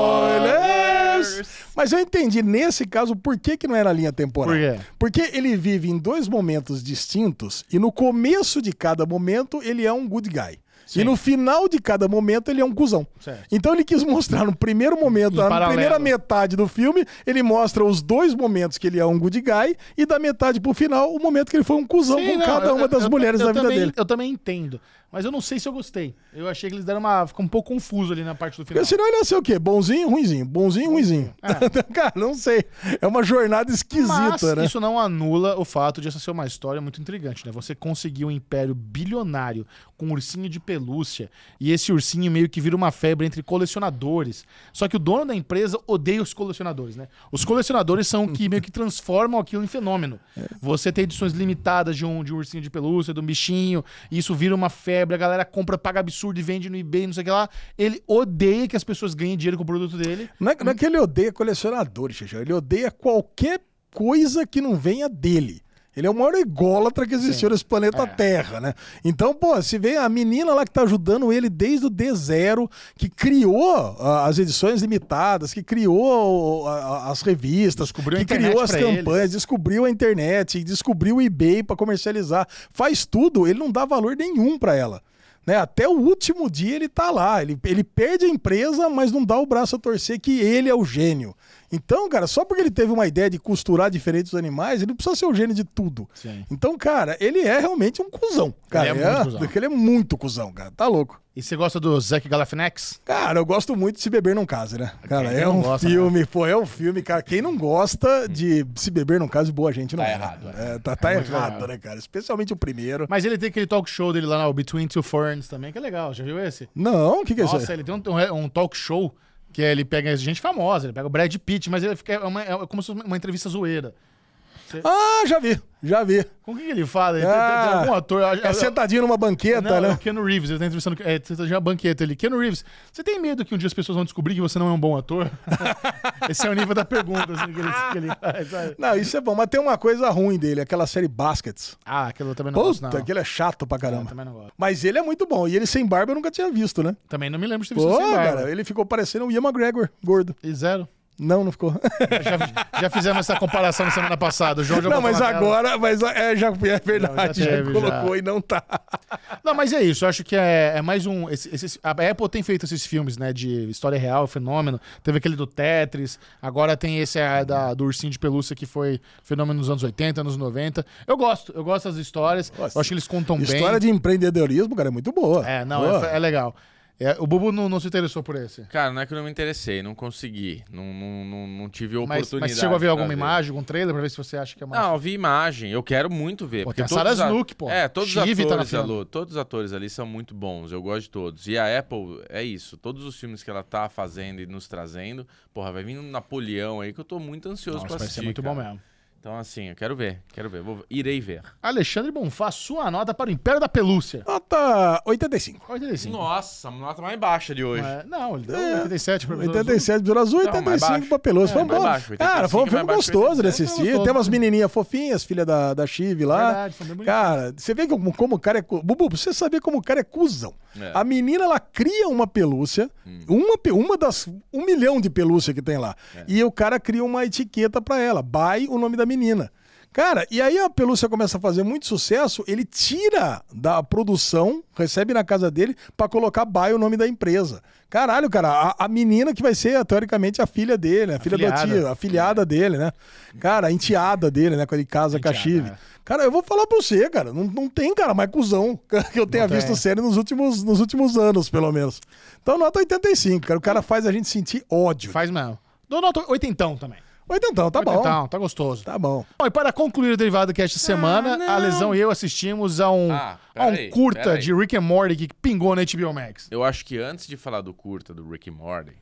Speaker 1: Spoilers! Mas eu entendi nesse caso por que, que não é na linha temporal.
Speaker 3: Por quê?
Speaker 1: Porque ele vive em dois momentos distintos e no começo de cada momento ele é um good guy. E no final de cada momento ele é um cuzão.
Speaker 3: Certo.
Speaker 1: Então ele quis mostrar no primeiro momento, na
Speaker 3: paralelo.
Speaker 1: primeira metade do filme, ele mostra os dois momentos que ele é um good guy e da metade pro final o momento que ele foi um cuzão
Speaker 3: Sim,
Speaker 1: com
Speaker 3: não,
Speaker 1: cada
Speaker 3: eu-
Speaker 1: uma das
Speaker 3: eu-
Speaker 1: mulheres
Speaker 3: eu
Speaker 1: da vida
Speaker 3: também-
Speaker 1: dele.
Speaker 3: Eu também entendo. Mas eu não sei se eu gostei. Eu achei que eles deram uma. Ficou um pouco confuso ali na parte do final.
Speaker 1: Porque senão ele ia ser o quê? Bonzinho, ruinzinho. Bonzinho, ruinzinho. Cara, não sei. É uma jornada
Speaker 3: Mas
Speaker 1: esquisita, né?
Speaker 3: isso não anula o fato de essa ser uma história muito intrigante, né? Você conseguir um império bilionário com um ursinho de pelúcia e esse ursinho meio que vira uma febre entre colecionadores. Só que o dono da empresa odeia os colecionadores, né? Os colecionadores são o que meio que transformam aquilo em fenômeno.
Speaker 1: É.
Speaker 3: Você tem edições limitadas de um, de um ursinho de pelúcia, de um bichinho, e isso vira uma febre, a galera compra, paga absurdo e vende no eBay, não sei o que lá. Ele odeia que as pessoas ganhem dinheiro com o produto dele.
Speaker 1: Não é, não é que ele odeia colecionadores, Xixi. Ele odeia qualquer coisa que não venha dele. Ele é o maior ególatra que existiu nesse
Speaker 3: É.
Speaker 1: planeta Terra, né? Então, pô, se vem a menina lá que tá ajudando ele desde o D0, que criou ah, as edições limitadas, que criou ah, ah, as revistas,
Speaker 3: Descobriu a
Speaker 1: que
Speaker 3: internet
Speaker 1: criou as
Speaker 3: pra eles.
Speaker 1: campanhas, descobriu a internet, descobriu o eBay pra comercializar, faz tudo, ele não dá valor nenhum pra ela. Né? Até o último dia ele tá lá. Ele, ele perde a empresa, mas não dá o braço a torcer que ele é o gênio. Então, cara, só porque ele teve uma ideia de costurar diferentes animais, ele não precisa ser o gênio de tudo.
Speaker 3: Sim.
Speaker 1: Então, cara, ele é realmente um cuzão. Cara,
Speaker 3: Ele é
Speaker 1: é-
Speaker 3: muito cuzão.
Speaker 1: Ele é muito cuzão, cara. Tá louco.
Speaker 3: E você gosta do Zac Galifianakis?
Speaker 1: Cara, eu gosto muito de Se Beber Não Case, né? Cara,
Speaker 3: quem
Speaker 1: é
Speaker 3: não
Speaker 1: um
Speaker 3: gosta, Hum.
Speaker 1: filme, pô, é um filme, cara. Quem não gosta de Se Beber Não Case, boa gente não
Speaker 2: Tá
Speaker 1: é.
Speaker 2: errado,
Speaker 1: né? É, tá tá
Speaker 3: muito
Speaker 1: errado,
Speaker 3: errado.
Speaker 1: né, cara? Especialmente o primeiro.
Speaker 3: Mas ele tem aquele talk show dele lá, o Between Two Ferns também, que é legal. Já viu esse?
Speaker 1: Não, o que, que é isso? aí?
Speaker 3: Nossa, ele tem um, um- um talk show que ele pega gente famosa, ele pega o Brad Pitt, mas ele fica, é, uma- é como se fosse uma entrevista zoeira.
Speaker 1: Ah, já vi, já vi.
Speaker 3: Com o que, que ele fala? Ele tem-
Speaker 1: Ah,
Speaker 3: tem, tem algum ator. eu-
Speaker 1: É
Speaker 3: eu-
Speaker 1: sentadinho numa banqueta,
Speaker 3: não, é o
Speaker 1: né?
Speaker 3: Keanu Reeves, ele tá entrevistando. É, você tá já banqueta ali. Keanu Reeves, você tem medo que um dia as pessoas vão descobrir que você não é um bom ator? Esse é o nível da pergunta assim, que, ele, que ele faz. sabe?
Speaker 1: Não, isso é bom, mas tem uma coisa ruim dele, aquela série Baskets.
Speaker 3: Ah, aquilo eu também não gosto,
Speaker 1: Puta,
Speaker 3: não.
Speaker 1: aquele é chato pra
Speaker 3: Eu
Speaker 1: caramba.
Speaker 3: também não gosto.
Speaker 1: Mas ele é muito bom, e ele sem barba eu nunca tinha visto, né?
Speaker 3: Também não me lembro de ter visto
Speaker 1: Pô,
Speaker 3: sem barba.
Speaker 1: cara, ele ficou parecendo o Ian McGregor, gordo.
Speaker 3: E zero.
Speaker 1: Não, não ficou.
Speaker 3: Já, já fizemos essa comparação na semana passada. O João Então já
Speaker 1: não,
Speaker 3: botou
Speaker 1: mas
Speaker 3: na tela.
Speaker 1: agora, mas é, já é verdade, já,
Speaker 3: teve, já.
Speaker 1: colocou e não tá.
Speaker 3: Não, mas é isso. Eu acho que é, é mais um. esse- esse- a Apple tem feito esses filmes, né? De história real, fenômeno. Teve aquele do Tetris. Agora tem esse é, da, do Ursinho de Pelúcia, que foi fenômeno nos anos 80, anos 90. Eu gosto. Eu gosto das histórias.
Speaker 1: Nossa,
Speaker 3: eu acho que eles contam bem.
Speaker 1: História de empreendedorismo, cara, é muito boa.
Speaker 3: É, não,
Speaker 1: Boa.
Speaker 3: é, é legal. É, o Bubu não, não se interessou por esse.
Speaker 2: Cara, não é que eu não me interessei, não consegui. Não, não, não, não tive
Speaker 3: Mas,
Speaker 2: oportunidade.
Speaker 3: mas você chegou a ver
Speaker 2: pra
Speaker 3: alguma imagem, algum trailer, pra ver se você acha que é mais.
Speaker 2: Não, eu vi imagem. Eu quero muito ver.
Speaker 3: Pô,
Speaker 2: porque
Speaker 3: tem a
Speaker 2: todos
Speaker 3: Sarah
Speaker 2: os a-
Speaker 3: Snook, pô.
Speaker 2: É, todos os,
Speaker 3: Chive tá na
Speaker 2: atores,
Speaker 3: fila.
Speaker 2: ali, todos os atores ali são muito bons. Eu gosto de todos. E a Apple, é isso. Todos os filmes que ela tá fazendo e nos trazendo. Porra, vai vir um Napoleão aí que eu tô muito ansioso
Speaker 3: Nossa,
Speaker 2: pra
Speaker 3: vai
Speaker 2: assistir.
Speaker 3: ser muito bom
Speaker 2: cara.
Speaker 3: mesmo.
Speaker 2: Então, assim, eu quero ver. Quero ver. Vou- irei ver.
Speaker 3: Alexandre Bonfá, sua nota para o Império da Pelúcia. é
Speaker 1: Nota 85.
Speaker 3: 85.
Speaker 2: Nossa, a nota mais baixa de hoje.
Speaker 3: É, não, ele deu 87 pra
Speaker 1: 87 Besouro Azul,
Speaker 2: Não, mais
Speaker 1: 85
Speaker 2: baixo.
Speaker 1: pra Pelosi.
Speaker 2: É,
Speaker 1: foi
Speaker 2: mais
Speaker 1: bom.
Speaker 2: baixo, 85
Speaker 1: cara, foi um
Speaker 2: é
Speaker 1: filme
Speaker 2: mais baixo que
Speaker 1: gostoso de
Speaker 2: 87.
Speaker 1: assistir.
Speaker 3: Gostoso,
Speaker 1: Tem umas
Speaker 3: né?
Speaker 1: menininhas fofinhas, filha da, da Chive lá.
Speaker 3: Verdade, são bem bonitas.
Speaker 1: cara, você vê como, como o cara é... cu- Bubu, pra você saber como o cara é cuzão.
Speaker 2: É.
Speaker 1: A menina, ela cria uma pelúcia, uma, pe- uma das um milhão de pelúcia que tem lá. E o cara cria uma etiqueta pra ela, Bai, o nome da menina. Cara, e aí a pelúcia começa a fazer muito sucesso, ele tira da produção, recebe na casa dele, pra colocar Bai, o nome da empresa. Caralho, cara, a, a menina que vai ser, teoricamente, a filha dele, a filha
Speaker 3: Afilhada.
Speaker 1: do tio, a filhada dele, né? Cara, a enteada dele, né? Quando ele casa com a
Speaker 3: Enteada,
Speaker 1: Chive.
Speaker 3: é.
Speaker 1: Cara, eu vou falar pra você, cara. Não, não tem, cara, mais cuzão que eu tenha
Speaker 3: tem.
Speaker 1: visto série nos últimos, nos últimos anos, pelo menos. Então, nota 85, cara. O cara faz a gente sentir ódio.
Speaker 3: Faz mesmo. Dou nota oitentão também.
Speaker 1: Oitentão, tá bom.
Speaker 3: Oitentão, tá gostoso.
Speaker 1: Tá Ah, bom.
Speaker 3: Bom, e para concluir o Derivado Cast esta semana, a Lesão e eu assistimos a um,
Speaker 2: Ah,
Speaker 3: a um
Speaker 2: peraí,
Speaker 3: curta
Speaker 2: peraí.
Speaker 3: de Rick and Morty que pingou na HBO Max.
Speaker 2: Eu acho que antes de falar do curta do Rick and Morty,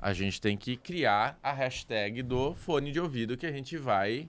Speaker 2: a gente tem que criar a hashtag do fone de ouvido que a gente vai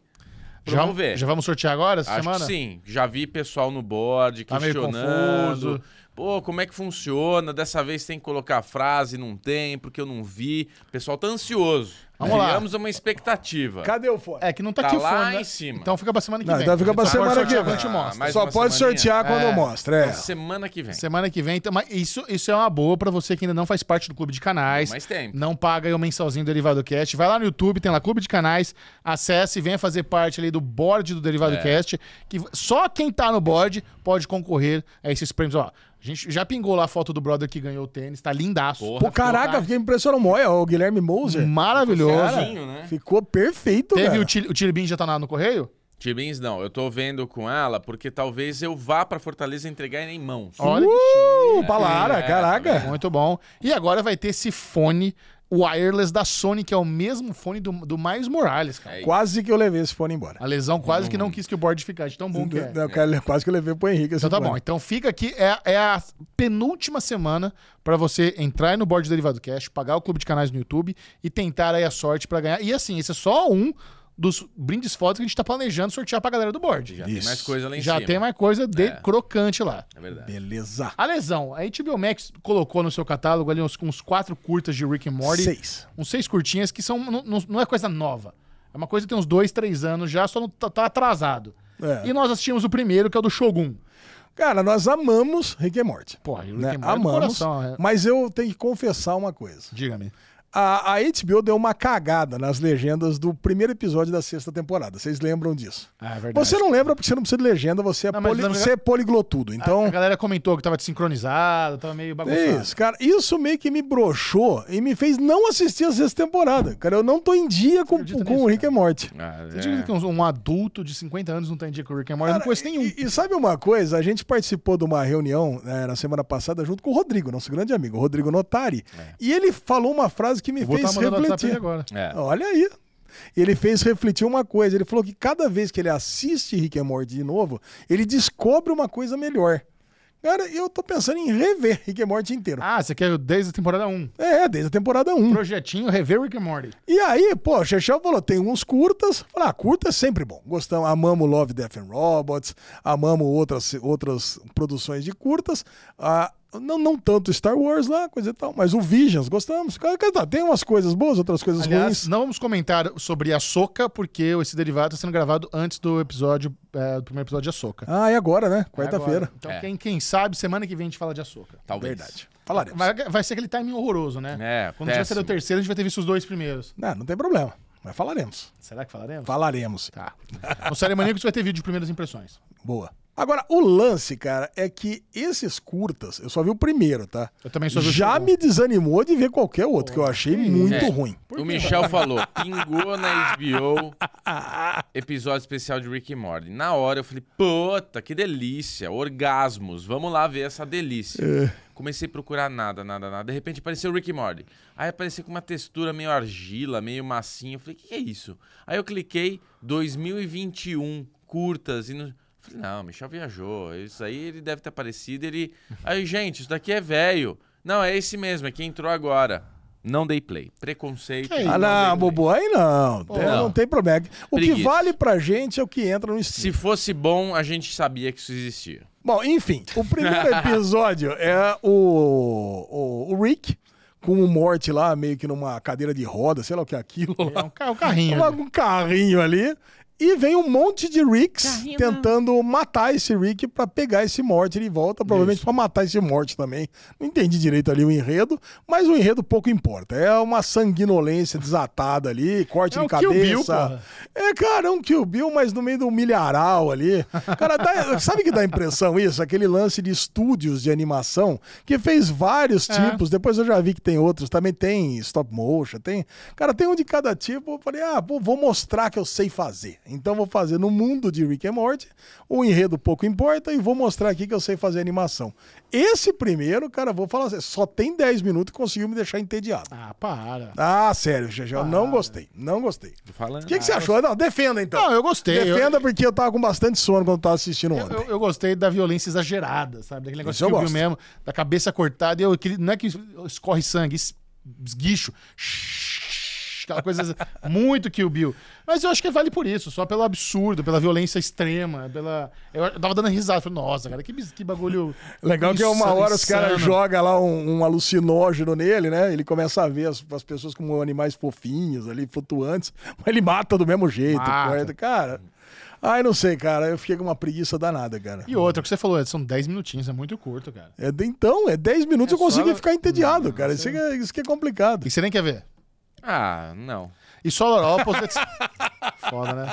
Speaker 3: Já,
Speaker 2: promover.
Speaker 3: já vamos sortear agora essa
Speaker 2: Acho
Speaker 3: semana?
Speaker 2: que sim. Já vi pessoal no board
Speaker 3: Tá meio
Speaker 2: questionando.
Speaker 3: confuso.
Speaker 2: Pô, como é que funciona? Dessa vez tem que colocar a frase, não tem, porque eu não vi. O pessoal tá ansioso.
Speaker 3: Vamos lá.
Speaker 2: Criamos uma expectativa.
Speaker 1: Cadê o fone?
Speaker 3: É que não tá,
Speaker 2: Tá
Speaker 3: aqui o
Speaker 2: lá
Speaker 3: fone. né?
Speaker 2: em cima.
Speaker 3: Então fica pra semana que
Speaker 1: Não,
Speaker 3: vem.
Speaker 1: então fica pra
Speaker 3: Só
Speaker 1: semana
Speaker 3: sortear,
Speaker 1: que vem.
Speaker 3: Eu te mostro.
Speaker 2: mais
Speaker 1: Só
Speaker 2: uma
Speaker 1: pode
Speaker 2: semaninha?
Speaker 1: sortear quando
Speaker 3: É.
Speaker 1: eu mostro, é.
Speaker 2: Semana que vem.
Speaker 3: Semana que vem. Então, mas isso, isso é uma boa pra você que ainda não faz parte do Clube de Canais.
Speaker 2: Mais tempo.
Speaker 3: Não paga aí o mensalzinho do Derivado Cast. Vai lá no YouTube, tem lá Clube de Canais, acesse e venha fazer parte ali do board do Derivado
Speaker 2: É.
Speaker 3: Cast, que só quem tá no board pode concorrer a esses prêmios. Ó, a gente já pingou lá a foto do brother que ganhou o tênis, tá lindaço.
Speaker 2: Porra,
Speaker 1: Pô, caraca, fiquei impressionado. Olha, o Guilherme Moser
Speaker 3: maravilhoso.
Speaker 2: Certinho, né?
Speaker 1: ficou perfeito,
Speaker 3: Teve
Speaker 1: cara.
Speaker 3: o, Til- o Tiribim já tá lá no correio?
Speaker 2: Tibins não, eu tô vendo com ela porque talvez eu vá pra Fortaleza entregar em mãos.
Speaker 3: Olha que
Speaker 1: Uh,
Speaker 3: né?
Speaker 1: palara,
Speaker 3: É,
Speaker 1: caraca.
Speaker 3: Muito bom. E agora vai ter esse fone wireless da Sony, que é o mesmo fone do, do Miles Morales, cara.
Speaker 2: É.
Speaker 1: Quase que eu levei esse fone embora.
Speaker 3: A lesão quase que não quis que o board ficasse de tão bom que é.
Speaker 1: Não, cara, Quase que eu levei pro Henrique. esse
Speaker 3: Então tá
Speaker 1: fone.
Speaker 3: bom. Então fica aqui. É, é a penúltima semana pra você entrar no board do Derivado Cash, pagar o clube de canais no YouTube e tentar aí a sorte pra ganhar. E assim, esse é só um dos brindes fotos que a gente tá planejando sortear pra galera do board.
Speaker 2: Já tem
Speaker 1: Isso.
Speaker 2: mais coisa lá em
Speaker 3: Já
Speaker 2: cima.
Speaker 3: tem mais coisa de
Speaker 2: É.
Speaker 3: crocante lá.
Speaker 2: É verdade.
Speaker 1: Beleza.
Speaker 3: A lesão. A HBO Max colocou no seu catálogo ali uns, uns quatro curtas de Rick and Morty.
Speaker 1: Seis.
Speaker 3: Uns seis curtinhas que são não, não- não é coisa nova. É uma coisa que tem uns dois, três anos já, só não tá, tá atrasado.
Speaker 1: É.
Speaker 3: E nós assistimos o primeiro, que é o do Shogun.
Speaker 1: Cara, nós amamos Rick e Morty.
Speaker 3: Porra, Rick
Speaker 1: né?
Speaker 3: and Morty é do
Speaker 1: Amamos.
Speaker 3: coração, é.
Speaker 1: Mas eu tenho que confessar uma coisa.
Speaker 3: Diga-me.
Speaker 1: A, a HBO deu uma cagada nas legendas do primeiro episódio da sexta temporada. Vocês lembram disso?
Speaker 3: Ah, é verdade.
Speaker 1: Você não lembra porque você não precisa de legenda, você é,
Speaker 3: Não, mas Ah,
Speaker 1: poli-
Speaker 3: lembra-
Speaker 1: você é poliglotudo. Então.
Speaker 3: A galera comentou que tava desincronizado, tava meio bagunçado.
Speaker 1: Isso, cara, isso meio que me broxou e me fez não assistir a sexta temporada. Cara, eu não tô em dia com,
Speaker 3: acredito
Speaker 1: com
Speaker 3: nisso,
Speaker 1: o Rick
Speaker 3: cara.
Speaker 1: and Morty.
Speaker 2: Ah,
Speaker 3: Você
Speaker 2: é.
Speaker 3: diz que um, um adulto de 50 anos não tá em dia com o Rick and Morty? Eu não
Speaker 1: Cara,
Speaker 3: conheço nenhum.
Speaker 1: E, e sabe uma coisa? A gente participou de uma reunião né, na semana passada junto com o Rodrigo, nosso grande amigo, o Rodrigo Notari.
Speaker 3: É.
Speaker 1: E ele falou uma frase que me
Speaker 3: Vou estar
Speaker 1: fez
Speaker 3: tá mandando WhatsApp pra ele
Speaker 1: refletir.
Speaker 3: agora.
Speaker 2: É.
Speaker 1: Olha aí. Ele fez refletir uma coisa. Ele falou que cada vez que ele assiste Rick and Morty de novo, ele descobre uma coisa melhor. Cara, eu tô pensando em rever Rick and Morty inteiro.
Speaker 3: Ah, você quer desde a temporada 1.
Speaker 1: É, desde a temporada 1.
Speaker 3: Projetinho Rever Rick and Morty.
Speaker 1: E aí, pô, o Chechel falou, tem uns curtas. Falei, ah, curta é sempre bom. Gostamos, amamos Love, Death and Robots, amamos outras, outras produções de curtas. Ah, não, não tanto Star Wars lá, coisa e tal, mas o Visions, gostamos. Cara, cara, tá, Tem umas coisas boas, outras coisas
Speaker 3: Aliás,
Speaker 1: ruins.
Speaker 3: não vamos comentar sobre a Soca, porque esse derivado está sendo gravado antes do episódio, é, do primeiro episódio de Ahsoka.
Speaker 1: Ah, é agora,
Speaker 3: É
Speaker 1: né?
Speaker 3: agora.
Speaker 1: Quarta-feira.
Speaker 3: Então,
Speaker 2: É.
Speaker 3: quem, quem sabe, semana que vem a gente fala de Ahsoka.
Speaker 2: Talvez.
Speaker 1: Verdade. Falaremos.
Speaker 3: Vai, vai ser aquele timing horroroso, né?
Speaker 2: É,
Speaker 3: Quando tiver saído o
Speaker 2: péssimo.
Speaker 3: terceiro, a gente vai ter visto os dois primeiros.
Speaker 1: Ah, Não, não tem problema. Mas falaremos.
Speaker 3: Será que falaremos?
Speaker 1: Falaremos.
Speaker 3: Tá. No Série Maníacos vai ter vídeo de primeiras impressões.
Speaker 1: Boa. Agora, o lance, cara, é que esses curtas, eu só vi o primeiro, tá?
Speaker 3: Eu também só vi o
Speaker 1: Já
Speaker 3: segundo.
Speaker 1: me desanimou de ver qualquer outro, que eu achei muito
Speaker 2: É.
Speaker 1: ruim.
Speaker 2: O Michel falou, pingou na HBO episódio especial de Rick e Morty. Na hora eu falei, puta, que delícia, orgasmos, vamos lá ver essa delícia.
Speaker 1: É.
Speaker 2: Comecei a procurar nada, nada, nada. De repente apareceu o Rick e Morty. Aí apareceu com uma textura meio argila, meio massinha. Eu falei, o que, que é isso? Aí eu cliquei, 2021, curtas. E não... Falei, não, Michel viajou. Isso aí ele deve ter aparecido. Ele. Aí, gente, isso daqui é velho. Não, é esse mesmo, é que entrou agora. Não dei play. Preconceito.
Speaker 3: Que isso?
Speaker 1: Ah,
Speaker 2: dei
Speaker 1: não,
Speaker 2: play.
Speaker 1: bobo, aí não. Tem-
Speaker 2: não.
Speaker 1: Não tem problema. O que
Speaker 2: Preguiça.
Speaker 1: vale pra gente é o que entra no
Speaker 2: Se
Speaker 1: Steam.
Speaker 2: fosse bom, a gente sabia que isso existia.
Speaker 1: Bom, enfim, o primeiro episódio é o, o, o Rick com o Morty lá, meio que numa cadeira de roda, sei lá o que é aquilo.
Speaker 3: É
Speaker 1: Lá.
Speaker 3: um, ca- um carrinho.
Speaker 1: Logo um carrinho ali. E vem um monte de Ricks tentando matar esse Rick pra pegar esse Morty de volta, provavelmente pra matar esse Morty também. Não entendi direito ali o enredo, mas o enredo pouco importa. É uma sanguinolência desatada ali, corte
Speaker 3: É
Speaker 1: de
Speaker 3: um Kill
Speaker 1: cabeça.
Speaker 3: Bill, porra.
Speaker 1: é, cara, é um Kill Bill, mas no meio de um milharal ali. Cara, dá- sabe que dá a impressão isso? Aquele lance de estúdios de animação que fez
Speaker 3: É.
Speaker 1: vários tipos. Depois eu já vi que tem outros. Também tem stop motion, tem. Cara, tem um de cada tipo. Eu falei, ah, pô, vou mostrar que eu sei fazer. Então vou fazer no mundo de Rick and Morty. O enredo pouco importa e vou mostrar aqui que eu sei fazer animação. Esse primeiro, cara, vou falar assim, só tem 10 minutos e conseguiu me deixar entediado.
Speaker 3: Ah, para.
Speaker 1: Ah, sério, GG, eu não gostei. Não gostei.
Speaker 2: Tô falando.
Speaker 1: O que, que você achou? Não, defenda então.
Speaker 3: Ah, Não, eu gostei. Eu-
Speaker 1: Defenda porque eu tava com bastante sono quando tava assistindo
Speaker 3: Eu,
Speaker 1: ontem.
Speaker 3: eu- eu gostei da violência exagerada, sabe? Daquele negócio
Speaker 1: Isso eu
Speaker 3: que eu vi
Speaker 1: gosto.
Speaker 3: mesmo, da cabeça cortada. e Eu, aquele- não é que escorre sangue, es- esguicho. Aquela coisa muito Kill Bill. Mas eu acho que vale por isso, só pelo absurdo, pela violência extrema, pela. Eu eu tava dando risada. Falei, nossa, cara, que, bis- que bagulho.
Speaker 1: Legal que é uma
Speaker 3: insano,
Speaker 1: hora os caras
Speaker 3: insano."
Speaker 1: jogam lá um, um alucinógeno nele, né? Ele começa a ver as, as pessoas como animais fofinhos ali, flutuantes. Mas ele mata do mesmo jeito.
Speaker 3: Mata.
Speaker 1: corta. Cara, ai, não sei, cara. Eu fiquei com uma preguiça danada, cara.
Speaker 3: E outra, o que você falou, são 10 minutinhos, é muito curto, cara.
Speaker 1: É, de- então, é 10 minutos
Speaker 3: É
Speaker 1: eu consegui
Speaker 3: só-
Speaker 1: ficar entediado, cara. Isso, que é, isso que é complicado.
Speaker 3: E você nem quer ver?
Speaker 2: Ah, não.
Speaker 3: E Solar Opposites. Foda, né?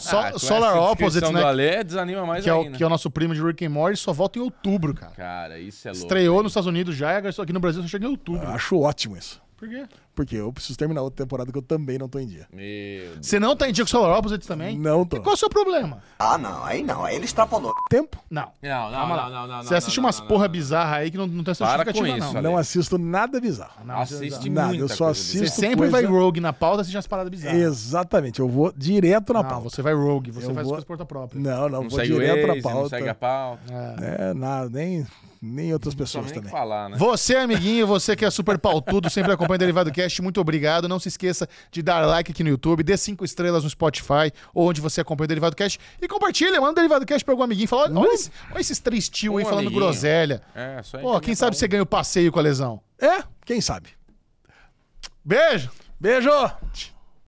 Speaker 3: So-
Speaker 2: Ah, com
Speaker 3: Solar
Speaker 2: essa
Speaker 3: Opposites,
Speaker 2: descrição do
Speaker 3: né?
Speaker 2: Alê, desanima mais
Speaker 3: Que é, o,
Speaker 2: ainda.
Speaker 3: que é o nosso primo de Rick and Morty, só volta em outubro, cara.
Speaker 2: Cara, isso é louco. Ah.
Speaker 3: Estreou nos Estados Unidos já, e agora só aqui no Brasil só chega em outubro.
Speaker 1: Eu Acho ótimo isso.
Speaker 3: Por quê?
Speaker 1: Porque eu preciso terminar outra temporada que eu também não tô em dia.
Speaker 2: Meu
Speaker 3: Você não tá em dia com o Solar Opposites também?
Speaker 1: Não tô.
Speaker 3: E qual é o seu problema?
Speaker 6: Ah, não, aí não, aí ele extrapolou.
Speaker 1: Tempo.
Speaker 3: Não.
Speaker 2: Não, não, não, não, não.
Speaker 3: Você assiste umas porra bizarra aí que não, não tem
Speaker 2: Para
Speaker 3: justificativa,
Speaker 2: com isso,
Speaker 3: não.
Speaker 2: Ale.
Speaker 1: Não assisto nada bizarro.
Speaker 3: Não,
Speaker 2: Assiste
Speaker 1: Nada,
Speaker 2: muita
Speaker 1: eu só
Speaker 2: é coisa
Speaker 1: assisto-
Speaker 3: Você
Speaker 1: isso
Speaker 3: sempre
Speaker 1: coisa-
Speaker 3: vai rogue na pauta e assiste umas paradas bizarras.
Speaker 1: Exatamente. Eu vou direto na
Speaker 3: Não,
Speaker 1: pauta.
Speaker 3: você vai rogue, você
Speaker 1: Eu
Speaker 3: faz
Speaker 1: vou-
Speaker 3: coisas por conta própria.
Speaker 1: Não, não,
Speaker 2: Não
Speaker 1: vou
Speaker 2: segue o
Speaker 1: direto
Speaker 2: Waze,
Speaker 1: na pauta.
Speaker 2: não segue a pauta.
Speaker 1: É, nada, nem, nem outras
Speaker 2: Só
Speaker 1: pessoas
Speaker 2: nem o que
Speaker 1: também.
Speaker 2: falar, né?
Speaker 3: Você, amiguinho, você que é super pautudo, sempre acompanha o Derivado Cast, muito obrigado. Não se esqueça de dar like aqui no YouTube, dê cinco estrelas no Spotify, ou onde você acompanha o Derivado Cast, e compartilha, manda o Derivado Cast pra algum amiguinho. Fala, olha, olha, esse- olha esses três tio aí
Speaker 2: Um
Speaker 3: falando
Speaker 2: amiguinho.
Speaker 3: groselha.
Speaker 2: É, só
Speaker 3: Pô, quem sabe você ganha o passeio com a lesão.
Speaker 1: É, quem sabe?
Speaker 3: Beijo!
Speaker 1: Beijo!